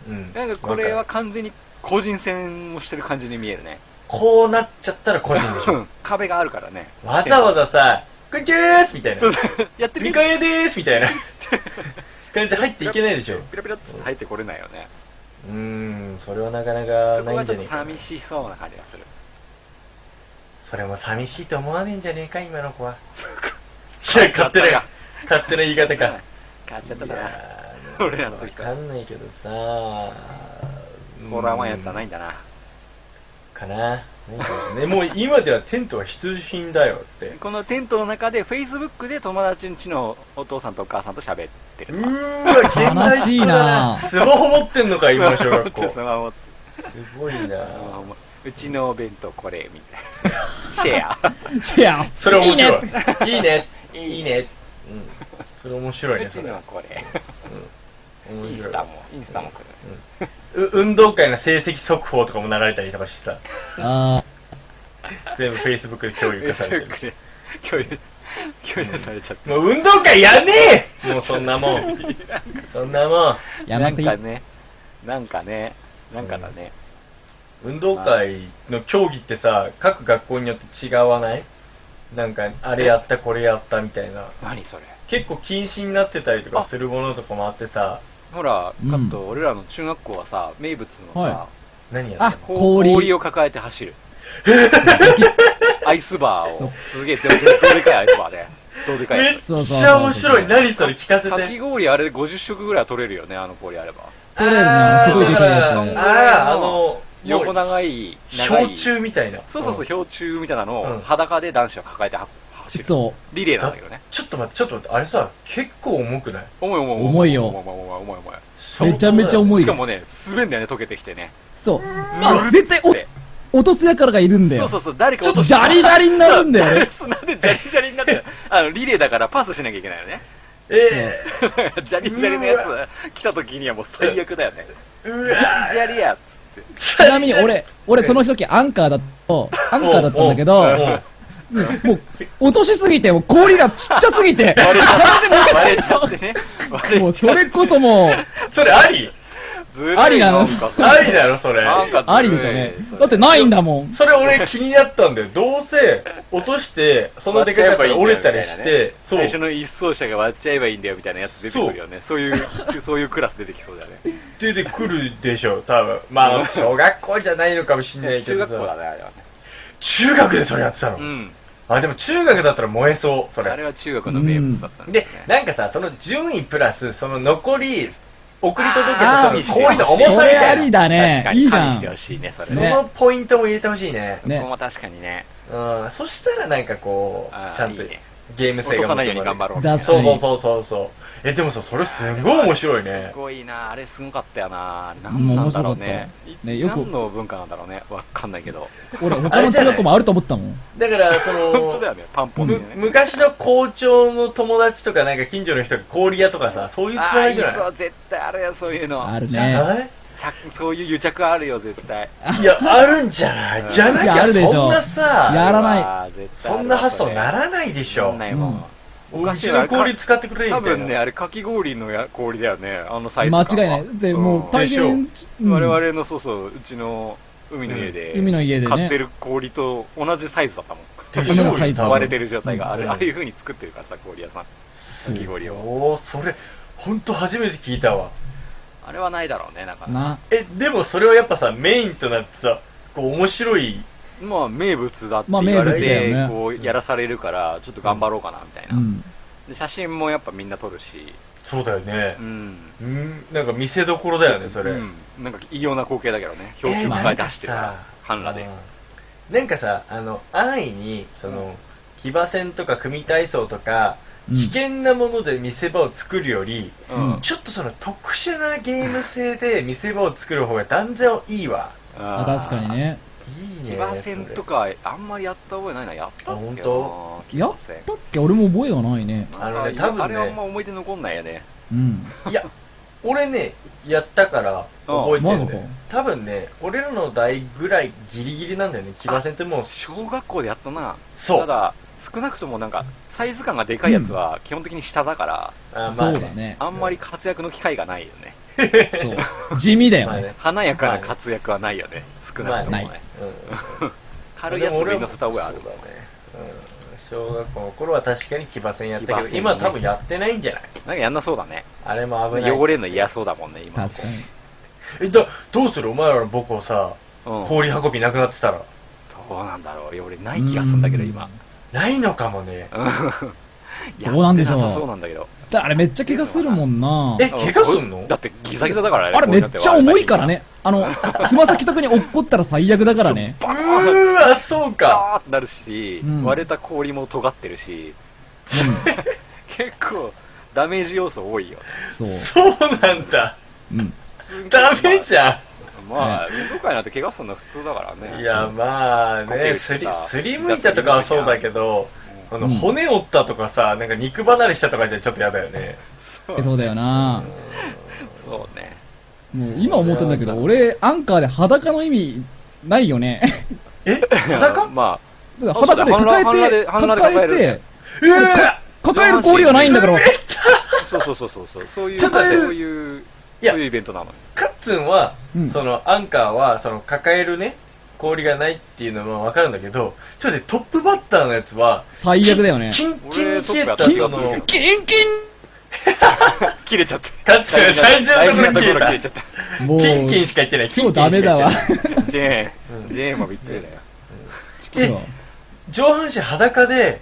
Speaker 4: うん
Speaker 2: なんかこれは完全に個人戦をしてる感じに見えるね
Speaker 4: こうなっちゃったら個人でし
Speaker 2: う
Speaker 4: ょ。
Speaker 2: ん壁があるからね
Speaker 4: わざわざさ、こんにちはーすみたい
Speaker 2: そう
Speaker 4: な。
Speaker 2: やってるけ
Speaker 4: みか
Speaker 2: ど
Speaker 4: えでーす
Speaker 2: *laughs*
Speaker 4: みたいな感じで入っていけないでしょ。う
Speaker 2: ピラピラっつって入ってこれないよね
Speaker 4: ーん、それはなかな
Speaker 2: そ
Speaker 4: か
Speaker 2: こ
Speaker 4: ない
Speaker 2: が
Speaker 4: ん
Speaker 2: ち
Speaker 4: じ
Speaker 2: ょ
Speaker 4: ゃ
Speaker 2: っと
Speaker 4: ねえかな
Speaker 2: 寂。しそうな感じがする
Speaker 4: それも寂しいと思わねえんじゃねえか、今の子は。いや、 *laughs* 勝手な、勝手な言い方か。
Speaker 2: 変わっちゃった
Speaker 4: い
Speaker 2: な
Speaker 4: やー
Speaker 2: 俺らの時か
Speaker 4: わ
Speaker 2: ら
Speaker 4: かんないけどさ
Speaker 2: ホラーマンやつはない
Speaker 4: い
Speaker 2: んだな
Speaker 4: かなないかもしれないもう今ではテントは必需品だよって
Speaker 2: このテントの中でフェイスブックで友達んちのお父さんとお母さんと喋って
Speaker 4: う
Speaker 2: る
Speaker 4: ーわ現代っ子だ
Speaker 3: 悲しいな
Speaker 4: スマホ持ってんのか今の小学
Speaker 2: そうそ
Speaker 4: 校
Speaker 2: のまます
Speaker 4: ごいな
Speaker 2: うちのお弁当これみた
Speaker 4: *laughs*
Speaker 2: いなシェア
Speaker 3: いや、
Speaker 4: それ面白いいいねいいねうんそれ面白いうね
Speaker 2: ち
Speaker 4: それ
Speaker 2: のはこれイ
Speaker 4: 面
Speaker 2: ンス
Speaker 4: 白
Speaker 2: タもインスタも来る
Speaker 4: いうんう運動会の成績速報とかも流れたりとかしてさ
Speaker 3: あ
Speaker 4: 全部フェイスブックで共有化されてる *laughs*
Speaker 2: フェイ *laughs* スブックで共有共有されちゃった
Speaker 4: もう運動会やねえもうそんなもん *laughs* そんなもん
Speaker 3: ーや
Speaker 2: な
Speaker 3: らなんくていい
Speaker 2: か。ねなんかねなんかだね、
Speaker 4: 運動会の競技ってさ各学校によって違わないなんかあれやったこれやったみたいな
Speaker 2: 何それ
Speaker 4: 結構禁止になってたりとかするものとかもあってさ
Speaker 2: ほら
Speaker 3: うん
Speaker 2: カット、俺らの中学校はさ名物のさ、
Speaker 3: は
Speaker 4: 何やってんの
Speaker 2: こう
Speaker 3: 氷
Speaker 2: 氷を抱えて走
Speaker 3: *laughs*
Speaker 2: るアイスバーをすげえどどでかいアイスバーでどでかい
Speaker 4: め
Speaker 2: や
Speaker 4: っ
Speaker 2: つ
Speaker 4: ちゃ面白い何それ聞かせて
Speaker 2: かき氷あれ50食ぐらいは取れるよねあの氷あれば
Speaker 3: 取れるな、
Speaker 4: あー
Speaker 3: すごいでかい
Speaker 4: だ
Speaker 3: や
Speaker 4: からあーあの
Speaker 2: 横
Speaker 4: もう
Speaker 2: 長い長い
Speaker 4: 氷柱みたいな
Speaker 2: そうそうそう、
Speaker 4: ん
Speaker 2: 氷柱みたいなの
Speaker 4: うん
Speaker 2: を裸で男子は抱えては走
Speaker 3: つ。
Speaker 2: る
Speaker 3: そ
Speaker 2: リレーなんだけどね
Speaker 4: ちょっと待ってちょっと待ってあれさ結構重くないう
Speaker 2: 重い重い
Speaker 3: 重いよ
Speaker 2: 重い重い重い重い重い
Speaker 3: めちゃめちゃ重い
Speaker 2: しかもね滑んだよね溶けてきてね
Speaker 3: そう。あ、絶対お落とすやからがいるんだ
Speaker 2: そう
Speaker 3: よ。
Speaker 2: そうそう誰か落とし
Speaker 3: ジャリジャリになるんだよね。
Speaker 2: 砂で砂利砂利になってるあのリレーだからパスしなきゃいけない
Speaker 3: *laughs*
Speaker 2: よね
Speaker 4: え
Speaker 2: 砂利砂利のやつ来た時にはもう最悪だよね
Speaker 4: えうわ
Speaker 2: 砂利や
Speaker 4: ち
Speaker 3: ちなみに俺、俺その時アンカーだ
Speaker 2: *laughs*
Speaker 3: と、アンカーだったんだけど、もう、落としすぎて、もう氷がちっちゃすぎて、
Speaker 2: 割れちゃってね割れ
Speaker 3: もうそれこそもう、
Speaker 4: それあり
Speaker 2: ずるい
Speaker 3: ありなの
Speaker 2: んかそれ
Speaker 4: ありだろ、それ。
Speaker 2: なんかずるい
Speaker 3: ありでしょうね
Speaker 2: そ。れ
Speaker 3: だってないんだもん。
Speaker 4: それ俺気になったんだよ。どうせ、落として、そんなでかかったら折れたりして、そ
Speaker 2: 最
Speaker 4: う。
Speaker 2: 初の一走者が割っちゃえばいいんだよみたいなやつ出てくるよねそういうそういうクラス出てきそうだね
Speaker 4: 出てくるでしょ、多分。まあ、小学校じゃないのかもしんないけ
Speaker 2: 中
Speaker 4: ど
Speaker 2: 学校だ
Speaker 4: さ。
Speaker 2: ねあれはね
Speaker 4: 中学でそれやってたの
Speaker 2: うん
Speaker 4: あ、でも中学だったら燃えそう、そ
Speaker 2: あ
Speaker 4: れ。
Speaker 2: れは中学の名物だったん
Speaker 4: で
Speaker 2: ね、
Speaker 4: なんかさ、その順位プラス、その残り、送り届け
Speaker 2: あ
Speaker 4: たそ
Speaker 2: ー
Speaker 4: の氷の重
Speaker 3: そ
Speaker 4: さみ
Speaker 3: れ
Speaker 4: た
Speaker 3: あ
Speaker 4: い
Speaker 3: り
Speaker 4: な。
Speaker 3: だ
Speaker 2: 確
Speaker 3: ね
Speaker 2: か。
Speaker 3: い
Speaker 2: に
Speaker 3: いじ
Speaker 2: 加
Speaker 3: ゃ
Speaker 2: 味
Speaker 3: ん
Speaker 2: して。ほしいねそれ
Speaker 4: そ
Speaker 2: ね
Speaker 3: ね
Speaker 4: のポイントも入れてほしいね。
Speaker 2: そこも確かにね
Speaker 4: うん、そしたらなんかこ
Speaker 2: あー
Speaker 4: う、ちゃんと
Speaker 2: いいね
Speaker 4: ゲーム性
Speaker 2: 落
Speaker 4: が
Speaker 2: とさ
Speaker 4: 持
Speaker 2: な
Speaker 4: っ
Speaker 2: いよ
Speaker 4: て
Speaker 2: う
Speaker 4: こ
Speaker 2: に頑張
Speaker 4: れ
Speaker 2: ろうみたい
Speaker 3: だ
Speaker 2: な
Speaker 4: そうそうそうそうそう。え、でもさ、それすんごい面白いね
Speaker 2: *laughs* す。ごいなあれすごかったよなあれ何なんだろうね
Speaker 3: うん面白かったねよく
Speaker 2: 何の文化なんだろうねわかんないけど
Speaker 3: 俺、他の中学校もあると思ったもん。
Speaker 4: だから、そ
Speaker 2: 本当
Speaker 4: の
Speaker 2: だ、よねパンポンで
Speaker 4: む
Speaker 2: ね
Speaker 4: 昔の校長の友達とか、なんか近所の人が氷屋とかさ、そういうつなが
Speaker 2: あ
Speaker 4: りじゃ
Speaker 2: ー
Speaker 4: な
Speaker 2: そ
Speaker 4: いう
Speaker 2: 絶対あるよそういうの
Speaker 3: ある
Speaker 4: じゃ
Speaker 3: ね。
Speaker 4: ない
Speaker 2: 着そういう癒着あるよ絶対
Speaker 4: いや、あるんじゃないじゃないき
Speaker 3: や
Speaker 4: ゃ
Speaker 3: あるでしょ
Speaker 4: そんな
Speaker 3: や
Speaker 4: さ、
Speaker 3: らない
Speaker 2: あー絶対あ
Speaker 4: そ
Speaker 2: る
Speaker 4: んな発想ならないで
Speaker 2: で
Speaker 4: しょ。
Speaker 2: ないもんお
Speaker 4: う
Speaker 2: かしい
Speaker 4: ち
Speaker 2: な
Speaker 4: の氷使ってくれみた
Speaker 2: 多
Speaker 4: いな。
Speaker 2: 分ねあれかき氷のや氷だよねあのサイズ
Speaker 3: 間
Speaker 2: 感
Speaker 3: 違い
Speaker 2: は
Speaker 3: ない。で、も
Speaker 2: ん
Speaker 3: う、大変、うん
Speaker 2: 我々のそうそううちの海の家で、
Speaker 3: うん海の家でね
Speaker 2: 買ってる氷と同じサイズだったもん
Speaker 4: でしょう
Speaker 3: 今のサイ
Speaker 4: よ、
Speaker 3: ズ
Speaker 4: 多
Speaker 2: 割れ
Speaker 4: 分。
Speaker 2: てる状態がある、
Speaker 4: うん
Speaker 2: ああいう風に作ってるからさ氷屋さんかき氷を
Speaker 4: おー、それ、ほんと初めて聞いたわ。
Speaker 2: あれはないだろうねなんか
Speaker 3: な。
Speaker 4: え、でもそれはやっぱさ、メインとなってさ、こう面白い
Speaker 2: まあ名物だって
Speaker 3: まあ
Speaker 2: 言われ
Speaker 3: 名物だ
Speaker 2: て、
Speaker 3: よね
Speaker 2: こうやらされるからちょっと頑張ろうかなみたいな、
Speaker 3: うん。
Speaker 2: で写真もやっぱみんな撮るし
Speaker 4: そうだよね
Speaker 2: う。ん
Speaker 4: うん、なんか見せどころだよね、それ。
Speaker 2: うん、なんか異様な光景だけどね氷柱
Speaker 3: えー
Speaker 2: が出してるから半裸で
Speaker 4: うんなんかさ、あの、安易に、その、騎馬戦とか組体操とか、
Speaker 3: うん
Speaker 4: 危険なもので見せ場を作るより、
Speaker 2: う
Speaker 3: うん
Speaker 2: ん
Speaker 4: ちょっとその特殊なゲーム性で見せ場を作る方が断然いいわ。
Speaker 3: あ確かにね。
Speaker 4: いいね。
Speaker 2: 騎馬戦と
Speaker 4: か。
Speaker 2: かあんまりやった覚えないなやったっけな
Speaker 4: あ本
Speaker 2: 騎
Speaker 3: や
Speaker 2: 馬
Speaker 3: っ
Speaker 2: 戦
Speaker 3: たっけ俺も覚えがないね。
Speaker 4: あのね
Speaker 2: なんか
Speaker 4: 多分ね
Speaker 2: あれはあんま思い出残んないよね
Speaker 3: うん。
Speaker 4: いや、俺ね、やったから覚えてるんだよ
Speaker 3: うん
Speaker 4: 多分ね、俺らの代ぐらいギリギリなんだよね。騎馬戦ってもう、
Speaker 2: 小学校でやったな
Speaker 4: そう
Speaker 2: ただ少なくともなんかサイズ感がでかいやつは基本的に下だから、
Speaker 4: あーま
Speaker 3: そ
Speaker 4: あ
Speaker 3: うだね。
Speaker 2: あんまり活躍の機会がないよね
Speaker 3: そう。地味だよ
Speaker 4: まあ
Speaker 3: ね。
Speaker 4: ね。
Speaker 2: 華やかな活躍はないよね少なくともね、
Speaker 3: まあな
Speaker 4: うん。
Speaker 2: 軽いやつを乗せた覚えある
Speaker 4: そうだね、うん、小学校の頃は確かに騎馬戦やった
Speaker 2: 騎
Speaker 4: け
Speaker 2: 馬戦ね
Speaker 4: ど、今は多分やってないんじゃない
Speaker 2: なんかやんなそうだね
Speaker 4: あれも危ない
Speaker 2: 汚れるの嫌そうだもんね今
Speaker 3: 確かに。
Speaker 4: えだどうするお前らの母校さ
Speaker 2: うん、ど
Speaker 4: 氷運びなくなってたら
Speaker 2: うなんだろういや俺ない気がするんだけど今
Speaker 4: ないのかもね
Speaker 2: いや
Speaker 3: どうなんでしょう
Speaker 2: やってなさそうなんだけど
Speaker 3: だからあれめっちゃ怪我するもんな。
Speaker 4: え怪我すんの
Speaker 2: だってギザギザだからね
Speaker 3: あれめっちゃ重いから
Speaker 2: ね
Speaker 3: ね。あの、つま先とかに落っこったら最悪だからね。
Speaker 4: うーわそうか
Speaker 2: あーってなるし、
Speaker 3: うん
Speaker 2: 割れた氷も尖ってるし、 *laughs* 結構ダメージ要素多いよね
Speaker 3: そう。
Speaker 4: そうなんだ
Speaker 3: うん。
Speaker 4: ダメじゃ
Speaker 2: まあ運動会なんて怪我するの普通だから
Speaker 4: ん
Speaker 2: ね
Speaker 4: いやまあ
Speaker 2: こけ
Speaker 4: ね
Speaker 2: るし
Speaker 4: すり
Speaker 2: さ
Speaker 4: すりむいたとかはそうだけどあの骨折ったとかさなんか肉離れしたとかじゃちょっとやだよね
Speaker 3: えそうだよな。
Speaker 2: そうね
Speaker 3: もう今思ったんだけど、俺、アンカーで裸の意味ないよね。
Speaker 4: え
Speaker 2: いや
Speaker 4: 裸
Speaker 2: ま
Speaker 3: だから裸で抱えて、
Speaker 2: あそうだよ半裸で半裸
Speaker 3: 抱え
Speaker 2: で抱える
Speaker 3: て、
Speaker 4: うわ
Speaker 3: 抱える氷がないんだから、
Speaker 2: あそうそうそうそうそうそういう
Speaker 4: ちょっと待って
Speaker 2: そういう
Speaker 4: いや
Speaker 2: そういうイベントなのよ
Speaker 4: カッツンは、
Speaker 3: うん
Speaker 4: そのアンカーはその抱えるね氷がないっていうのも分かるんだけどちょっとねトップバッターのやつは
Speaker 3: 最悪だよね。
Speaker 4: キンキンに冷え
Speaker 2: 俺トップやったた
Speaker 4: その
Speaker 2: 気
Speaker 3: キンキ
Speaker 2: 切れちゃって
Speaker 4: カッツン大事なところ切れ
Speaker 2: 大事なとこ
Speaker 4: た
Speaker 2: ろ切れちゃった
Speaker 3: ンもう、
Speaker 4: キンキン
Speaker 3: 今
Speaker 4: しか言ってないキンキンしか
Speaker 3: 日ダ
Speaker 4: 言
Speaker 3: メ
Speaker 4: ってな
Speaker 3: だ
Speaker 4: い
Speaker 3: わ。
Speaker 2: ジェーンジェーンもびっくりだよ
Speaker 3: ちくしょう
Speaker 4: 上半身裸で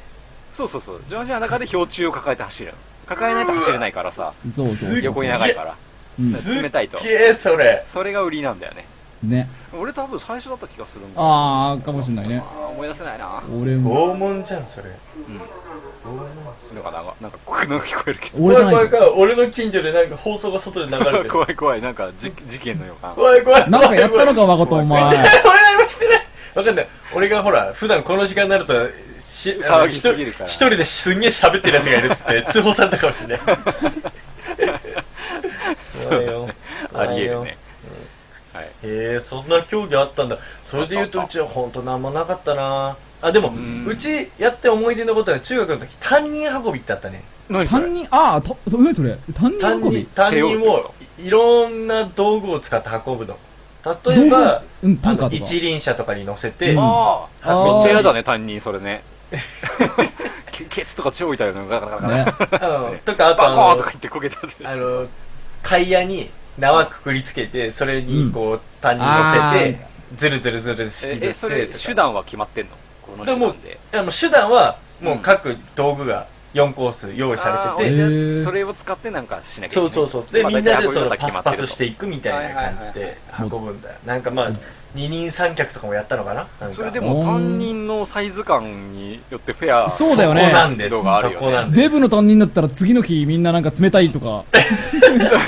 Speaker 2: そうそうそうジョージアの中で氷柱を抱えて走る抱えないと走れないからさ
Speaker 3: そうそうそうそう。
Speaker 2: 横に長いから
Speaker 3: うん
Speaker 2: 冷たいと
Speaker 4: すっげえそれ
Speaker 2: それが売りなんだよね
Speaker 3: ね。
Speaker 2: 俺多分最初だった気がするんだよ
Speaker 3: あー、かもしんないね
Speaker 2: あ。ー思い出せないな
Speaker 3: 俺も、
Speaker 4: 拷問じゃんそれ
Speaker 2: なんかなんかなんかこういうのが聞こえるけど
Speaker 3: 俺じゃないぞ。
Speaker 4: 怖い俺の近所でなんか放送が外で流れてる怖い
Speaker 2: 怖い怖いなんかじ事件のような
Speaker 4: 怖い怖い
Speaker 3: なんかやったの
Speaker 4: か
Speaker 3: か、誠、お
Speaker 2: *laughs*
Speaker 4: 俺
Speaker 3: 前。
Speaker 4: 何もしてない分かんない俺がほら普段この時間になるとしあの
Speaker 2: 騒ぎすぎるから
Speaker 4: 一人ですんげえ喋ってるやつがいるっつ
Speaker 2: *laughs*
Speaker 4: って通報されたかもしれない怖いよ
Speaker 2: ありえるねはい
Speaker 4: へえそんな競技あったんだそれで言うとうちは本当なんもなかったなあでも
Speaker 2: ん
Speaker 4: うちやって思い出のことは中学の時担任運びってあったね
Speaker 2: 何それ
Speaker 3: 担任、ああ、とそう、うん、それ。担
Speaker 4: 担
Speaker 3: 任運び
Speaker 4: 任。担任をいろんな道具を使って運ぶの例えば
Speaker 3: 道具うん担
Speaker 4: あ
Speaker 3: 架とか
Speaker 4: の一輪車とかに乗せて、
Speaker 3: うん
Speaker 2: ああ
Speaker 3: あー
Speaker 2: めっちゃ嫌だね担任それね *laughs* ケケツとか超痛いよねガラガラガラ
Speaker 3: ね。
Speaker 4: あのとかあ
Speaker 2: バ
Speaker 4: と
Speaker 2: コー
Speaker 4: あ
Speaker 2: ンと
Speaker 4: の
Speaker 2: か言ってこけた
Speaker 4: あのタイヤに縄くくりつけてそれにこう担任乗せて、ずるずるずる
Speaker 2: え
Speaker 4: 引きず
Speaker 2: え
Speaker 4: って
Speaker 2: それ
Speaker 4: とか
Speaker 2: 手段は決まってんのこの手
Speaker 4: でも
Speaker 2: 段で
Speaker 4: あの手段はもう各道具が4コース用意されて
Speaker 3: あー
Speaker 4: て、
Speaker 2: あ
Speaker 3: へ
Speaker 2: ー
Speaker 3: ー
Speaker 2: それを使ってなんかしなきゃいけな
Speaker 4: そう
Speaker 2: い
Speaker 4: そうそうで
Speaker 2: まあ
Speaker 4: みんな
Speaker 2: 大体
Speaker 4: で
Speaker 2: こうい
Speaker 4: そうの
Speaker 2: の
Speaker 4: パスパスして
Speaker 2: い
Speaker 4: いくみたいな感じで運ぶんだよなんかまあ二人三脚とかもやったのかななんか
Speaker 2: それでも担任のサイズ感によってフェア
Speaker 3: そうだよね
Speaker 4: そこなんです
Speaker 2: 動画あるよね
Speaker 4: そこなんです
Speaker 3: デブの担任だったら次の日みんななんか冷たい
Speaker 2: *laughs*
Speaker 3: とか。
Speaker 2: *laughs*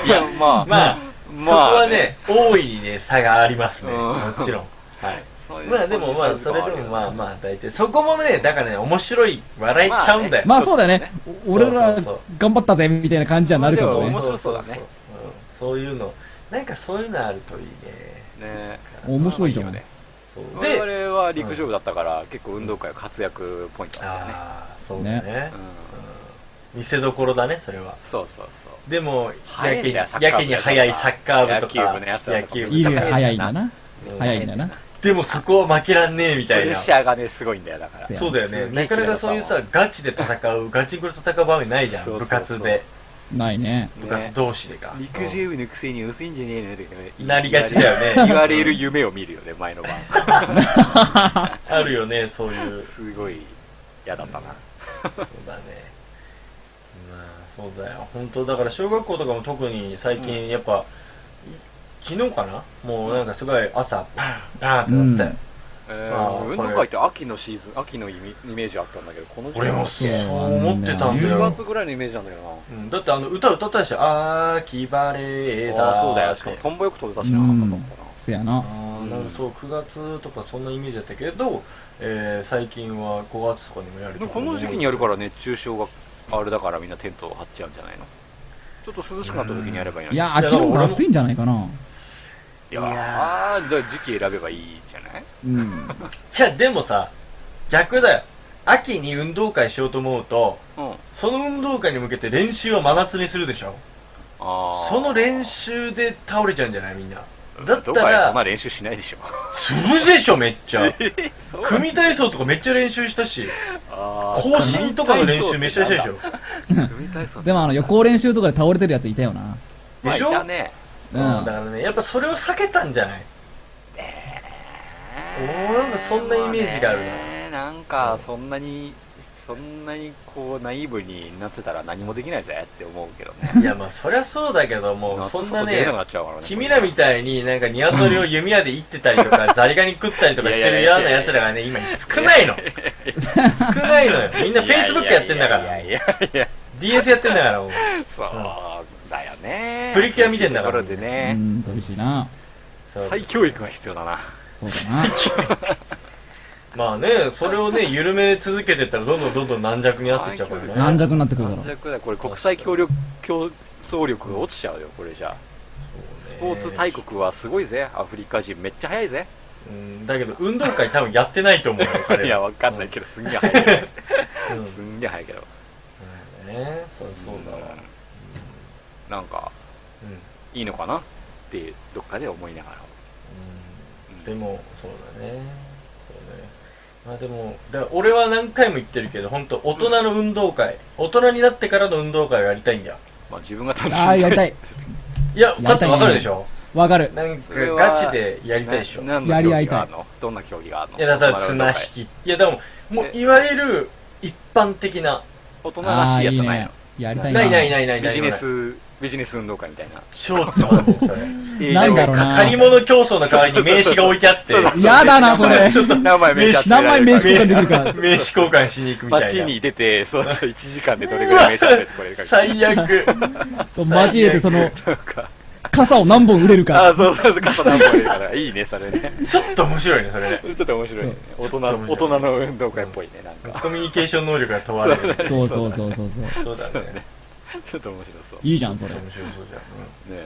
Speaker 2: いやまあ
Speaker 4: まあ、
Speaker 2: まあ
Speaker 4: そこはね大いにね差がありますね
Speaker 2: うん
Speaker 4: もちろんはい
Speaker 2: そういう
Speaker 4: まあでもまあそれでもまあまあ大体そこもねだからね面白い笑えちゃうんだよ、
Speaker 3: まあそうだよね。お俺ら
Speaker 4: そうそう
Speaker 3: 頑張ったぜみたいな感じにはなるけ
Speaker 2: まあ
Speaker 3: ど
Speaker 2: でも
Speaker 3: ね
Speaker 2: 面。白そうだね
Speaker 4: そう,、うん、そういうのなんかそういうのあるといいね
Speaker 2: ね
Speaker 3: 面白いじゃん
Speaker 2: まあよね
Speaker 4: そうで
Speaker 2: 我々は陸上部だったから結構運動会は活躍ポイントだったよね
Speaker 4: ああそうだね
Speaker 2: うん
Speaker 4: 見せどころだねそれは
Speaker 2: そうそうそう
Speaker 4: でも
Speaker 2: 早
Speaker 4: や
Speaker 2: いん
Speaker 4: けに
Speaker 2: だよ
Speaker 4: やけに速いサッカー
Speaker 2: 野
Speaker 4: 部と
Speaker 2: 球
Speaker 4: か
Speaker 2: 部のやつらとか
Speaker 3: いい
Speaker 4: 部
Speaker 2: *laughs*
Speaker 3: ね
Speaker 4: とか
Speaker 3: 早いんだな。
Speaker 4: うん
Speaker 3: 早いんだな。
Speaker 4: でもそこは負けらんねえみ
Speaker 2: プ
Speaker 4: たい
Speaker 2: レッ
Speaker 4: な
Speaker 2: シャーがねすごいんだよだから
Speaker 3: せや
Speaker 4: そうだよねなかなかそういうさガチで戦うガチグロ戦う場面ないじゃん
Speaker 2: そうそ
Speaker 4: 部
Speaker 2: うそう
Speaker 4: 活で
Speaker 3: ないね。
Speaker 4: 部活同士でか
Speaker 2: 陸上部のくせに薄いんじゃねえのって
Speaker 4: うんなりがちだよね
Speaker 2: 言われ *laughs* る夢を見るよね前の晩
Speaker 4: あるよねそういう
Speaker 2: すごい嫌だったな
Speaker 4: そうだねまあそうだよ本当だから小学校とかも特に最近やっぱ、昨日かなもうなんかすごい朝パンパンってなってたよ、
Speaker 2: え
Speaker 4: あ
Speaker 2: ー
Speaker 4: ー
Speaker 2: 運動会って秋のシーズン秋のイメイメージあったんだけどこの時期
Speaker 4: 俺も
Speaker 3: そう
Speaker 4: そう思ってたんだ
Speaker 2: 10
Speaker 4: よ
Speaker 2: 月ぐらいのイメージなんだけどな
Speaker 4: うんだってあの歌歌ったでしょ「あーきばれーだ
Speaker 2: あ
Speaker 4: ー」
Speaker 2: あそうだよしかもトンボよく取れたしななんだったか
Speaker 3: せやな。
Speaker 4: あーなんかそう9月とかそんなイメージだったけど、えー最近は5月とかにもやる
Speaker 2: な
Speaker 4: と
Speaker 2: で
Speaker 4: か
Speaker 2: もこの時期にやるから熱中症があれだからみんなテントを張っちゃうんじゃないのちょっと涼しくなった時にやればいいの
Speaker 3: い
Speaker 2: に
Speaker 3: や、秋の方が暑いんじゃないかな。
Speaker 2: いやーあーじゃあ時期選べばいいじゃない
Speaker 3: うん。
Speaker 4: じゃあでもさ逆だよ秋に運動会しようと思うと
Speaker 2: うんあ
Speaker 4: その運動会に向けて練習は真夏にするでしょ
Speaker 2: あ
Speaker 4: その練習で倒れちゃうんじゃないみんなだった
Speaker 2: 運動会はそんな
Speaker 4: ら
Speaker 2: 練習しないでしょ
Speaker 4: するでしょめっ
Speaker 2: *laughs*
Speaker 4: ちゃ
Speaker 2: そう
Speaker 4: 組体操とかめっちゃ練習したし
Speaker 2: あ
Speaker 4: 更新とかの練習めっちゃしたでしょ
Speaker 2: ー組体操
Speaker 3: でもあの予行練習とかで倒れてるやついたよな。
Speaker 4: でしょ
Speaker 2: まあいたね
Speaker 3: う
Speaker 4: うんだ
Speaker 3: ん。
Speaker 4: からねやっぱそれを避けたんじゃないおーなんかそんなイメージがあるな
Speaker 2: まねなんかそんなにそんなにこうナイーブになってたら何もできないぜって思うけどね
Speaker 4: いやまあそりゃそうだけ
Speaker 2: *laughs*
Speaker 4: どもそんな
Speaker 2: 夏外出れ
Speaker 4: ね
Speaker 2: なくなっちゃうからね
Speaker 4: 君らみたいになんか鶏を弓矢でいってたり
Speaker 2: *laughs*
Speaker 4: とかザリガニ食ったりとかしてる嫌な奴らがね今少ないの少ないのよみんな Facebook やってんだか
Speaker 2: い
Speaker 4: ら
Speaker 2: やいやいやいや
Speaker 4: DS やってん
Speaker 2: *laughs*
Speaker 4: だからもう
Speaker 2: そうだよね
Speaker 4: プリキュア見てんだか
Speaker 2: そ
Speaker 4: ら
Speaker 2: ういうところで
Speaker 3: う
Speaker 2: ね
Speaker 3: ん、寂しいな。
Speaker 4: そう
Speaker 2: 再教育が必要だな
Speaker 3: そうだな。
Speaker 2: *laughs*
Speaker 4: まあねそれをね緩め続けてったらどんどんどんどん軟弱になってっちゃうからね
Speaker 3: 軟弱になってくるから
Speaker 2: 軟。弱だこれ国際協力競争力が落ちちゃうよこれじゃあスポーツ大国はすごいぜアフリカ人めっちゃ速いぜ
Speaker 4: うんだけど運動会多分やってないと思うよ彼ら
Speaker 2: いやわかんないけどすんげえ速いね
Speaker 4: うん
Speaker 2: すんげえ速いけど
Speaker 4: ねそうそうだわ
Speaker 2: なんか
Speaker 4: うんうん
Speaker 2: いいのかなってどっかで思いながら
Speaker 4: でもそうだねそうねまあでもだ俺は何回も言ってるけど本当大人の運動会、大人になってからの運動会をやりたいんだよ
Speaker 2: まあ自分が楽しんで
Speaker 3: ああ、やりたい。
Speaker 4: いや
Speaker 3: りたいね
Speaker 4: かつわかるでしょ
Speaker 3: わかる。
Speaker 4: なんか
Speaker 2: それは
Speaker 4: ガチでやりたいでしょい
Speaker 2: な何の
Speaker 3: や
Speaker 2: 競技が
Speaker 3: り合いたい
Speaker 2: あるのどんな競技があるの
Speaker 4: やだから綱引きいやでももう
Speaker 2: ね
Speaker 4: いわゆる一般的な
Speaker 2: 大人
Speaker 3: あ
Speaker 2: ら
Speaker 3: あ
Speaker 2: しい
Speaker 3: ー、
Speaker 2: や
Speaker 3: いい
Speaker 2: つない
Speaker 3: ね
Speaker 2: の。
Speaker 3: やりたいな。
Speaker 4: ないないないないな
Speaker 2: ビ
Speaker 4: い
Speaker 2: ジネスビジネス運動会みたいな
Speaker 4: 超つまんないそれ
Speaker 3: な
Speaker 2: え
Speaker 3: ん
Speaker 2: ー
Speaker 3: だろうな
Speaker 4: 借り物競争の代わりに名刺が置いてあって
Speaker 2: そうそうそう
Speaker 3: やだな、それ。
Speaker 2: 名前 *laughs* めっちゃ集めら
Speaker 3: 名
Speaker 2: れ
Speaker 3: 前
Speaker 2: るか
Speaker 3: 名
Speaker 2: ら
Speaker 3: 刺交換できるから
Speaker 4: 名。刺交換しに行くみたい
Speaker 2: 街
Speaker 4: な
Speaker 2: に出てそうそう1時間でどれぐらい名刺集めてこれるかみたいな
Speaker 4: 最悪
Speaker 3: そう交えてその
Speaker 2: なんか
Speaker 3: 傘を何本売れる
Speaker 2: あ
Speaker 3: か
Speaker 2: あそうそうそう肩何本いるからいいねそれね *laughs*
Speaker 4: ちょっと面白いねそれね
Speaker 2: ちょっと面白いね大人
Speaker 4: ちょっと面白
Speaker 2: 大
Speaker 4: い
Speaker 2: 人の運動会っぽいねなんか
Speaker 4: コミュニケーション能力が問われるね
Speaker 3: そうそうそうそうそう
Speaker 4: そうだね
Speaker 2: ちょっと面白そう
Speaker 3: いいじゃんそれ
Speaker 4: 面白そうじゃん、
Speaker 2: ね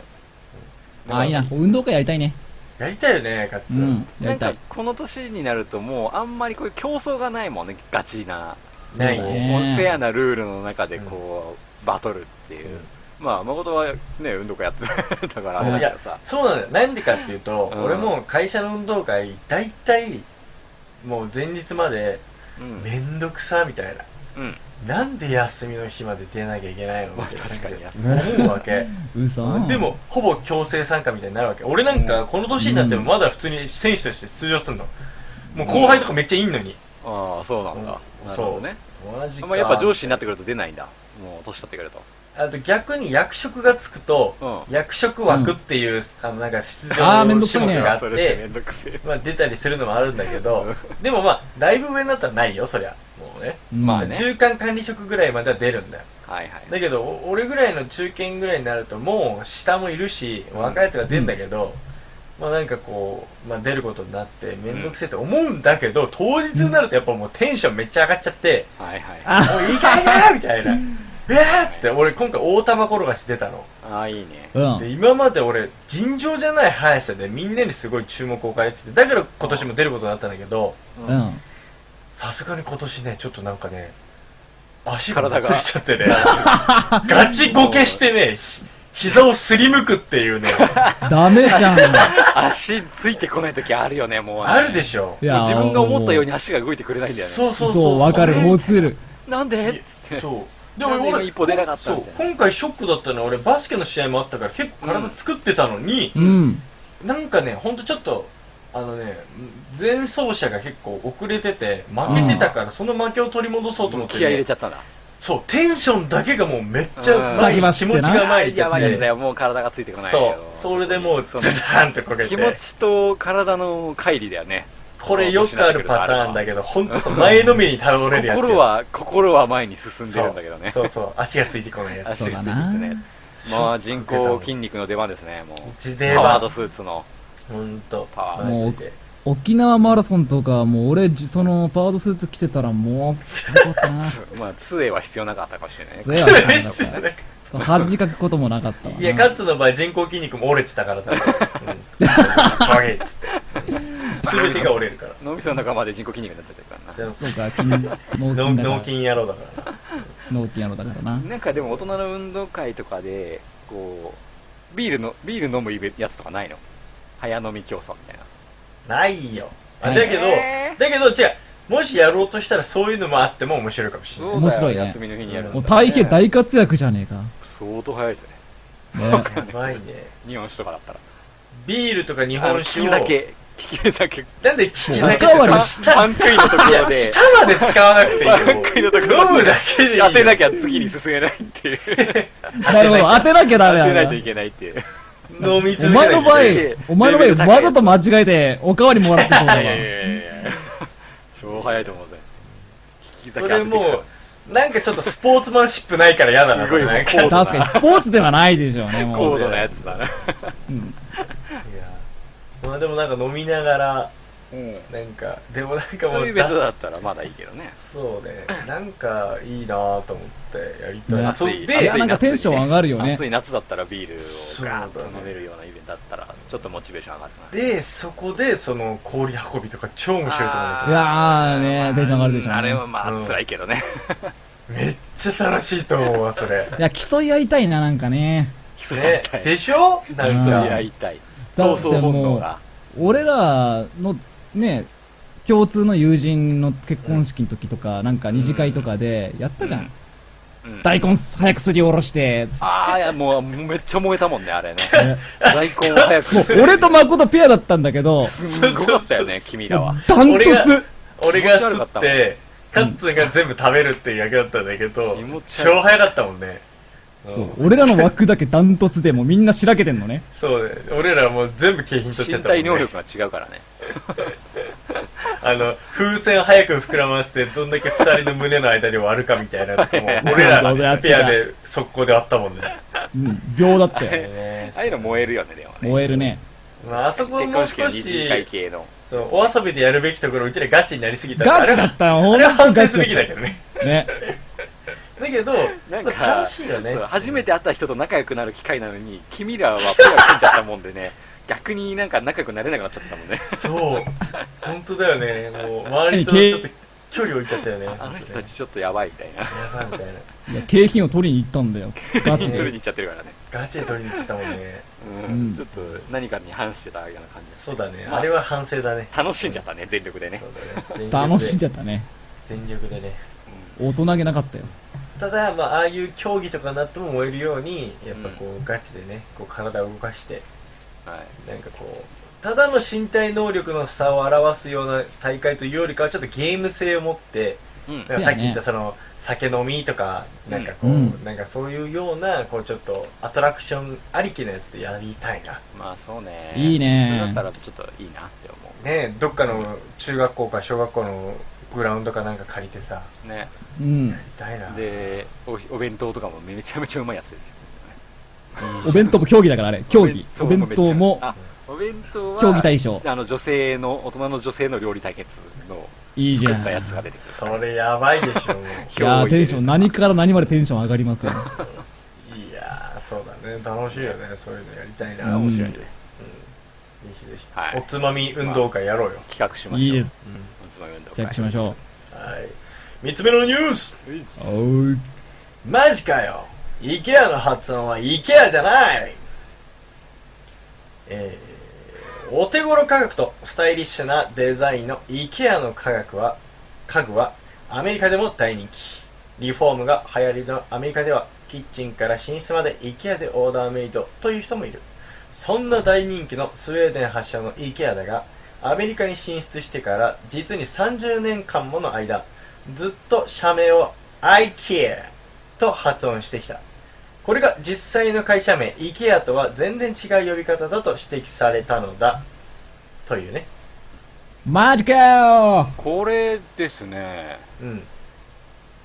Speaker 3: ああいいな運動会やりたいね
Speaker 4: やりたいよねカッツ
Speaker 3: う
Speaker 4: ン、
Speaker 3: んや
Speaker 2: な
Speaker 3: り
Speaker 2: ん
Speaker 3: た
Speaker 2: か
Speaker 3: い
Speaker 2: この年になるともうあんまりこういう競争がないもんねガチな
Speaker 4: ない
Speaker 2: こう
Speaker 4: ね。
Speaker 3: ね
Speaker 2: フェアなルールの中でこう、バトルっていう、まあ誠はね運動会やってたからあれだ
Speaker 4: い
Speaker 2: け
Speaker 4: や
Speaker 2: どさ、
Speaker 4: そうなんだよ。なんでかっていうと、
Speaker 2: うん
Speaker 4: 俺も会社の運動会、大体、もう前日まで、
Speaker 2: うん
Speaker 4: めんどくさ、みたいな。
Speaker 2: うん
Speaker 4: なんで休みの日まで出なきゃいけないのみ
Speaker 2: まあ
Speaker 4: たいな
Speaker 2: 確かに休
Speaker 4: 思うわけ。
Speaker 3: 嘘
Speaker 4: でも、ほぼ強制参加みたいになるわけ。俺なんか、この年になってもまだ普通に選手として出場するの。もう後輩とかめっちゃいんのに。
Speaker 2: ああそうなんだ、
Speaker 4: うん
Speaker 2: なるほどね
Speaker 4: 同じ
Speaker 2: まあ、やっぱ上司になってくると出ないんだもう年取ってくると
Speaker 4: あと逆に役職がつくと、
Speaker 2: う
Speaker 4: 役職枠っていう、あのなんか出
Speaker 3: あ
Speaker 4: 場
Speaker 3: ーめんどくさ
Speaker 4: 種
Speaker 3: いね
Speaker 4: 目があっ
Speaker 2: それってめ
Speaker 4: て
Speaker 2: んどくせえ
Speaker 4: まあ、出たりするのもあるんだけどでもまあだいぶ上になったらないよそりゃもうね
Speaker 2: まあね
Speaker 4: 中間管理職ぐらいまでは出るんだよ
Speaker 2: はいはい
Speaker 4: だけどお俺ぐらいの中堅ぐらいになるともう下もいるし若いやつが出るんだけど、まあなんかこう、まあ、出ることになって面倒くせえと思うんだけど当日になるとやっぱもうテンションめっちゃ上がっちゃって、
Speaker 2: はいはいあ
Speaker 3: あ
Speaker 4: もういいかいなみたいな。うわーっつって、俺今回大玉転がし出たの。
Speaker 2: あーいいね
Speaker 3: うん
Speaker 4: で、今まで俺、尋常じゃない速さでみんなにすごい注目を変えてて、だから今年も出ることになったんだけど、
Speaker 3: う
Speaker 2: うん
Speaker 3: ん
Speaker 4: さすがに今年ね、ちょっとなんかね、足が
Speaker 2: 体が
Speaker 4: ついちゃってね、ガチゴケしてね、ひ膝をすりむくっていうね、
Speaker 3: *laughs* ダメじゃん
Speaker 2: 足ついてこない時あるよねもうね
Speaker 4: あるでしょ
Speaker 3: い。 *laughs* や
Speaker 2: 自分が思ったよう
Speaker 3: に
Speaker 2: に足が動いてくれないんだよね
Speaker 4: そうそうそう。
Speaker 3: そうわかる
Speaker 4: あれ
Speaker 3: もうつる
Speaker 2: なんで
Speaker 4: そう。で
Speaker 2: なんで今一歩出なかった
Speaker 4: そう
Speaker 2: みたいな
Speaker 4: 今回ショックだったのは俺バスケの試合もあったから結構体作ってたのに、
Speaker 3: うん
Speaker 4: なんかね、ほんとちょっと、あのね、前走者が結構遅れてて、負けてたから、その負けを取り戻そうと思って、
Speaker 2: 気合い入れ
Speaker 4: ね
Speaker 2: ち、ゃったんだ
Speaker 4: そう、テンションだけがもうめっち
Speaker 2: う
Speaker 4: ゃ
Speaker 2: ん
Speaker 4: 前に
Speaker 3: 先走
Speaker 4: 気
Speaker 3: ってな
Speaker 4: 持ちが前に行っち
Speaker 2: や
Speaker 4: ゃっ
Speaker 2: ばいやつだ
Speaker 4: て、
Speaker 2: よもう体がついてこない
Speaker 4: そ
Speaker 2: よ
Speaker 4: う、それでもうズ
Speaker 2: その
Speaker 4: ザーンってこけ
Speaker 2: 気持
Speaker 4: て、
Speaker 2: ちと体の乖離だよね
Speaker 4: これよくあるパターンだけど、ほんとそう、前のめりに倒れるやつよ。
Speaker 2: 心は心は前に進んでるんだけどね
Speaker 4: そうそうそう、足がついてこないや
Speaker 2: 足
Speaker 4: つ。
Speaker 2: がついてきてねまあ人工筋肉の出番ですねもう
Speaker 4: 地
Speaker 2: パ
Speaker 4: で
Speaker 2: ワー
Speaker 4: は
Speaker 2: ド、スーツの
Speaker 4: ほんと、
Speaker 2: パワ
Speaker 3: ード
Speaker 4: マジで
Speaker 3: 沖縄マラソンとかもう俺じそのパワードスーツ着てたらもうすごかったな
Speaker 2: つまあ杖は必要なかったかもしれないね
Speaker 3: 強かったんだこれそう恥かくこともなかったわない
Speaker 4: や、カッツの場合、人工筋肉も折れてたからだ。うん。バゲッ
Speaker 3: *laughs*
Speaker 4: つって。すべてが折れるから。
Speaker 2: 脳みその中まで人工筋肉になっちゃってるから
Speaker 3: そうか *laughs* 筋脳
Speaker 4: 脳
Speaker 3: 筋だ
Speaker 4: 脳
Speaker 3: から
Speaker 4: 筋野郎だからな。
Speaker 3: 脳筋やろだからな
Speaker 2: ななんかでも大人の運動会とかでこうビールのビール飲むイベやつとかないの早飲み競争みたいな
Speaker 4: ないよ。あ
Speaker 3: ない
Speaker 4: だけど、
Speaker 2: えー
Speaker 4: だけど違う。もしやろうとしたらそういうのもあっても面白いかもしれない。
Speaker 3: 面白いね
Speaker 2: 休みの日にやるんだ
Speaker 3: もう体型大活躍じゃねえか
Speaker 2: 相当早いですね
Speaker 3: *laughs* ね
Speaker 4: やばいね。
Speaker 2: 日本酒とかだったら
Speaker 4: ビールとか日本酒を。
Speaker 2: あの利き酒利き酒
Speaker 4: なんで利き酒って
Speaker 3: も
Speaker 4: さ、
Speaker 3: う中
Speaker 4: 下、
Speaker 2: パン食いのとこ
Speaker 4: いや
Speaker 2: ろで
Speaker 4: 下まで使わなくていい
Speaker 2: パン食いのとこ
Speaker 4: よ。飲
Speaker 2: ろ
Speaker 4: むだ
Speaker 2: で
Speaker 4: けでいいよ。
Speaker 2: 当てなきゃ次に進めないっていう
Speaker 3: なるほど当てなきゃダ
Speaker 2: 当てな
Speaker 3: メな
Speaker 2: んい
Speaker 3: だ
Speaker 2: といけないっていう
Speaker 4: 飲み
Speaker 3: お
Speaker 4: 続け
Speaker 3: 前の場合
Speaker 4: ないといけない
Speaker 3: お前の場合わざと間違えておかわりもらってそうだ
Speaker 2: いやい
Speaker 3: わ
Speaker 2: やいやいや超早いと思うぜ利き酒
Speaker 4: そ
Speaker 2: 当て
Speaker 4: れ
Speaker 2: てくる
Speaker 4: もう、なんかちょっとスポーツマンシップないから嫌だな。
Speaker 2: すごい
Speaker 4: それなん
Speaker 2: もう
Speaker 3: 確かにスポーツではないでしょうねも
Speaker 2: 高
Speaker 3: う
Speaker 2: 度なやつだな、
Speaker 4: いやまあでもなんか飲みながら
Speaker 2: うん
Speaker 4: なんかでもなんか
Speaker 2: そう
Speaker 4: も
Speaker 2: いうイ
Speaker 4: う
Speaker 2: ベン
Speaker 4: だ
Speaker 2: トだったらまだいいけどね
Speaker 4: そうねなんかいいなぁと思ってやりたい、
Speaker 3: ね
Speaker 4: あそう
Speaker 2: 暑い
Speaker 3: い
Speaker 4: で
Speaker 3: やなんかテンション上がるよね
Speaker 2: 暑い夏だったらビール
Speaker 4: そう
Speaker 2: を
Speaker 4: だ
Speaker 2: ガー
Speaker 4: ね
Speaker 2: ッと飲めるようなイベントだったらちょっとモチベーション上がるな
Speaker 4: でそこでその氷運びとか超面白いと思うんだ
Speaker 3: いやーねテンション上がるでしょうね
Speaker 2: あれはま
Speaker 4: うん
Speaker 2: あ辛いけどね、
Speaker 4: けどめっちゃ楽しいと思うわそ
Speaker 2: *laughs*
Speaker 4: れ
Speaker 3: いや競い合いたいななんかね
Speaker 4: ね
Speaker 2: 痛い
Speaker 4: でしょな
Speaker 3: うんん
Speaker 2: や
Speaker 3: や
Speaker 2: り合
Speaker 4: か
Speaker 2: いたい
Speaker 3: だ
Speaker 2: 闘
Speaker 3: って
Speaker 2: 争本能
Speaker 3: もう
Speaker 2: が
Speaker 3: 俺らのね共通の友人の結婚式の時とか、なんか二次会とかでやったじゃん、
Speaker 2: うん
Speaker 3: 大根早くすりおろして
Speaker 2: ああいやもうめっちゃ燃えたもんねあれね
Speaker 3: *laughs*
Speaker 2: 大根を早く
Speaker 3: もう俺と誠ペアだったんだけど
Speaker 2: すごかったよね君らは
Speaker 3: ダント
Speaker 4: 俺が
Speaker 3: ツ
Speaker 4: 俺が吸っ
Speaker 2: 気持ち悪かった
Speaker 4: てカッツンが全部食べるっていう役だったんだけど
Speaker 2: 気持ち悪い
Speaker 4: 超早かったもんね
Speaker 3: そう俺らの枠だけダントツでもうみんなしらけてんのね
Speaker 4: そうね俺らもう全部景品取っちゃ
Speaker 2: 身
Speaker 4: ったもん、
Speaker 2: 体
Speaker 4: ね、
Speaker 2: 能力が違うからね
Speaker 4: あの、風船早く膨らませて、どんだけ二人の胸の間に割るかみたいなのとかも、俺らペアで速攻であったもんね。
Speaker 3: うん秒だっ
Speaker 2: *laughs*
Speaker 3: たよ
Speaker 2: ああいうの燃えるよねでもね
Speaker 3: 燃えるね
Speaker 4: まあ、あそこ
Speaker 2: 結
Speaker 4: もう
Speaker 2: 婚式の
Speaker 4: 少
Speaker 2: 二
Speaker 4: し、
Speaker 2: 次会系の
Speaker 4: そう、お遊びでやるべきところ、うちらガチになりすぎたから
Speaker 3: ガチだったよ
Speaker 4: あ
Speaker 3: ほん
Speaker 4: れは
Speaker 3: と
Speaker 4: 反省
Speaker 3: ガ
Speaker 4: す
Speaker 3: チ
Speaker 4: べきだ
Speaker 3: だっ
Speaker 4: けどね。
Speaker 3: たね
Speaker 4: だけど、
Speaker 2: なん
Speaker 4: ま
Speaker 2: か
Speaker 4: あ楽しいよね
Speaker 2: そう。初めて会った人と仲良くなる機会なのに君らはペア組んじゃったもんでね逆になんか仲良くなれなくなっちゃったもんね
Speaker 4: そう。本当だよね。もう、周りとちょっと距離置いちゃったよね。や
Speaker 2: あの人たちちょっとやばいみたいな。
Speaker 4: ばいみたいな。
Speaker 3: いや景品を取りに行ったんだよガチ
Speaker 2: 取りに *laughs* 行っ
Speaker 3: で
Speaker 2: ちゃってるからね。
Speaker 4: ガチで取りに来たもんね。
Speaker 2: う
Speaker 3: うんん
Speaker 2: ちょっと何かに反してたような感じです
Speaker 4: そうだね。あれは反省だね。
Speaker 2: 楽しんじゃったね、全力でね
Speaker 4: そ。うだね。
Speaker 3: 楽しんじ
Speaker 4: ゃ
Speaker 3: ゃったね
Speaker 4: 全力でね。
Speaker 3: 大人げなかったよ
Speaker 4: ただ、まあ、ああいう競技とかになっても燃えるように、やっぱこう、ガチでね、こう、体を動かして、
Speaker 2: はい。
Speaker 4: なんかこう、ただの身体能力の差を表すような大会というよりかは、ちょっとゲーム性を持って、
Speaker 2: うん
Speaker 4: なんかさっき言ったその、酒飲みとか、なんかこう、
Speaker 3: うん
Speaker 4: なんかそういうような、こう、ちょっと、アトラクションありきのやつでやりたいな。
Speaker 2: まあそうね。
Speaker 3: いいね
Speaker 2: それだったらちょっといいなって思
Speaker 4: ねどっかの中学校か小学校のグラウンドかなんか借りてさ、
Speaker 2: う。ね。
Speaker 3: うん
Speaker 4: やりたいな。
Speaker 2: で、おお弁当とかもめちゃめちゃうまいやつです。
Speaker 3: お弁当も競技だからあれ競技お
Speaker 2: お弁
Speaker 3: 弁当
Speaker 2: めっ
Speaker 3: も
Speaker 2: ちゃあお弁当は
Speaker 3: 競技対象
Speaker 2: あの女性の大人の女性の料理対決の
Speaker 3: いいじ
Speaker 2: 作
Speaker 3: ゃ
Speaker 2: ったやつ
Speaker 3: ん
Speaker 2: が出てくるから
Speaker 4: それやばいでしょも
Speaker 3: いやーテンション何から何までテンション上がりますよ
Speaker 4: ういやーそうだね楽しいよねそういうのやりたいな、
Speaker 3: うん
Speaker 4: 面白いね、うん、ぜひぜひ、
Speaker 2: はい
Speaker 4: おつまみ運動会やろうよ、
Speaker 2: 企画しましょう
Speaker 3: いいです
Speaker 2: おつまみ運動会
Speaker 3: ジャックしましょ
Speaker 4: はい3つ目のニュース
Speaker 2: ういう
Speaker 3: おい
Speaker 4: マジかよ IKEA の発音は IKEA じゃないえー、お手頃価格とスタイリッシュなデザインの IKEA の価格は家具はアメリカでも大人気リフォームが流行りのアメリカではキッチンから寝室まで IKEA でオーダーメイドという人もいるそんな大人気のスウェーデン発祥の IKEA だがアメリカに進出してから実に30年間もの間ずっと社名を IKEA と発音してきたこれが実際の会社名 IKEA とは全然違う呼び方だと指摘されたのだというね
Speaker 3: マジかよ
Speaker 2: これですね
Speaker 4: うん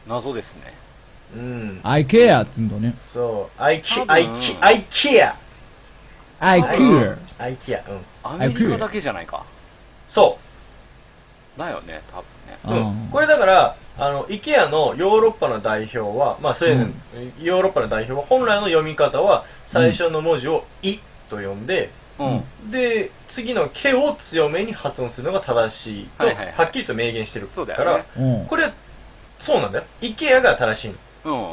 Speaker 2: 謎ですね
Speaker 4: うん
Speaker 3: ー IKEA っつうんだね
Speaker 4: そう IKEA
Speaker 2: 多分
Speaker 4: IKEA
Speaker 3: IKEA
Speaker 4: IKEA うん
Speaker 2: アメリカだけじゃないか
Speaker 4: そ
Speaker 2: だよね多分ね
Speaker 4: う、うん、こ
Speaker 3: れ
Speaker 4: れだからあの IKEA のヨーロッパの代表はまあスウェーデン、ヨーロッパの代表は本来の読み方は最初の文字を「い」と読んで、
Speaker 2: うん、
Speaker 4: で次の「け」を強めに発音するのが正しいと、
Speaker 2: はいはいはい
Speaker 4: はっきりと明言してるか
Speaker 2: そうだ
Speaker 4: ら
Speaker 2: よね
Speaker 3: うん
Speaker 4: これはそうなんだよ IKEA が正しいの
Speaker 2: うんうんう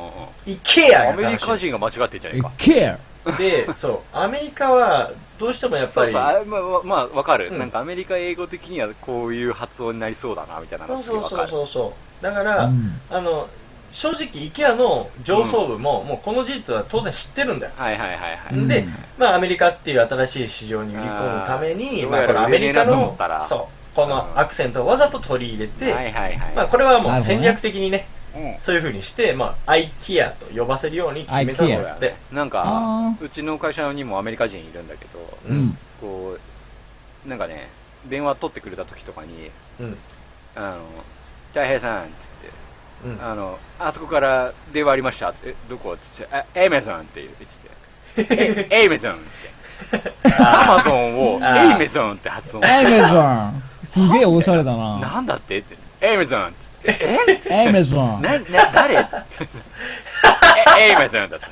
Speaker 2: ん
Speaker 4: IKEA
Speaker 2: アメ
Speaker 4: が
Speaker 2: リカ
Speaker 4: 正し
Speaker 2: 人が間違ってんじゃないか
Speaker 3: IKEA
Speaker 4: いでそうアメリカはどうしてもやっ
Speaker 2: そ
Speaker 4: ぱ
Speaker 2: う
Speaker 4: り
Speaker 2: そうあまあわまあわかる、
Speaker 4: うん
Speaker 2: なんかアメリカ英語的にはこういう発音になりそうだなみたいなの
Speaker 4: そ
Speaker 2: が
Speaker 4: う
Speaker 2: すげえわ
Speaker 4: そうそ
Speaker 2: か
Speaker 4: う
Speaker 2: る
Speaker 4: そうそうだから、
Speaker 3: うん
Speaker 4: あの正直 IKEA の上層部も、もうこの事実は当然知ってるんだよ
Speaker 2: はいはいはいはい、
Speaker 3: うん
Speaker 4: で、まあ、アメリカっていう新しい市場に売り込むために
Speaker 2: あー
Speaker 4: まあ、このアメリカ
Speaker 2: どうやら売れねえなと思
Speaker 4: の
Speaker 2: ったら
Speaker 4: そうこのアクセントをわざと取り入れて、
Speaker 2: はいはいはい、
Speaker 4: まあ、これはも
Speaker 3: な
Speaker 4: う
Speaker 3: るほど
Speaker 4: 戦
Speaker 3: ね
Speaker 4: 略的にね
Speaker 2: うん
Speaker 4: そういうふうにして、まあ、IKEA と呼ばせるように決めたの
Speaker 2: そう
Speaker 4: だ
Speaker 2: だ
Speaker 4: っ
Speaker 2: よ
Speaker 4: て
Speaker 2: ね、なんか
Speaker 3: あ
Speaker 2: うちの会社にもアメリカ人いるんだけど
Speaker 3: う
Speaker 4: うん
Speaker 3: ん
Speaker 2: こうなんかね電話取ってくれた時とかに
Speaker 4: うん
Speaker 2: 「あの大平さん」って言って
Speaker 4: う
Speaker 2: 「
Speaker 4: ん
Speaker 2: あのあそこから電話ありました」って「えどこ?」って言ってあ「エイメゾン」って言ってき
Speaker 4: *laughs*
Speaker 2: て「えエイメゾン」ってアマゾンを「
Speaker 4: あー
Speaker 2: エイメゾン」って発音
Speaker 3: Amazon すげえおしゃれだな
Speaker 2: なんだってって「エイメゾン」ってえ
Speaker 3: Amazon
Speaker 2: なな誰 *laughs* えエイメゾンだった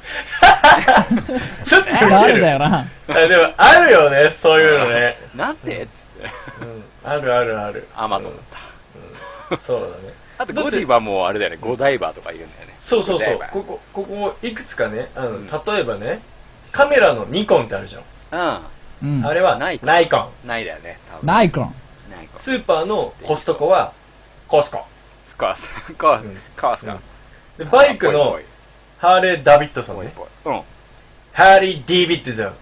Speaker 4: ちょっと
Speaker 3: それあるんだよな
Speaker 4: あでもあるよねそういうのね、
Speaker 2: なんでって言って
Speaker 4: うん、あるあるある
Speaker 2: アマゾンだった
Speaker 4: そうだね
Speaker 2: あとゴディバもあれだよね、ゴダイバーとか言うんだよね。
Speaker 4: そうそうそ
Speaker 2: ゴ
Speaker 4: う
Speaker 2: ダイバー
Speaker 4: ここここもいくつかねあの、
Speaker 2: ん
Speaker 4: 例えばねカメラのニコンってあるじゃん、
Speaker 3: うん
Speaker 4: あれは
Speaker 2: ナ
Speaker 4: ナ
Speaker 2: イ
Speaker 4: イ
Speaker 2: コ
Speaker 4: コ
Speaker 2: ン
Speaker 4: ン
Speaker 2: うん。ないだよね、多分。
Speaker 3: ナイクロン
Speaker 2: ないか。
Speaker 4: スーパーのコストコはコスコ
Speaker 2: スカース、カー
Speaker 4: うん
Speaker 2: ス、カースか。
Speaker 4: でバイクの
Speaker 2: ぽい
Speaker 4: ハーレー・ダビッドソ
Speaker 2: ぽい
Speaker 4: ンね
Speaker 2: ぽいぽい
Speaker 4: ハーリー・ディビッドソン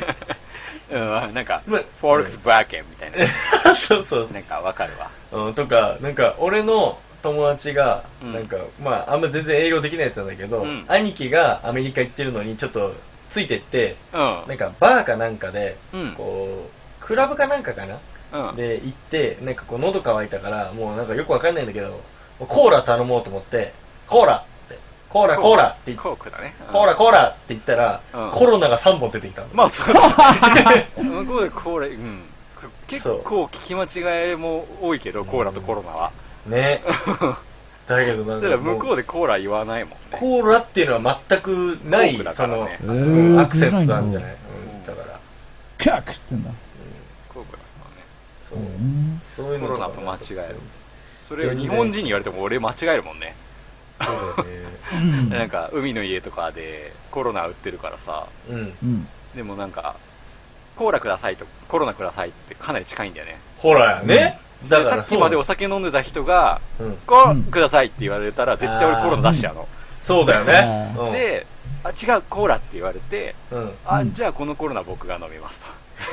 Speaker 2: *laughs* うん。うん、なんか、フ
Speaker 4: ま
Speaker 2: ォールクスバーケンみたい
Speaker 4: そうそう
Speaker 2: な。なんかわかるわ。
Speaker 4: そう、うん、とかなんか俺の友達が、
Speaker 2: うん
Speaker 4: なんかまああんま全然英語できないやつなんだけど、
Speaker 2: うん
Speaker 4: 兄貴がアメリカ行ってるのにちょっとついてって
Speaker 2: う
Speaker 4: なんかバーかなんかで
Speaker 2: ん。うん。
Speaker 4: こうクラブかなんかかな
Speaker 2: うん。
Speaker 4: で行ってなんかこう喉乾いたからもうなんかよくわかんないんだけどもうコーラ頼もうと思ってコーラってコーラコーラって言って
Speaker 2: コークだね。うん
Speaker 4: コーラ。コーラって言ったら、
Speaker 2: うん
Speaker 4: コロナが3本出てきたの
Speaker 2: まあ、そう
Speaker 4: *laughs*
Speaker 2: だね。向こうでコーラ、うん。結構聞き間違いも多いけど、コーラとコロナは。 *laughs*
Speaker 4: ねだけどな
Speaker 2: だ
Speaker 4: ん
Speaker 2: か
Speaker 4: からも
Speaker 2: 向こうでコーラ言わないもんね。
Speaker 4: コーラっていうのは全くな
Speaker 2: フ
Speaker 4: い、
Speaker 2: ォークだか
Speaker 4: そ
Speaker 2: ら
Speaker 4: の
Speaker 2: ね、
Speaker 3: え
Speaker 4: うん
Speaker 3: ー
Speaker 4: アクセントなんじゃ
Speaker 3: い
Speaker 4: ない、うん、だから
Speaker 3: カックって言うんだ
Speaker 2: コークだからね。
Speaker 4: そう
Speaker 3: うん
Speaker 4: そういう
Speaker 2: コ
Speaker 4: の
Speaker 2: ロ
Speaker 4: と
Speaker 2: ナ
Speaker 4: か
Speaker 2: と間違える。それを日本人に言われても俺間違えるもんね
Speaker 4: そうだよね
Speaker 3: うん
Speaker 2: なんか海の家とかでコロナ売ってるからさ
Speaker 4: うん
Speaker 3: うん
Speaker 2: でもなんかコーラくださいとコロナくださいってかなり近いんだよね
Speaker 4: ほらやねだ
Speaker 2: で
Speaker 4: か
Speaker 2: さ
Speaker 4: ら
Speaker 2: っきまで
Speaker 4: そ
Speaker 2: お
Speaker 4: う
Speaker 2: 酒飲んでた人が
Speaker 4: うん
Speaker 2: 「こ
Speaker 3: うん
Speaker 2: うください」って言われたら絶対俺コロナ出しちゃうの、
Speaker 4: そうだよねうん
Speaker 2: で「あ違うコーラ」って言われて
Speaker 4: うん
Speaker 2: 「あ
Speaker 3: うん
Speaker 2: じゃあこのコロナ僕が飲みます」と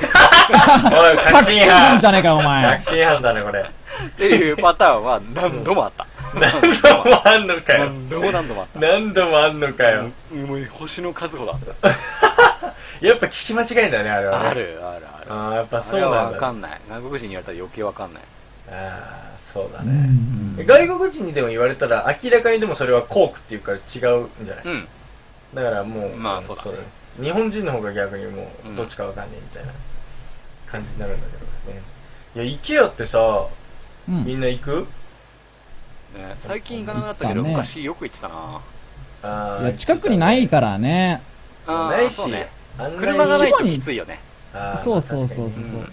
Speaker 4: おい確
Speaker 3: 確信
Speaker 4: 信
Speaker 3: 犯
Speaker 4: 犯
Speaker 3: じゃねえか、お前
Speaker 4: 確。信犯だねこれ
Speaker 2: っていうパターンは何度もあった
Speaker 4: 何度もあんのかよ
Speaker 2: 何度も何度もあっ
Speaker 4: 何度もあんのか
Speaker 2: た
Speaker 4: よ
Speaker 2: うんもう星の数ほどあっ
Speaker 4: やっぱ聞き間違いだねあれは
Speaker 2: た
Speaker 4: ね
Speaker 2: あるあるある
Speaker 4: あーやっぱ
Speaker 2: あ
Speaker 4: そう
Speaker 2: れは
Speaker 4: なん
Speaker 2: 分
Speaker 4: だ
Speaker 2: かんない外国人に言われたら余計分かんない
Speaker 4: ああそうだ
Speaker 3: う
Speaker 4: ね
Speaker 3: ん
Speaker 4: 外国人にでも言われたら明らかにでもそれはコークっていうから違うんじゃない
Speaker 2: うん
Speaker 4: だからもう
Speaker 2: まあそうだね
Speaker 4: だね日本人の方が逆にも
Speaker 2: う
Speaker 4: うんどっちかわかんねえみたいな感じになるんだけどねいや IKEA ってさ
Speaker 3: うん
Speaker 4: みんな行く
Speaker 2: ね最近行かなくなったけど
Speaker 3: 行ったね
Speaker 2: 昔よく行ってたな
Speaker 4: あー
Speaker 3: いや、近くにないからね。
Speaker 2: あー
Speaker 4: ないし
Speaker 2: そうね
Speaker 4: あんなに
Speaker 2: 車がない
Speaker 3: 一
Speaker 2: と
Speaker 3: 緒に
Speaker 2: きついよね
Speaker 4: あー
Speaker 3: そうそうそ
Speaker 4: 確か
Speaker 3: うそう
Speaker 4: に
Speaker 3: そう。
Speaker 4: う
Speaker 2: うん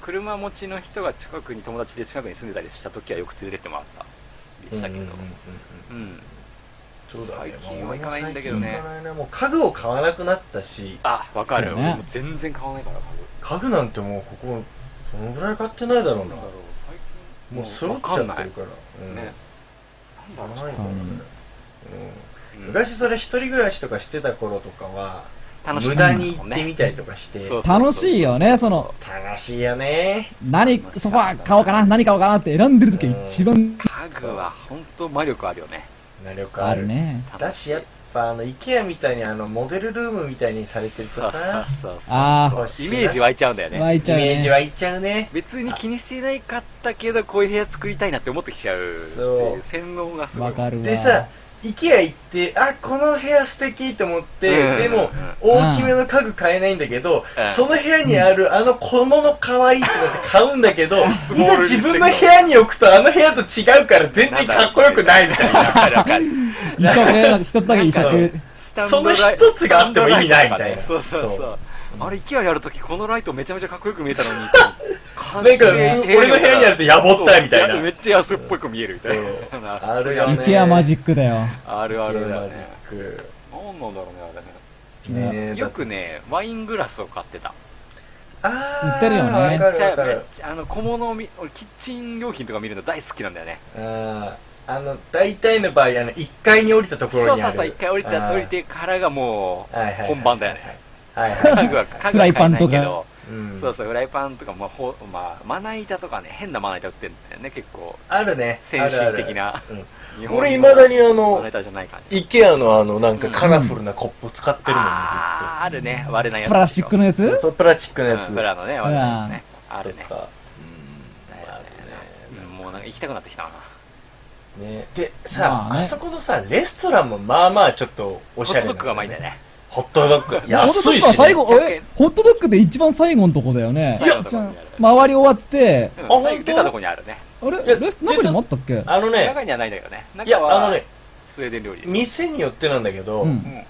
Speaker 2: 車持ちの人が近くに友達で近くに住んでたりした時はよく連れてってもらったり
Speaker 4: ん
Speaker 2: したけど
Speaker 4: うんうんうんう
Speaker 2: う
Speaker 4: ん
Speaker 2: ん
Speaker 4: そうだね
Speaker 2: 最近は行かないんだけどね
Speaker 4: もう最近行かないなもう家具を買わなくなったし
Speaker 2: あわかる
Speaker 3: そうね
Speaker 2: 俺も全然買わないから家具
Speaker 4: 家具なんてもうここどのぐらい買ってないだろうな
Speaker 2: なんだろう最近
Speaker 4: もう揃っちゃってるからうん
Speaker 2: ね
Speaker 4: 買わ
Speaker 2: なんだ
Speaker 4: ない
Speaker 2: ろ
Speaker 4: からね
Speaker 2: う
Speaker 4: うん
Speaker 2: うん
Speaker 4: 昔それ一人暮らしとかしてた頃とかは
Speaker 2: 楽しい
Speaker 4: 無駄に行ってみ
Speaker 2: ね
Speaker 4: たりとかして
Speaker 2: そう
Speaker 3: 楽しいよね、その、
Speaker 4: 楽しいよね
Speaker 3: 何、ソファー買おうかな、何買おうかなって選んでる時が一番
Speaker 2: 家具は本当魔力あるよね
Speaker 4: 魔力
Speaker 3: あ
Speaker 4: あ
Speaker 3: る
Speaker 4: る
Speaker 3: ね。
Speaker 4: だしやっぱあの IKEA みたいにあのモデルルームみたいにされてると
Speaker 2: そうそう
Speaker 4: さ
Speaker 2: そうそう
Speaker 3: あ
Speaker 4: 欲
Speaker 2: イ
Speaker 4: しいな
Speaker 2: メージ湧いちゃうんだよ
Speaker 3: ー、
Speaker 2: ね
Speaker 3: 湧い
Speaker 4: イ
Speaker 3: ちゃう
Speaker 4: メージ
Speaker 3: ね。
Speaker 4: はいっちゃうね
Speaker 2: 別に気にしていないかったけどこういう部屋作りたいなって思ってきちゃうって
Speaker 4: そ
Speaker 2: いうう洗脳がすごい
Speaker 3: わかるわ。
Speaker 4: でさ IKEA 行ってあこの部屋素敵と思って、
Speaker 2: うん
Speaker 4: でも大きめの家具買えないんだけど、
Speaker 2: うん
Speaker 4: その部屋にあるあの小物可愛いってなって買うんだけど、
Speaker 2: スモール
Speaker 4: *laughs* いざ自分の部屋に置くとあの部屋と違うから全然かっこよくないみたいな
Speaker 2: わかるわかる
Speaker 3: 移植、一つだけ移植。
Speaker 2: スタン
Speaker 4: *laughs* そ
Speaker 2: ド
Speaker 4: の
Speaker 2: ライ
Speaker 4: 一つがあっても意味ないみたいな
Speaker 2: スタンドライトとかねそうそうそう
Speaker 4: そう
Speaker 2: あれ IKEA やるときこのライトめちゃめちゃかっこよく見えた
Speaker 4: *laughs*
Speaker 2: のに
Speaker 4: なんか俺の部屋にあるとやぼったいみたいな
Speaker 2: めっちゃ安っぽく見えるみたい
Speaker 4: そう
Speaker 2: な
Speaker 4: あるよね
Speaker 3: イケアマジックだよ。
Speaker 2: あるあるだよね
Speaker 4: ゲームマジック
Speaker 2: 何なんだろうねあれね
Speaker 4: ねえ
Speaker 2: よくねワイングラスを買ってた
Speaker 4: あー
Speaker 3: 売ってるよね
Speaker 4: わかるわか
Speaker 2: めっ
Speaker 4: る
Speaker 2: ちゃあの小物を見俺キッチン用品とか見るの大好きなんだよね
Speaker 4: あーあの大体の場合あの1階に降りたとこ
Speaker 2: そう
Speaker 4: ろに
Speaker 2: そ
Speaker 4: あ
Speaker 2: う
Speaker 4: る
Speaker 2: そう一回降り
Speaker 4: あ
Speaker 2: た
Speaker 4: ー
Speaker 2: 降りてからがもう
Speaker 4: はいはいは
Speaker 2: *laughs*
Speaker 4: い
Speaker 2: 本番だよね
Speaker 4: はいはいは
Speaker 2: 家
Speaker 4: い
Speaker 2: 具は家具
Speaker 3: フ
Speaker 2: は
Speaker 3: ラ
Speaker 2: 買え
Speaker 3: イパ
Speaker 2: *laughs*
Speaker 3: ン
Speaker 2: ない
Speaker 3: とか
Speaker 2: けど
Speaker 4: うん
Speaker 2: そうそうフライパンとか、まあほまあ、まな板とかね変なまな板売ってるんだよね結構
Speaker 4: あるね
Speaker 2: 先進的な *laughs*
Speaker 4: あるある
Speaker 2: 日
Speaker 4: うん
Speaker 2: 本の
Speaker 4: 俺いまだにあ
Speaker 2: まな
Speaker 4: の
Speaker 2: 板じゃない感じ
Speaker 4: IKEA のあのなんかカラフルなコップ使ってるもんね
Speaker 2: あーあるね割れないやつ
Speaker 3: プラスチックのや
Speaker 4: ずっと
Speaker 3: つ
Speaker 4: そうプラスチックの
Speaker 2: う
Speaker 4: や
Speaker 2: ん
Speaker 4: つ
Speaker 2: プラのね割れないやつねあ
Speaker 4: と
Speaker 2: るね
Speaker 4: か
Speaker 2: うんもうなんか行きたくなってきたな
Speaker 4: ねでさ
Speaker 3: まあね
Speaker 4: あそこのさレストランもまあまあちょっと
Speaker 2: ホ
Speaker 4: おしゃ
Speaker 2: ッ
Speaker 4: れ
Speaker 2: ト
Speaker 4: な
Speaker 2: ドッグ
Speaker 4: んだよ
Speaker 2: がうまいんだよね
Speaker 4: ホットドッグ
Speaker 3: ホ
Speaker 4: 安
Speaker 3: ットドッ
Speaker 4: い
Speaker 3: グは
Speaker 4: し
Speaker 3: 最後、
Speaker 2: 100
Speaker 3: えホットドッグで一番最後のとこだよね。
Speaker 2: 最後のとこ
Speaker 3: じゃあ
Speaker 2: にある
Speaker 3: 回り終わって、
Speaker 2: うん
Speaker 4: 本当
Speaker 2: 最後出たとこにあるね
Speaker 3: あれ
Speaker 4: いや
Speaker 3: レス中にもあったっけ
Speaker 4: あのね
Speaker 2: 中にはないんだけどね
Speaker 4: い
Speaker 2: 中
Speaker 4: やあの
Speaker 2: は
Speaker 4: ね
Speaker 2: スウェーデン料理
Speaker 4: 店によってなんだけど
Speaker 3: うん。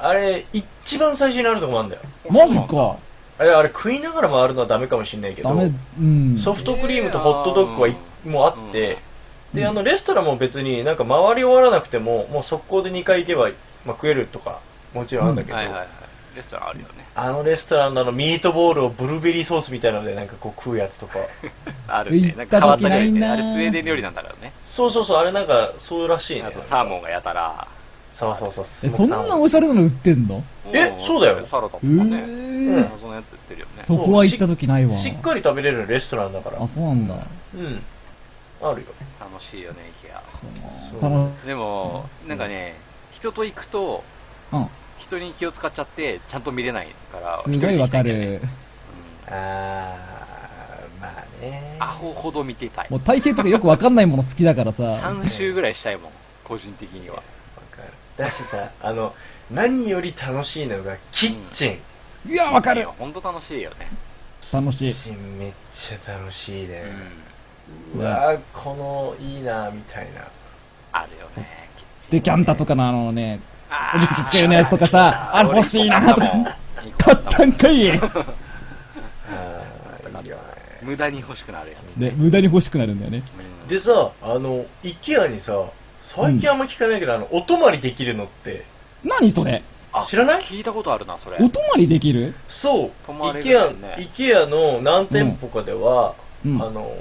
Speaker 4: あれ一番最初にあるとこなんだよ
Speaker 3: マジか。
Speaker 4: あれあれ食いながら回るのはダメかもしれないけ
Speaker 3: ダ
Speaker 4: ど
Speaker 3: メ、うん。
Speaker 4: ソフトクリームとホットドッグはいもうあって、
Speaker 3: うん
Speaker 4: であのレストランも別になんか回り終わらなくてももう速攻で2回行けば、まあ、食えるとかもちろんあるんだけど、
Speaker 2: はいはいはいレストランあるよね
Speaker 4: あのレストランのあのミートボールをブルーベリーソースみたいなのでなんかこう食うやつとか
Speaker 2: あるね
Speaker 3: 行
Speaker 2: な
Speaker 3: っ
Speaker 2: んか
Speaker 3: た
Speaker 2: 変わっ
Speaker 3: 時
Speaker 2: た料
Speaker 3: ない
Speaker 2: 理ね
Speaker 3: な
Speaker 2: あれスウェーデン料理なんだからね
Speaker 4: そうそうそうあれなんかそうらしいね
Speaker 2: あとサーモンがやたら
Speaker 4: そうそうそう
Speaker 3: え、そんな
Speaker 4: も
Speaker 3: おしゃれなの売ってんの
Speaker 4: え
Speaker 2: ん
Speaker 4: そうだよ
Speaker 2: サラダとか
Speaker 3: え
Speaker 2: ね
Speaker 3: ー
Speaker 2: 謎のやつ売ってるよね
Speaker 3: そこは行った時ないわ。
Speaker 4: しっかり食べれるレストランだから
Speaker 3: あ、そうなんだ。
Speaker 4: うんあるよ
Speaker 2: 楽しいよね IKEA
Speaker 4: そう
Speaker 3: たの
Speaker 2: でもなんかね人と行くと
Speaker 3: うん。
Speaker 2: 人に気を使っちゃってちゃんと見れないから
Speaker 3: すごい
Speaker 2: 一人で行
Speaker 3: わか
Speaker 2: きたいんだよね
Speaker 3: る。
Speaker 4: あーまあね
Speaker 2: アホほど見てたい
Speaker 3: もう体型とかよくわかんないもの好きだからさ。
Speaker 2: 3周ぐらいしたいもん個人的には
Speaker 4: わかるだしさあの何より楽しいのがキッチン、
Speaker 3: いや、わかる。
Speaker 2: 本当楽しいよね
Speaker 3: 楽
Speaker 4: キ
Speaker 3: しい。
Speaker 4: ッチンめっちゃ楽しいね、
Speaker 3: う
Speaker 4: うんわーこのいいなみたいな
Speaker 2: あるよね
Speaker 3: で、キャンタとかのあのね、
Speaker 2: あ
Speaker 3: *laughs* お肉つけるようなやつとかさ、あれ欲しいなとか。
Speaker 2: 買
Speaker 3: 買っ
Speaker 2: ったた
Speaker 3: ん
Speaker 2: もん
Speaker 3: かい
Speaker 4: あーいいよね
Speaker 2: 無駄に欲しくなるやつ
Speaker 3: で、無駄に欲しくなるんだよね。
Speaker 2: うん
Speaker 4: でさあの IKEA にさ最近あんま聞かないけど、あのお泊まりできるのって
Speaker 3: 何それ
Speaker 2: あ
Speaker 4: 知らない
Speaker 2: 聞いたことあるなそれ
Speaker 3: お泊まりできる
Speaker 4: そう
Speaker 2: 泊まれる
Speaker 4: IKEA,、
Speaker 2: ね
Speaker 4: IKEA の何店舗かでは、
Speaker 3: うん
Speaker 4: あの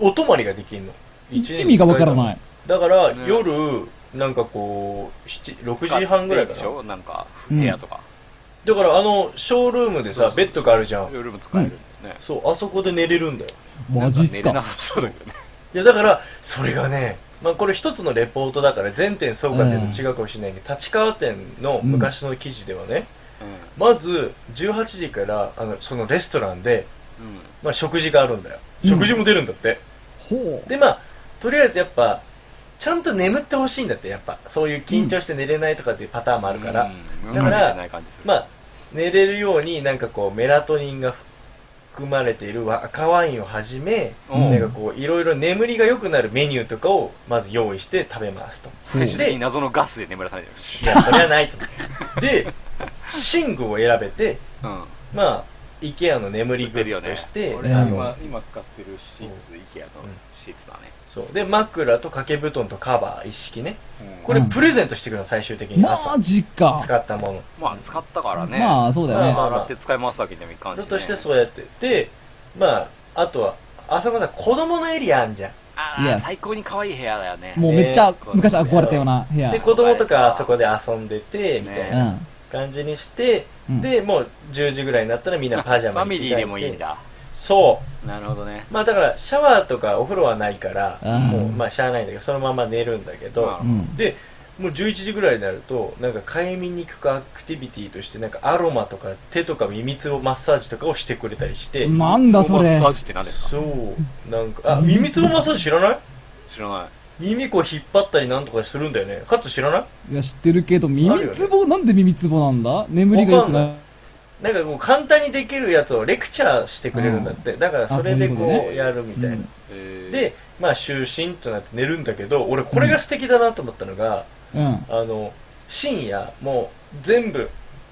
Speaker 4: お泊まりができるの
Speaker 3: 意味がわから
Speaker 4: い
Speaker 3: ない。
Speaker 4: だから、
Speaker 2: ね
Speaker 4: 夜なんかこう7 6時半ぐらいか
Speaker 2: で
Speaker 4: な
Speaker 2: しょなんか部屋とか、
Speaker 4: だからあのショールームで
Speaker 2: そう
Speaker 4: さ
Speaker 2: そう
Speaker 4: ベッドがあるじゃん
Speaker 2: 夜も使えるんだよね、
Speaker 4: そうあそこで寝れるんだよ
Speaker 3: マジっす
Speaker 2: なんか寝れな
Speaker 3: か。
Speaker 2: さそうだけどね
Speaker 4: いやだからそれがね、まあ、これ一つのレポートだから全店総括点と違うかもしれないけど、立川店の昔の記事ではね、まず18時からあのそのレストランで、
Speaker 2: うん、うん
Speaker 4: まあ、食事があるんだよ
Speaker 3: うん
Speaker 4: 食事も出るんだって、
Speaker 3: ほう。
Speaker 4: でまあとりあえずやっぱちゃんと眠ってほしいんだってやっぱそういう緊張して寝れないとかっていうパターンもあるから、
Speaker 2: うん、
Speaker 4: だから
Speaker 2: うん寝れない感じする
Speaker 4: まあ寝れるようになんかこうメラトニンが含まれている赤ワインをはじめ、
Speaker 2: うん
Speaker 4: なんかこういろいろ眠りが良くなるメニューとかをまず用意して食べますと
Speaker 2: 最終的
Speaker 4: で
Speaker 2: に謎のガスで眠らされてるし
Speaker 4: い、やそれはないとで寝具を選べて
Speaker 2: うん、
Speaker 4: まあ IKEA の眠り
Speaker 2: 売っ
Speaker 4: グ
Speaker 2: てる
Speaker 4: ッ
Speaker 2: よ
Speaker 4: ズと
Speaker 2: ね
Speaker 4: して、
Speaker 2: 俺
Speaker 4: あ
Speaker 2: は
Speaker 4: の
Speaker 2: 今今使ってるシーツ IKEA の
Speaker 4: うん
Speaker 2: シーツだね、
Speaker 4: そうで枕と掛け布団とカバー一式ね
Speaker 2: うん
Speaker 4: これプレゼントしてくるの最終的に朝
Speaker 3: マジか。
Speaker 4: 使ったもの
Speaker 2: まあ使ったからね、
Speaker 3: まあ、そうだよ
Speaker 4: ま
Speaker 3: ね
Speaker 4: あ。
Speaker 2: 洗って使い回すわけにもいかんし、
Speaker 4: だ
Speaker 2: ね、
Speaker 4: としてそうやってでまああとは浅間さん子供のエリアあんじゃん
Speaker 2: あ
Speaker 3: い
Speaker 2: あ
Speaker 3: や
Speaker 2: 最高に可愛い部屋だよね
Speaker 3: もうめっちゃ昔憧れたような部屋。
Speaker 4: で子供とかあそこで遊んでてみたいな
Speaker 3: う
Speaker 4: 感じにして、
Speaker 3: ん。
Speaker 4: でもう10時ぐらいになったらみんなパジャ
Speaker 2: ファ
Speaker 4: マ
Speaker 2: ミリ
Speaker 4: に着替えて
Speaker 2: ーでもいいんだ
Speaker 4: そ
Speaker 2: なるほどね
Speaker 4: うまあだからシャワーとかお風呂はないから、
Speaker 3: うん
Speaker 4: もうまあしゃあないんだけどそのまま寝るんだけど、
Speaker 2: まあ
Speaker 3: うん。
Speaker 4: でもう11時ぐらいになるとなんか快眠に行くアクティビティとしてなんかアロマとか手とか耳つぼマッサージとかをしてくれたりして、
Speaker 3: なんだそ
Speaker 2: マ
Speaker 3: れ
Speaker 2: ッサ。ージって何ですか
Speaker 4: そうなんかあ耳つぼマッサージ知らない
Speaker 2: 知らない
Speaker 4: 耳こう引っ張ったりなんとかするんだよねカッツ知らない
Speaker 3: いや、知ってるけど、耳つぼ、なんで耳つぼなんだ眠りが良
Speaker 4: わか
Speaker 3: くなん
Speaker 4: なんかこう簡単にできるやつをレクチャーしてくれるんだって、だからそれで
Speaker 3: あそういうこ
Speaker 4: ことうやるみ
Speaker 3: い。
Speaker 4: たいな、
Speaker 3: うん
Speaker 2: えー
Speaker 4: でまあ就寝となって寝るんだけど俺これが素敵だなと思ったのが、
Speaker 3: うん。
Speaker 4: あの深夜もう全部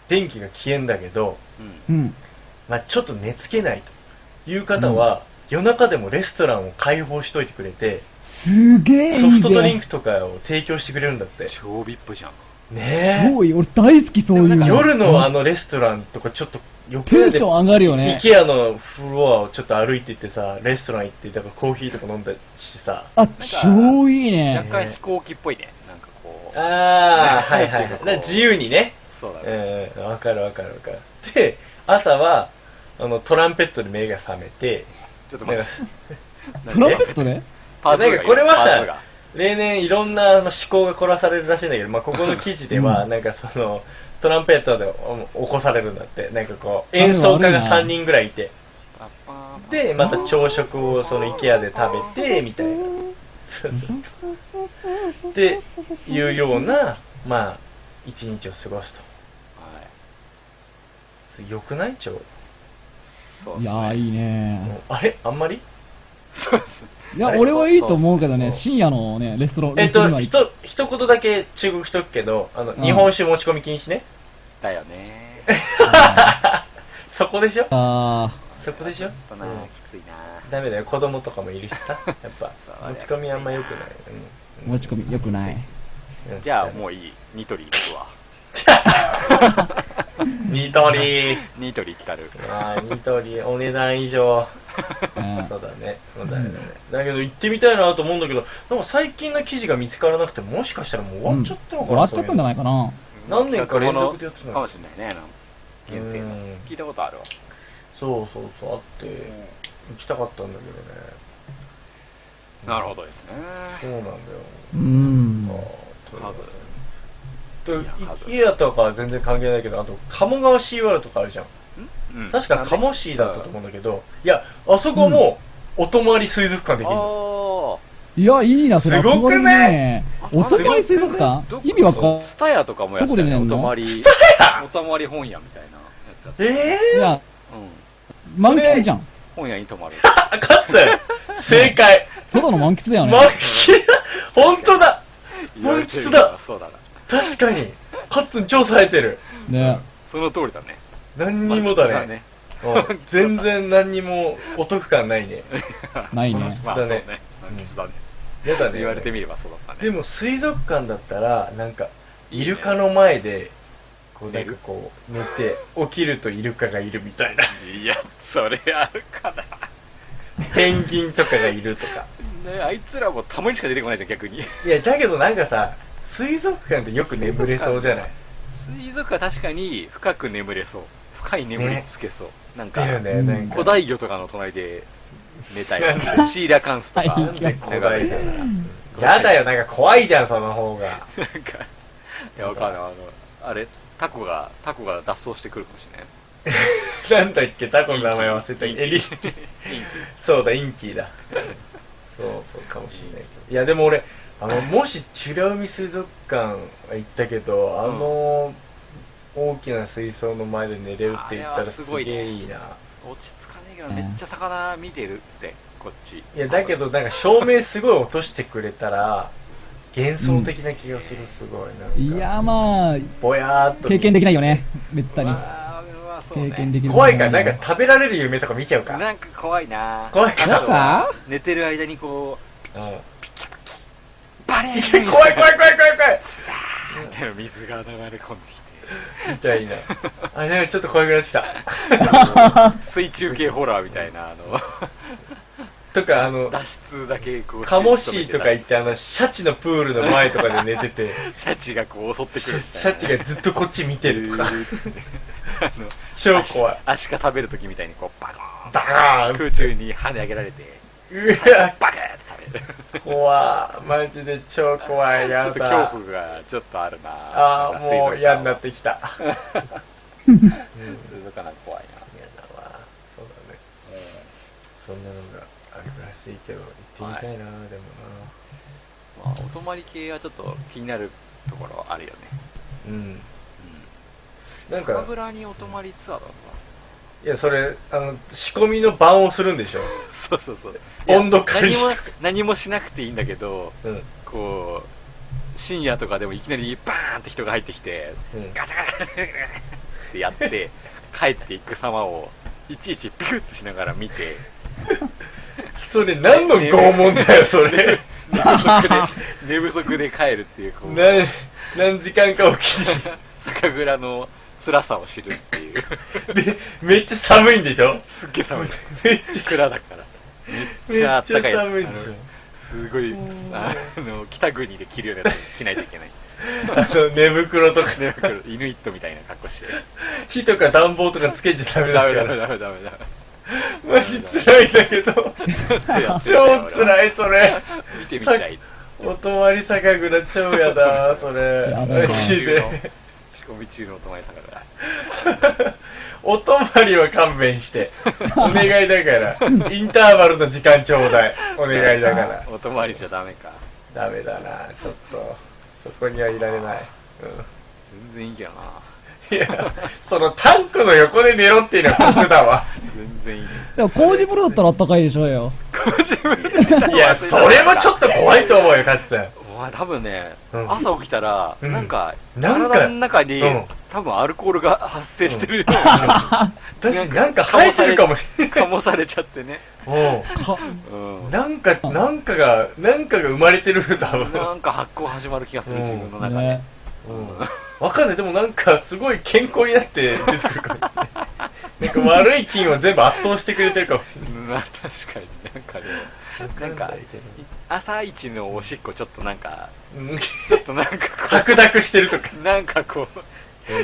Speaker 4: 電気が消えんだけど、
Speaker 2: うん
Speaker 3: うん。
Speaker 4: まあ、ちょっと寝つけないという方は、夜中でもレストランを開放しといてくれて
Speaker 3: すげえいい
Speaker 4: ソフトドリン
Speaker 3: ね。
Speaker 4: クとかを提供してくれるんだって
Speaker 2: 超ビップじゃん
Speaker 4: ね
Speaker 3: 超いい。俺大好き、そういう
Speaker 4: え
Speaker 3: の。
Speaker 4: 夜のあのレストランとかちょっとよく
Speaker 3: テ
Speaker 4: ない
Speaker 3: ンション上がるよね。
Speaker 4: IKEA のフロアをちょっと歩いてってさレストラン行ってだからコーヒーとか飲んだりしてさ
Speaker 3: あ、超いい
Speaker 2: 若
Speaker 3: ね。
Speaker 2: 干飛行機っぽいねなんかこ
Speaker 4: あ
Speaker 2: う
Speaker 4: あはいはいはいだから自由にね
Speaker 2: そうだね
Speaker 4: うんわかるわかるわかるで朝はあのトランペットで目が覚めて
Speaker 2: ちょっと
Speaker 4: なん
Speaker 2: 待
Speaker 4: か
Speaker 2: って
Speaker 3: トランペットね
Speaker 2: パーツ
Speaker 4: なんかこれは
Speaker 2: パーツが
Speaker 4: 例年いろんなあの思考が凝らされるらしいんだけど、まあ、ここの記事ではなんかそのトランペットでお起こされるんだってなんかこう演奏家が3人ぐらいいて
Speaker 2: パッパーン
Speaker 4: でまた朝食をその IKEA で食べてみたいなそうそうっていうようなまあ一日を過ごすと
Speaker 2: はい
Speaker 4: すよくないちょう
Speaker 2: そう
Speaker 3: い
Speaker 2: で
Speaker 3: や
Speaker 2: すね
Speaker 3: ー、いいね。
Speaker 4: あれあんまり
Speaker 3: いや、俺はいいと思うけどね、深夜のね、レストラン、
Speaker 4: え
Speaker 3: レ
Speaker 4: っ
Speaker 3: ストラ
Speaker 4: と
Speaker 3: ンには
Speaker 4: ひ
Speaker 3: 行っ
Speaker 4: と一言だけ忠告しとくけどあの、
Speaker 3: ん
Speaker 4: 日本酒持ち込み禁止ね
Speaker 2: だよね
Speaker 4: そこでしょ
Speaker 3: た。
Speaker 4: そこでしょ
Speaker 2: ちょっとな
Speaker 4: うん
Speaker 2: きついな
Speaker 4: ダメだよ子供とかもいるしさやっぱ
Speaker 2: そう
Speaker 4: 持ち込みあんま良くない、うん
Speaker 3: 持ち込み、良くない。
Speaker 4: うん
Speaker 2: じゃあもういいニトリ行くわ
Speaker 4: ニトリ
Speaker 2: ニトリ行ったる
Speaker 4: あーニトリお値段以上
Speaker 3: うん
Speaker 4: そうだねそうだね、だけど行ってみたいなと思うんだけどなんか最近の記事が見つからなくてもしかしたらもう終わっちゃったのか
Speaker 3: 終
Speaker 4: な、
Speaker 3: わっちゃったんじゃ
Speaker 4: ない
Speaker 3: ないかな。
Speaker 4: 何年か連続でやってたの
Speaker 2: かもしれないねなんか限定の
Speaker 4: うん
Speaker 2: 聞いたことあるわ
Speaker 4: そうそうそうあって行きたかったんだけどね
Speaker 2: なるほどですね
Speaker 4: そうなんだよ
Speaker 3: うん。
Speaker 4: あ
Speaker 2: 家具
Speaker 4: ーと
Speaker 2: いや家具
Speaker 4: IKEA とかは全然関係ないけどあと鴨川シーワールドとかあるじゃん
Speaker 2: うん
Speaker 4: 確かカモシーだったと思うんだけど、いや、あそこも、お泊まり水族館できるの。
Speaker 2: あ
Speaker 3: いや、いいな、それ。
Speaker 4: すごくね
Speaker 3: 憧れるねお泊まり水族館
Speaker 2: どこ
Speaker 3: 意味わかん
Speaker 2: そうツタヤとかもやってたよねお
Speaker 3: どこで寝んの
Speaker 2: 泊まりお泊まり本屋みたいなやつやっ
Speaker 4: ええ
Speaker 3: いや、
Speaker 2: たうん
Speaker 3: 満喫じゃん。
Speaker 2: 本屋に泊まる
Speaker 4: ー、勝つ正解
Speaker 3: ソロの満喫だよ
Speaker 4: 満
Speaker 3: ね。
Speaker 4: 喫本当だ満喫だ
Speaker 2: そうだな
Speaker 4: 確かに勝つん超冴えてる
Speaker 3: ね
Speaker 2: その通りだね
Speaker 4: 何にもだね
Speaker 2: 満喫
Speaker 4: うん全然何にもお得感ないね
Speaker 3: ないね。
Speaker 2: まあそう
Speaker 4: だね
Speaker 2: ね満喫だね
Speaker 4: やだね
Speaker 2: 言われてみればそうだった
Speaker 4: で
Speaker 2: ね
Speaker 4: も水族館だったらなんかイルカの前でこうな
Speaker 2: 寝
Speaker 4: んか
Speaker 2: る
Speaker 4: こう寝て起きるとイルカがいるみた *laughs* いな
Speaker 2: いやそれあるかな
Speaker 4: ペンギンとかがいるとか
Speaker 2: ねあいつらもたまにしか出てこないじゃん逆に
Speaker 4: いやだけどなんかさ水族館ってよく眠れそうじゃない
Speaker 2: 水族は確かに深く眠れそう深い眠りつけそう、なんか
Speaker 4: *laughs* だよねなんか
Speaker 2: 古代魚とかの隣で寝たいなシーラカンスとか
Speaker 3: 古
Speaker 4: なんで古代だよ
Speaker 2: な
Speaker 4: やだよなんか怖いじゃんその方が
Speaker 2: なんかいやわかんないあのあれタコがタコが脱走してくるかもしれない
Speaker 4: なんだっけタコの名前忘れたエリそうだインキーだそうそうかもしれないけどいやでも俺あのもし美ら海水族館は行ったけどあの、大きな水槽の前で寝れるって言った
Speaker 2: あれは
Speaker 4: ら
Speaker 2: す
Speaker 4: す
Speaker 2: ごいね
Speaker 4: げえいいな
Speaker 2: 落ち着かねえけど
Speaker 3: うん
Speaker 2: めっちゃ魚見てるぜこっち
Speaker 4: いやだけどなんか照明すごい落としてくれたら幻想的な気がするすごいなんか
Speaker 3: いや、まあ、
Speaker 4: ぼやーっと
Speaker 3: 経験できないよね。めった
Speaker 2: う
Speaker 3: に。
Speaker 2: わーうわそう
Speaker 3: 経
Speaker 2: ね
Speaker 3: 験できない。
Speaker 4: 怖いからなんか食べられる夢とか見ちゃうか
Speaker 2: なんか怖いな
Speaker 4: 怖いから
Speaker 3: なんか
Speaker 2: 寝てる間にこ
Speaker 4: うん *laughs*
Speaker 2: うバレ
Speaker 4: いや
Speaker 2: ーン
Speaker 4: 怖い怖い怖い怖い怖い
Speaker 2: みたいな水が流れ込んできて
Speaker 4: みたいな *laughs* あでもちょっと怖くなってきた
Speaker 2: 水中系ホラーみたいなあ *laughs* の
Speaker 4: とかあの
Speaker 2: 脱出だけこう
Speaker 4: カモシーとか行っ
Speaker 2: シ
Speaker 4: てあのシャチのプールの前とかで寝てて
Speaker 2: *laughs* ャチがこう襲ってく
Speaker 4: シ
Speaker 2: る
Speaker 4: ャ
Speaker 2: みたいな
Speaker 4: シャチがずっとこっち見てるとか
Speaker 2: あの
Speaker 4: *laughs* 超怖い
Speaker 2: アシカ食べるときみたいにこうバコーン
Speaker 4: バカーン
Speaker 2: 空中に跳ね上げられて
Speaker 4: うわ
Speaker 2: バカーって食べる
Speaker 4: 怖いマジで超怖い
Speaker 2: ちょ
Speaker 4: や
Speaker 2: っと
Speaker 4: だ
Speaker 2: 恐怖がちょっとあるな
Speaker 4: ああ
Speaker 2: なんか水族
Speaker 4: もう
Speaker 2: 館
Speaker 4: 嫌になってきたうん嫌だわ
Speaker 2: 水族館怖いな
Speaker 4: そうだねそんなのがあるらしいけど行ってみたいな、でも
Speaker 2: まあ、お泊まり系はちょっと気になるところはあるよね
Speaker 4: なうんなん
Speaker 2: スマ
Speaker 4: か
Speaker 2: ブラにお泊まりツアーだった
Speaker 4: いやそれあの仕込みの晩をするんでしょ
Speaker 2: そうそうそう
Speaker 4: 温度管
Speaker 2: 何
Speaker 4: 理
Speaker 2: も
Speaker 4: 室
Speaker 2: 何もしなくていいんだけど
Speaker 4: うんうん
Speaker 2: こう深夜とかでもいきなりバーンって人が入ってきてガチャガチャガチャガチャってやって帰っていく様をいちいちピクッとしながら見て
Speaker 4: それ何の拷問だよ
Speaker 2: *laughs*
Speaker 4: それ
Speaker 2: 寝不足で *laughs* 寝不足で帰るっていうこう
Speaker 4: 何何時間か起き
Speaker 2: 酒蔵の辛さを知るっていう
Speaker 4: てでめっちゃ寒いんでしょ
Speaker 2: すっげえ寒い
Speaker 4: めっち
Speaker 2: 蔵だからめっ
Speaker 4: めっ
Speaker 2: ち
Speaker 4: ち
Speaker 2: ゃあ
Speaker 4: ゃ
Speaker 2: ったかいやつ
Speaker 4: 寒いんですよ
Speaker 2: あのすごいあの北国で着るようなやつ着ないといけ *laughs* ない
Speaker 4: あの寝袋とか
Speaker 2: 寝袋イヌイットみたいな格好して
Speaker 4: 火とか暖房とかつけちゃダメ
Speaker 2: ダメ
Speaker 4: だ
Speaker 2: ダ
Speaker 4: か
Speaker 2: メ
Speaker 4: ら
Speaker 2: ダメダメダメ
Speaker 4: マジ辛いんだけど
Speaker 2: *laughs*
Speaker 4: 超辛いそれ
Speaker 2: 見てみたい
Speaker 4: お泊まり酒蔵超やだそれ
Speaker 3: やばい
Speaker 4: マジ
Speaker 2: 中の
Speaker 4: で
Speaker 2: 仕込み中のお泊まりさんから
Speaker 4: お泊まりは勘弁してお願いだからインターバルの時間ちょうだいお願いだから
Speaker 2: お泊まりじゃダメか
Speaker 4: ダメだなちょっとそこにはいられない、うん
Speaker 2: 全然いいけどない
Speaker 4: や、そのタンクの横で寝ろっていうのは酷だわ。
Speaker 2: 全然いい
Speaker 3: でも、工事風呂だったらあったかいでしょうよ。
Speaker 4: いや、それはちょっと怖いと思うよ、かっちゃん。
Speaker 2: お前多分ね、
Speaker 4: うん
Speaker 2: 朝起きたら、
Speaker 4: うん
Speaker 2: なんか
Speaker 4: なんか
Speaker 2: 体の中に、
Speaker 4: うん
Speaker 2: 多分アルコールが発生してるような、
Speaker 4: 私、なんか生えてるかもしれ
Speaker 2: かもされちゃってね、
Speaker 4: ない。
Speaker 3: か
Speaker 2: うん
Speaker 4: うん。なんか、なんかが、なんかが生まれてる、多分。
Speaker 2: なんか発酵始まる気がする、
Speaker 4: うん
Speaker 2: 自分の中で、
Speaker 3: ね。
Speaker 4: うん。わかんない、でもなんか、すごい健康になって出てくるかもしれない。なんか悪い菌を全部圧倒してくれてるかもしれ
Speaker 2: うん確かになんかね
Speaker 4: ない。
Speaker 2: なん *laughs* か朝一のおしっこちょっとなんか
Speaker 4: うん、
Speaker 2: ちょっとなんかこ
Speaker 4: 白濁してるとか。
Speaker 2: うなんかこう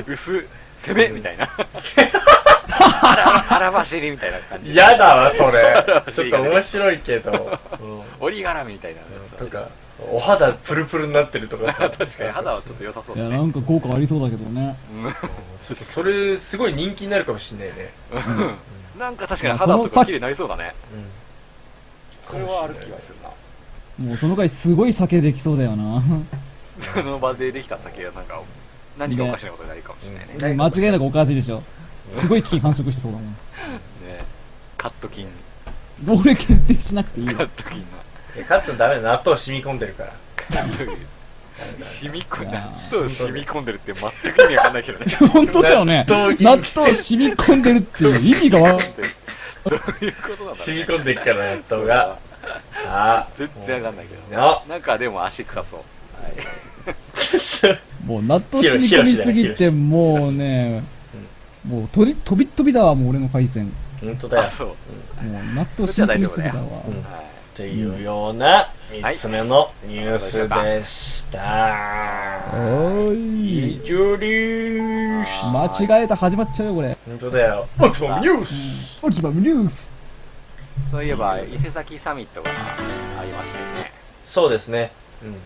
Speaker 2: 薄攻めみたいなあらあらばしりみたいな感じ
Speaker 4: 嫌だわ、
Speaker 2: *laughs*
Speaker 4: それ。ちょっと面白いけど。うん
Speaker 2: 折り絡みみたいなやつ
Speaker 4: とか、お肌プルプルになってるとかさ
Speaker 2: *laughs* 確かに肌はちょっと良さそう
Speaker 3: い
Speaker 2: だ
Speaker 3: や、
Speaker 2: ね
Speaker 3: なんか効果ありそうだけどね。
Speaker 4: ちょっとそれすごい人気になるかもしんないね
Speaker 2: うんなんか確かに
Speaker 3: まあそ
Speaker 2: 肌
Speaker 3: の
Speaker 2: とか綺麗になりそうだね
Speaker 4: うん
Speaker 2: それはある気がするな
Speaker 3: もうその回すごい酒できそうだよな。 *laughs*
Speaker 2: その場でできた酒がなんか何がおかしなことになるかもしれないねね
Speaker 3: 間違いなくおかしいでしょ。すごい菌繁殖してそうだもん。
Speaker 2: カット菌
Speaker 3: ボール決定しなくていい
Speaker 2: カッ
Speaker 3: よ。
Speaker 2: ト菌の
Speaker 4: いやカッツンダメだ納豆染み込んでるから
Speaker 2: カット菌染み込ん納豆を染み込んでるって全く意味わかんないけ
Speaker 3: *laughs*
Speaker 2: どね。
Speaker 3: 本当だよね。
Speaker 4: 納豆
Speaker 3: 納豆染み込んでるっていう意味がわかん
Speaker 2: どういうことなんだろう
Speaker 4: 染み
Speaker 2: ね。
Speaker 4: 込んでっから納豆があ
Speaker 2: 全然わかんないけど。
Speaker 4: あな
Speaker 2: なんかでも足臭そう。
Speaker 3: もう納豆染み込みすぎて、もうね、もうとり飛びっ飛びだわ、もう俺の回線。も
Speaker 4: 本当だ
Speaker 2: あ、
Speaker 4: よ
Speaker 2: そう。
Speaker 3: う納豆染み込みすぎだわ。
Speaker 2: はい
Speaker 4: っていうような3つ目のニュースでした、
Speaker 3: おー
Speaker 4: 以
Speaker 3: い。
Speaker 4: 上です
Speaker 3: 間違えた、始まっちゃうよ、これ。
Speaker 4: 本当だよおつまみニュース
Speaker 3: おきばニュース。
Speaker 2: そういえば、伊勢崎サミットがありましてね。
Speaker 6: そうですね。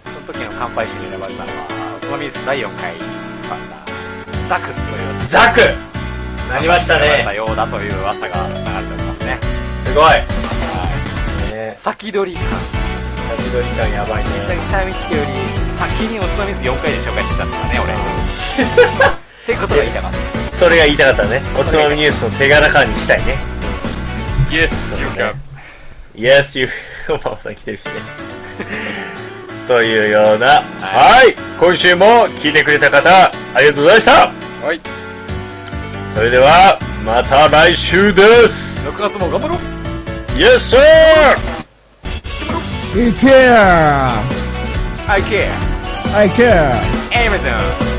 Speaker 2: その時の乾杯酒に選ばれたのは、おつまみニュース第4回に使った、ザクという
Speaker 4: ザクなりました
Speaker 2: 選ばれた
Speaker 4: ね
Speaker 2: ようだという噂が流れておりますね。
Speaker 4: すごいね
Speaker 2: 先取り感。
Speaker 4: 先取り感やばいね
Speaker 2: 伊勢崎サミットより先におつまみニュース4回で紹介してたんだね、 *laughs* 俺。ってことが言いたかった。
Speaker 4: それが言いたかったねおつまみニュースの手柄感にしたいね
Speaker 2: Yes, you
Speaker 4: can. Yes you *laughs* ママさん来てる *laughs* しねというようなはい今週も聞いてくれた方ありがとうございました
Speaker 2: はい。
Speaker 4: それではまた来週です
Speaker 2: 6月も頑張ろう
Speaker 4: Yes sir!
Speaker 3: いけー
Speaker 2: I care!
Speaker 3: いけー
Speaker 2: Amazon!